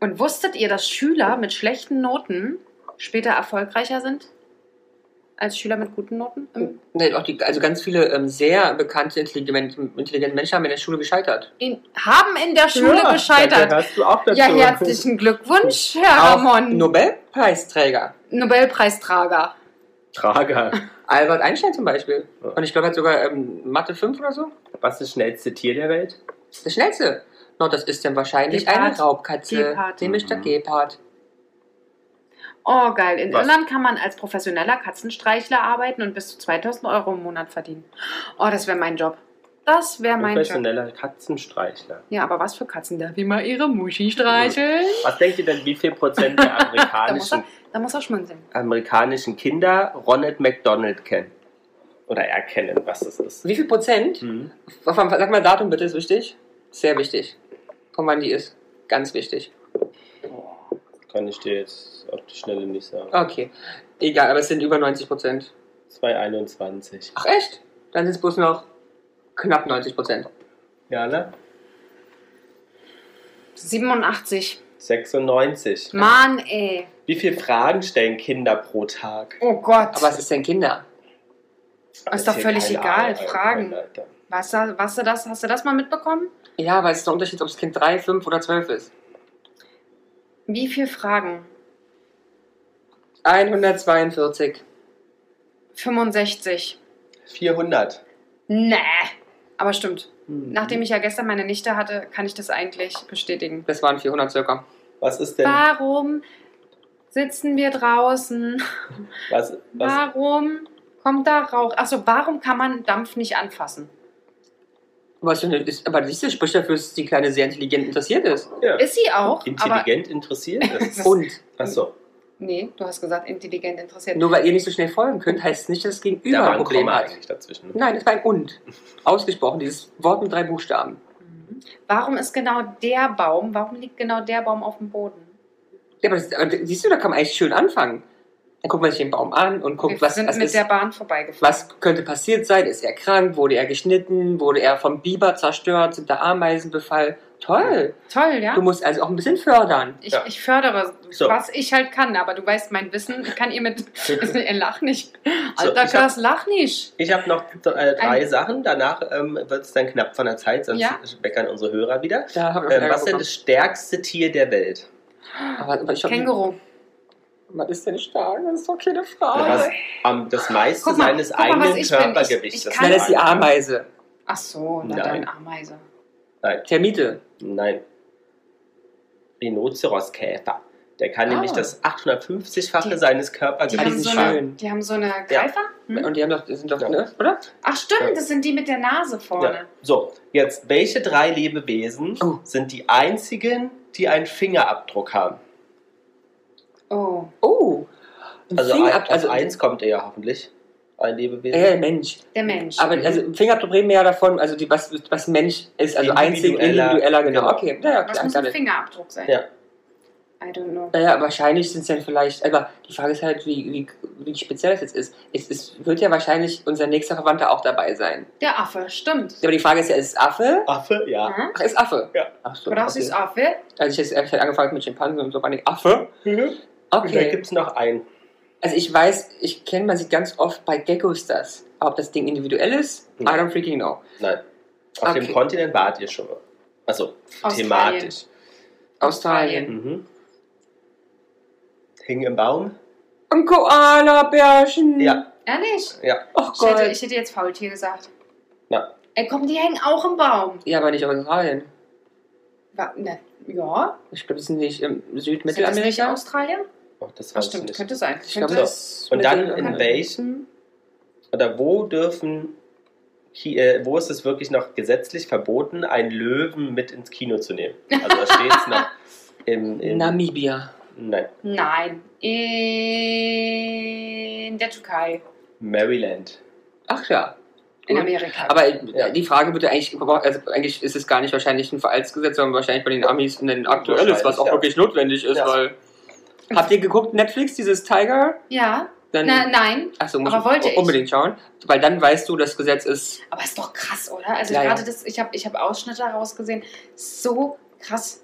[SPEAKER 1] Und wusstet ihr, dass Schüler mit schlechten Noten später erfolgreicher sind? Als Schüler mit guten Noten? Im-
[SPEAKER 3] Nee, auch die, also ganz viele ähm, sehr bekannte, intelligente, intelligente Menschen haben in der Schule gescheitert.
[SPEAKER 1] In, haben in der Schule
[SPEAKER 2] ja,
[SPEAKER 1] gescheitert.
[SPEAKER 2] dann Hast du auch dazu.
[SPEAKER 1] Ja,
[SPEAKER 2] (laughs)
[SPEAKER 1] herzlichen Glückwunsch, Herr
[SPEAKER 3] Auch
[SPEAKER 1] Ramon.
[SPEAKER 3] Nobelpreisträger.
[SPEAKER 1] Nobelpreisträger.
[SPEAKER 2] Trager.
[SPEAKER 3] Albert Einstein zum Beispiel.
[SPEAKER 2] Ja.
[SPEAKER 3] Und ich glaube, er hat sogar ähm, Mathe 5 oder so.
[SPEAKER 2] Was ist das schnellste Tier der Welt?
[SPEAKER 3] Das schnellste. No, das ist dann wahrscheinlich
[SPEAKER 1] Gepard.
[SPEAKER 3] eine Raubkatze.
[SPEAKER 1] Gepard.
[SPEAKER 3] Nämlich der
[SPEAKER 2] Mhm.
[SPEAKER 3] Gepard.
[SPEAKER 1] Oh, geil. In
[SPEAKER 2] Was?
[SPEAKER 1] Irland kann man als professioneller Katzenstreichler arbeiten und bis zu 2000 Euro im Monat verdienen. Oh, das wäre mein Job. Das wäre mein Job.
[SPEAKER 2] Professioneller Katzenstreichler.
[SPEAKER 1] Ja, aber was für Katzen? Darf ich mal ihre Muschi streicheln?
[SPEAKER 2] Was denkt ihr denn, wie viel
[SPEAKER 1] (laughs)
[SPEAKER 2] Prozent der
[SPEAKER 1] Da muss, er,
[SPEAKER 2] amerikanischen,
[SPEAKER 1] da muss er schmunzeln.
[SPEAKER 2] amerikanischen Kinder Ronald McDonald kennen? Oder erkennen, was das ist?
[SPEAKER 3] Wie viel Prozent?
[SPEAKER 2] Hm.
[SPEAKER 3] Von- Sag mal Datum bitte, ist wichtig. Sehr wichtig. Von wann die ist. Ganz wichtig.
[SPEAKER 2] Kann ich dir jetzt auf die Schnelle nicht sagen.
[SPEAKER 1] Ah.
[SPEAKER 3] Okay. Egal, aber es sind über 90 Prozent.
[SPEAKER 2] 2,21.
[SPEAKER 3] Ach echt? Dann sind es bloß noch knapp 90 Prozent.
[SPEAKER 2] Ja, ne?
[SPEAKER 1] 87.
[SPEAKER 2] 96.
[SPEAKER 1] Mann, ey.
[SPEAKER 2] Wie viele Fragen stellen Kinder pro Tag?
[SPEAKER 1] Oh Gott.
[SPEAKER 3] Aber was ist denn Kinder?
[SPEAKER 2] Das
[SPEAKER 1] doch
[SPEAKER 2] hier
[SPEAKER 1] völlig
[SPEAKER 2] keine
[SPEAKER 1] egal,
[SPEAKER 2] Ahnung,
[SPEAKER 1] Fragen.
[SPEAKER 2] Alter.
[SPEAKER 1] was, was, du das, hast du das mal mitbekommen?
[SPEAKER 3] Ja, aber es ist der Unterschied, ob das Kind 3, 5 oder 12 ist.
[SPEAKER 1] Wie viele Fragen?
[SPEAKER 3] 142.
[SPEAKER 1] 65.
[SPEAKER 2] 400.
[SPEAKER 1] Nee. Aber stimmt.
[SPEAKER 2] Hm.
[SPEAKER 1] Nachdem ich ja gestern meine Nichte hatte, kann ich das eigentlich bestätigen.
[SPEAKER 3] Das waren 400 circa.
[SPEAKER 2] Was ist denn.
[SPEAKER 1] Warum sitzen wir draußen?
[SPEAKER 2] Was, was,
[SPEAKER 1] Warum kommt da Rauch? Achso, warum kann man Dampf nicht anfassen?
[SPEAKER 3] Was für eine, ist, aber siehst du, spricht dafür, dass die Kleine sehr intelligent interessiert ist.
[SPEAKER 2] ja.
[SPEAKER 1] Ist sie auch, aber.
[SPEAKER 2] Intelligent interessiert
[SPEAKER 1] (laughs)
[SPEAKER 2] ist.
[SPEAKER 3] Und
[SPEAKER 2] Achso,
[SPEAKER 1] Nee, du hast gesagt, intelligent interessiert.
[SPEAKER 3] nur weil ihr nicht so schnell folgen könnt, heißt es nicht, dass das Gegenüber
[SPEAKER 2] da war
[SPEAKER 3] ein
[SPEAKER 2] ein
[SPEAKER 3] Problem
[SPEAKER 2] Komma
[SPEAKER 3] hat.
[SPEAKER 2] eigentlich dazwischen.
[SPEAKER 3] Nein, das war ein Und. Ausgesprochen, dieses Wort mit drei Buchstaben.
[SPEAKER 1] Mhm. Warum ist genau der Baum, warum liegt genau der Baum auf dem Boden?
[SPEAKER 3] Ja, aber das, aber siehst du, da kann man eigentlich schön anfangen. Dann guckt man sich den Baum an und guckt,
[SPEAKER 1] wir
[SPEAKER 3] was,
[SPEAKER 1] sind
[SPEAKER 3] was,
[SPEAKER 1] mit
[SPEAKER 3] ist,
[SPEAKER 1] der Bahn vorbeigefahren.
[SPEAKER 3] was könnte passiert sein. Ist er krank? Wurde er geschnitten? Wurde er vom Biber zerstört? Sind da Ameisen befall? Toll.
[SPEAKER 1] Toll, ja?
[SPEAKER 3] Du musst also auch ein bisschen fördern.
[SPEAKER 1] Ich,
[SPEAKER 2] Ja.
[SPEAKER 1] ich fördere,
[SPEAKER 2] So.
[SPEAKER 1] was ich halt kann, aber du weißt, mein Wissen ich kann (laughs) ihr
[SPEAKER 3] (laughs)
[SPEAKER 1] mit. Er lacht nicht. Alter,
[SPEAKER 2] ich hab-
[SPEAKER 1] Klaas, lach nicht.
[SPEAKER 2] Ich habe noch äh, drei
[SPEAKER 1] Ein-
[SPEAKER 2] Sachen, danach ähm, wird es dann knapp von der Zeit, sonst
[SPEAKER 1] Ja.
[SPEAKER 2] meckern unsere Hörer wieder.
[SPEAKER 3] Da hab ich auch
[SPEAKER 2] Ähm,
[SPEAKER 3] Ärger
[SPEAKER 2] was ist denn
[SPEAKER 3] bekommen.
[SPEAKER 2] das stärkste Tier der Welt?
[SPEAKER 3] Aber, aber ich hab-
[SPEAKER 1] Känguru.
[SPEAKER 3] Was ist denn stark? Das ist doch keine
[SPEAKER 2] Ja,
[SPEAKER 3] Frage.
[SPEAKER 2] was am- das meiste
[SPEAKER 1] Oh. Guck mal,
[SPEAKER 2] seines
[SPEAKER 1] guck mal, was
[SPEAKER 2] eigenen
[SPEAKER 1] ich bin. Ich-
[SPEAKER 2] Körpergewichtes.
[SPEAKER 1] ich kann-
[SPEAKER 3] Nein, das ist die Ameise.
[SPEAKER 1] Ach so, na
[SPEAKER 2] Nein.
[SPEAKER 1] dann Ameise.
[SPEAKER 2] Nein,
[SPEAKER 3] Termite.
[SPEAKER 2] nein. Rhinoceroskäfer. Der kann
[SPEAKER 1] Ah.
[SPEAKER 2] nämlich das
[SPEAKER 1] Die-
[SPEAKER 2] 850-fache seines
[SPEAKER 1] Die,
[SPEAKER 3] Ah, die
[SPEAKER 1] haben
[SPEAKER 2] Körpergewichtes
[SPEAKER 3] sind
[SPEAKER 1] so eine,
[SPEAKER 3] schön.
[SPEAKER 1] die haben so eine Greifer? Hm?
[SPEAKER 3] Und die haben doch, die sind doch,
[SPEAKER 2] Ja.
[SPEAKER 3] ne? oder?
[SPEAKER 1] Ach
[SPEAKER 2] Ja.
[SPEAKER 1] stimmt, das sind die mit der Nase vorne.
[SPEAKER 2] So, jetzt, welche drei Lebewesen
[SPEAKER 3] Oh.
[SPEAKER 2] sind die einzigen, die einen Fingerabdruck haben?
[SPEAKER 1] Oh.
[SPEAKER 3] Oh. Ein
[SPEAKER 2] Also, ein,
[SPEAKER 3] Fingerabdruck.
[SPEAKER 2] auf eins kommt er ja hoffentlich. Ein Lebewesen.
[SPEAKER 3] äh, Mensch.
[SPEAKER 1] Der Mensch.
[SPEAKER 3] Aber also im Fingerabdruck reden wir ja davon, also die, was, was Mensch ist, also einzig
[SPEAKER 2] Individueller,
[SPEAKER 3] individueller, genau.
[SPEAKER 2] genau.
[SPEAKER 3] Okay, naja,
[SPEAKER 1] Was
[SPEAKER 3] klar,
[SPEAKER 1] muss
[SPEAKER 3] klar.
[SPEAKER 1] ein Fingerabdruck sein?
[SPEAKER 2] Ja.
[SPEAKER 1] I don't know.
[SPEAKER 3] Naja, wahrscheinlich sind es dann vielleicht, aber die Frage ist halt, wie, wie, wie speziell das jetzt ist. Es, es wird ja wahrscheinlich unser nächster Verwandter auch dabei sein.
[SPEAKER 1] Der Affe, stimmt.
[SPEAKER 3] Aber die Frage ist ja, ist es Affe?
[SPEAKER 2] Affe, ja.
[SPEAKER 1] Hm?
[SPEAKER 3] Ach, ist Affe.
[SPEAKER 2] Ja.
[SPEAKER 3] Ach so.
[SPEAKER 1] Oder hast du
[SPEAKER 3] okay.
[SPEAKER 1] es Genau, Affe?
[SPEAKER 3] Also ich hätte ich hätte angefangen mit Schimpansen und so, aber nicht Affe.
[SPEAKER 2] Und da
[SPEAKER 3] Mhm. Okay.
[SPEAKER 2] gibt es noch einen.
[SPEAKER 3] Also ich weiß, ich kenne, man sieht ganz oft bei Geckos das. Ob das Ding individuell ist, I
[SPEAKER 2] Ja.
[SPEAKER 3] don't freaking know.
[SPEAKER 2] Nein. Auf
[SPEAKER 3] Okay.
[SPEAKER 2] dem Kontinent wart ihr schon mal. Also,
[SPEAKER 1] Australien.
[SPEAKER 2] thematisch.
[SPEAKER 3] Australien.
[SPEAKER 2] Mhm. Hing im Baum?
[SPEAKER 3] Ein Koala-Bärchen.
[SPEAKER 2] Ja,
[SPEAKER 1] Ehrlich?
[SPEAKER 2] ja.
[SPEAKER 3] Oh
[SPEAKER 1] Ich hätte,
[SPEAKER 3] Gott.
[SPEAKER 1] ich hätte jetzt Faultier gesagt.
[SPEAKER 2] Na.
[SPEAKER 1] Ey, komm, die hängen auch im Baum.
[SPEAKER 3] Ja, aber nicht aus Australien.
[SPEAKER 1] Wa- Ne, ja.
[SPEAKER 3] Ich glaube, das sind nicht im
[SPEAKER 1] Sind das nicht
[SPEAKER 3] Südmittelamerika.
[SPEAKER 1] Australien?
[SPEAKER 2] Oh, das
[SPEAKER 1] Ach,
[SPEAKER 2] weiß ich
[SPEAKER 1] stimmt,
[SPEAKER 2] nicht.
[SPEAKER 1] könnte sein.
[SPEAKER 3] Ich glaube,
[SPEAKER 1] Könnte-
[SPEAKER 3] das
[SPEAKER 2] Und dann in
[SPEAKER 1] Ja.
[SPEAKER 2] welchen oder wo dürfen, Ki- äh, wo ist es wirklich noch gesetzlich verboten, einen Löwen mit ins Kino zu nehmen? Also da steht es
[SPEAKER 3] (laughs)
[SPEAKER 2] noch im, im
[SPEAKER 3] Namibia.
[SPEAKER 2] nein,
[SPEAKER 1] Nein. In der Türkei.
[SPEAKER 2] Maryland.
[SPEAKER 3] Ach ja.
[SPEAKER 1] In
[SPEAKER 3] Gut.
[SPEAKER 1] Amerika.
[SPEAKER 3] Aber äh, die Frage würde eigentlich, überhaupt- also eigentlich ist es gar nicht wahrscheinlich ein Veraltsgesetz, sondern wahrscheinlich bei den Amis ein aktuelles, was auch
[SPEAKER 2] Wahrscheinlich,
[SPEAKER 3] wirklich notwendig ist,
[SPEAKER 2] Ja.
[SPEAKER 3] weil. Habt ihr geguckt, Netflix, dieses Tiger?
[SPEAKER 1] ja.
[SPEAKER 3] Dann,
[SPEAKER 1] Na, nein.
[SPEAKER 3] achso, muss
[SPEAKER 1] aber wollte
[SPEAKER 3] ich
[SPEAKER 1] ich.
[SPEAKER 3] unbedingt schauen, weil dann weißt du, das Gesetz ist.
[SPEAKER 1] Aber ist doch krass, oder? Also
[SPEAKER 3] Ja,
[SPEAKER 1] gerade
[SPEAKER 3] ja.
[SPEAKER 1] das, ich habe ich hab Ausschnitte rausgesehen. So krass,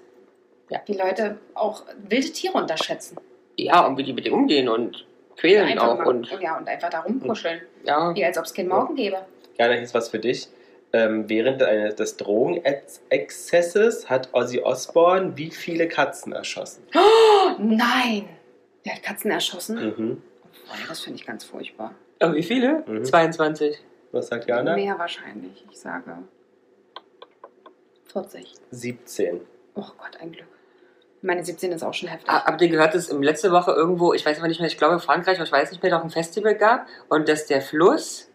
[SPEAKER 3] Ja.
[SPEAKER 1] wie Leute auch wilde Tiere unterschätzen.
[SPEAKER 3] Ja, und wie die mit dem umgehen und quälen
[SPEAKER 1] einfach
[SPEAKER 3] auch.
[SPEAKER 1] mal,
[SPEAKER 3] Und
[SPEAKER 1] ja, und einfach da rumkuscheln.
[SPEAKER 3] ja,
[SPEAKER 1] Wie als ob es keinen Morgen gäbe.
[SPEAKER 2] Ja, da ist was für dich. Ähm, während eines, des Drogenexzesses hat Ozzy Osbourne wie viele Katzen erschossen?
[SPEAKER 1] Oh, nein! Der hat Katzen
[SPEAKER 3] Hm.
[SPEAKER 1] erschossen.
[SPEAKER 2] Mhm.
[SPEAKER 1] Oh, das finde ich ganz furchtbar.
[SPEAKER 3] Aber wie viele?
[SPEAKER 2] Mhm.
[SPEAKER 3] 22.
[SPEAKER 2] Was sagt Jana?
[SPEAKER 1] Mehr wahrscheinlich. Ich sage 40.
[SPEAKER 2] 17.
[SPEAKER 1] Oh Gott, ein Glück. Meine 17 ist auch schon heftig.
[SPEAKER 3] Ah, Habt ihr gehört, dass im letzte Woche irgendwo, ich weiß aber nicht mehr, ich glaube Frankreich, aber ich weiß nicht mehr, doch ein Festival gab und dass der Fluss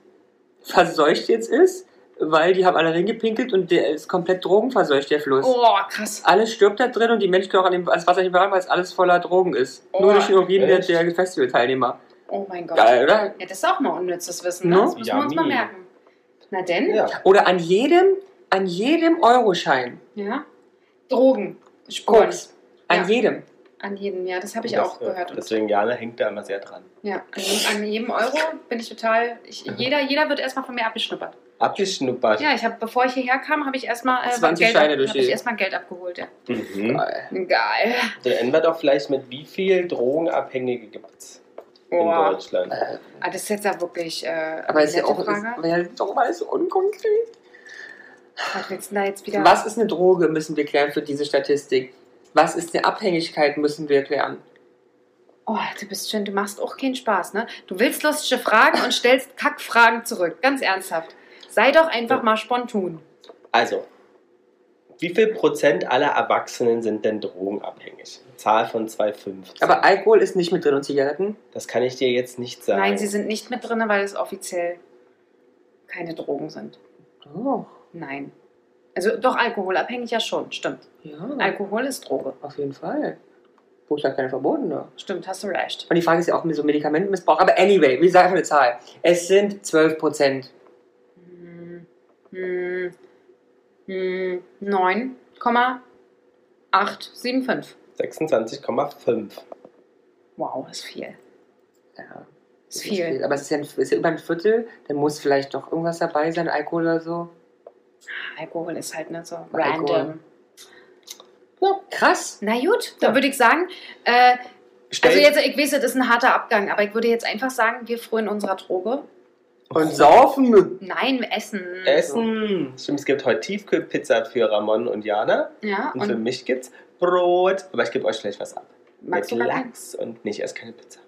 [SPEAKER 3] verseucht jetzt ist, weil die haben alle reingepinkelt und der ist komplett drogenverseucht, der Fluss.
[SPEAKER 1] Oh, krass.
[SPEAKER 3] Alles stirbt da drin und die Menschen können auch an dem also ans Wasser nicht mehr ran, weil es alles voller Drogen ist.
[SPEAKER 1] Oh,
[SPEAKER 3] Nur durch den Urin der,
[SPEAKER 2] echt?
[SPEAKER 3] der Festivalteilnehmer.
[SPEAKER 1] Oh mein Gott.
[SPEAKER 3] Geil, oder?
[SPEAKER 1] Ja, das ist auch mal unnützes Wissen. Ne?
[SPEAKER 3] No?
[SPEAKER 1] Das müssen wir uns
[SPEAKER 2] Yummy.
[SPEAKER 1] mal merken. Na denn?
[SPEAKER 2] Ja.
[SPEAKER 3] Oder an jedem, an jedem Euroschein.
[SPEAKER 1] Ja. Drogen. Spuren.
[SPEAKER 3] Koks. An
[SPEAKER 1] Oh Ja.
[SPEAKER 3] jedem.
[SPEAKER 1] An jedem, ja, das habe ich
[SPEAKER 2] Das,
[SPEAKER 1] auch gehört.
[SPEAKER 2] äh,
[SPEAKER 1] Und-
[SPEAKER 2] Deswegen Jana hängt da immer sehr dran.
[SPEAKER 1] Ja, an jedem, an jedem Euro bin ich total. Ich,
[SPEAKER 3] Mhm.
[SPEAKER 1] jeder, jeder wird erstmal von mir abgeschnuppert.
[SPEAKER 2] Abgeschnuppert.
[SPEAKER 1] Ja, ich habe, bevor ich hierher kam, habe ich erstmal äh,
[SPEAKER 3] Also 20
[SPEAKER 1] Geld,
[SPEAKER 3] Scheine durch
[SPEAKER 1] hab ich
[SPEAKER 3] die-
[SPEAKER 1] erstmal Geld abgeholt. Ja.
[SPEAKER 2] Mhm.
[SPEAKER 3] Geil.
[SPEAKER 1] Geil.
[SPEAKER 2] Dann enden wir doch vielleicht mit, wie viel Drogenabhängige gibt es in
[SPEAKER 1] Boah.
[SPEAKER 2] Deutschland?
[SPEAKER 1] Ah, das ist jetzt ja wirklich äh,
[SPEAKER 3] Aber
[SPEAKER 1] eine
[SPEAKER 3] ist ja
[SPEAKER 1] nette
[SPEAKER 3] auch, ist,
[SPEAKER 1] Frage.
[SPEAKER 3] weil doch alles so unkonkret.
[SPEAKER 1] Was willst du denn da jetzt wieder?
[SPEAKER 3] Was ist eine Droge, müssen wir klären für diese Statistik. Was ist eine Abhängigkeit, müssen wir klären.
[SPEAKER 1] Oh, du bist schön, du machst auch keinen Spaß, ne? Du willst lustige Fragen und stellst Kackfragen zurück. Ganz ernsthaft. Sei doch einfach mal spontan.
[SPEAKER 2] Also, wie viel Prozent aller Erwachsenen sind denn drogenabhängig? Zahl von 2,5.
[SPEAKER 3] Aber Alkohol ist nicht mit drin und Zigaretten.
[SPEAKER 2] das kann ich dir jetzt nicht sagen.
[SPEAKER 1] Nein, sie sind nicht mit drin, weil es offiziell keine Drogen sind.
[SPEAKER 3] Oh,
[SPEAKER 1] Nein. Also doch alkoholabhängig ja schon, stimmt.
[SPEAKER 3] ja,
[SPEAKER 1] Alkohol ist Droge.
[SPEAKER 3] auf jeden Fall. Wo ist da keine verbotene?
[SPEAKER 1] Stimmt, hast du recht.
[SPEAKER 3] Und die Frage ist ja auch mit so Medikamentenmissbrauch. Aber anyway, wie sagen wir eine Zahl? Es sind 12 Prozent.
[SPEAKER 1] Hm, hm, hm, 9,875.
[SPEAKER 2] 26,5.
[SPEAKER 1] Also Wow, ist viel.
[SPEAKER 3] Ja, das
[SPEAKER 1] Ist viel.
[SPEAKER 3] Aber es ist ja, ein, ist ja über ein Viertel. Dann muss vielleicht doch irgendwas dabei sein, Alkohol oder so.
[SPEAKER 1] Alkohol ist halt nicht so
[SPEAKER 3] Alkohol.
[SPEAKER 1] random.
[SPEAKER 3] Ja, krass.
[SPEAKER 1] Na gut, dann würde ich sagen, äh, also jetzt, ich weiß, das ist ein harter Abgang, aber ich würde jetzt einfach sagen, wir frühen unserer Droge.
[SPEAKER 2] Und saufen.
[SPEAKER 1] Nein, wir essen.
[SPEAKER 2] Essen. Stimmt, es gibt heute Tiefkühlpizza für Ramon und Jana.
[SPEAKER 1] Ja,
[SPEAKER 2] Und für
[SPEAKER 1] und
[SPEAKER 2] mich gibt's Brot. Aber ich gebe euch gleich was ab.
[SPEAKER 1] magst du
[SPEAKER 2] Mit
[SPEAKER 1] mal
[SPEAKER 2] Lachs und nicht erst keine Pizza.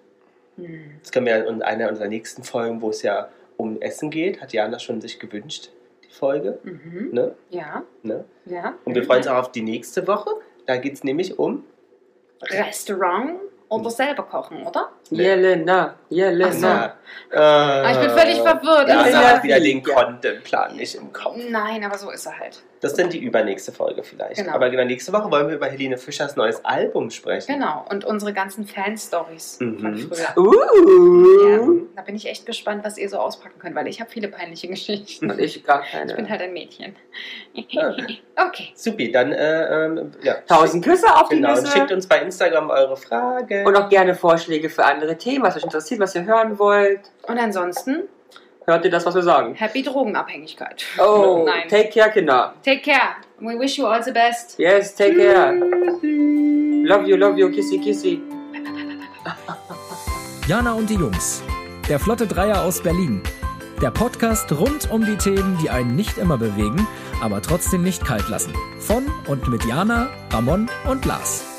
[SPEAKER 1] Hm.
[SPEAKER 2] Das können wir in einer unserer nächsten Folgen, wo es ja um Essen geht, hat Jana schon sich gewünscht, die Folge.
[SPEAKER 1] Mhm.
[SPEAKER 2] Ne?
[SPEAKER 1] Ja,
[SPEAKER 2] Ne?
[SPEAKER 1] ja.
[SPEAKER 2] Und wir freuen uns auch auf die nächste Woche. Da geht es nämlich um
[SPEAKER 1] Restaurant
[SPEAKER 2] Mhm.
[SPEAKER 1] oder selber kochen, oder?
[SPEAKER 3] Jelena, Jelena.
[SPEAKER 2] Na, äh,
[SPEAKER 1] Ah, ich bin völlig verwirrt.
[SPEAKER 2] Ja,
[SPEAKER 1] Ich
[SPEAKER 2] sie
[SPEAKER 1] bin
[SPEAKER 2] hat
[SPEAKER 1] so-
[SPEAKER 2] wieder den Contentplan nicht im Kopf.
[SPEAKER 1] Nein, aber so ist er halt.
[SPEAKER 2] Das ist dann die übernächste Folge vielleicht.
[SPEAKER 1] Genau.
[SPEAKER 2] Aber genau nächste Woche wollen wir über Helene Fischers neues Album sprechen.
[SPEAKER 1] Genau, und unsere ganzen Fan-Stories von
[SPEAKER 2] Mhm.
[SPEAKER 1] früher.
[SPEAKER 3] Uh.
[SPEAKER 1] Ja, da bin ich echt gespannt, was ihr so auspacken könnt, weil ich habe viele peinliche (laughs) Geschichten.
[SPEAKER 3] Und ich gar
[SPEAKER 1] Ich bin
[SPEAKER 3] keine.
[SPEAKER 1] halt ein Mädchen. (laughs)
[SPEAKER 2] Ja.
[SPEAKER 1] Okay.
[SPEAKER 2] Ah, Supi, dann äh, ähm, ja.
[SPEAKER 3] Tausend Küsse auf die
[SPEAKER 2] Genau, und schickt
[SPEAKER 3] Nüsse.
[SPEAKER 2] uns bei Instagram eure Fragen.
[SPEAKER 3] Und auch gerne Vorschläge für andere Themen, was euch interessiert, was ihr hören wollt.
[SPEAKER 1] Und ansonsten,
[SPEAKER 3] Hört ihr das, was wir sagen?
[SPEAKER 1] happy Drogenabhängigkeit.
[SPEAKER 3] Oh,
[SPEAKER 1] (laughs) Nein.
[SPEAKER 3] take care, Kinder.
[SPEAKER 1] Take care. We wish you all the best.
[SPEAKER 3] Yes, take care. Love you, love you, kissy, kissy.
[SPEAKER 4] Jana und die Jungs. Der Flotte Dreier aus Berlin. Der Podcast rund um die Themen, die einen nicht immer bewegen, aber trotzdem nicht kalt lassen. Von und mit Jana, Ramon und Lars.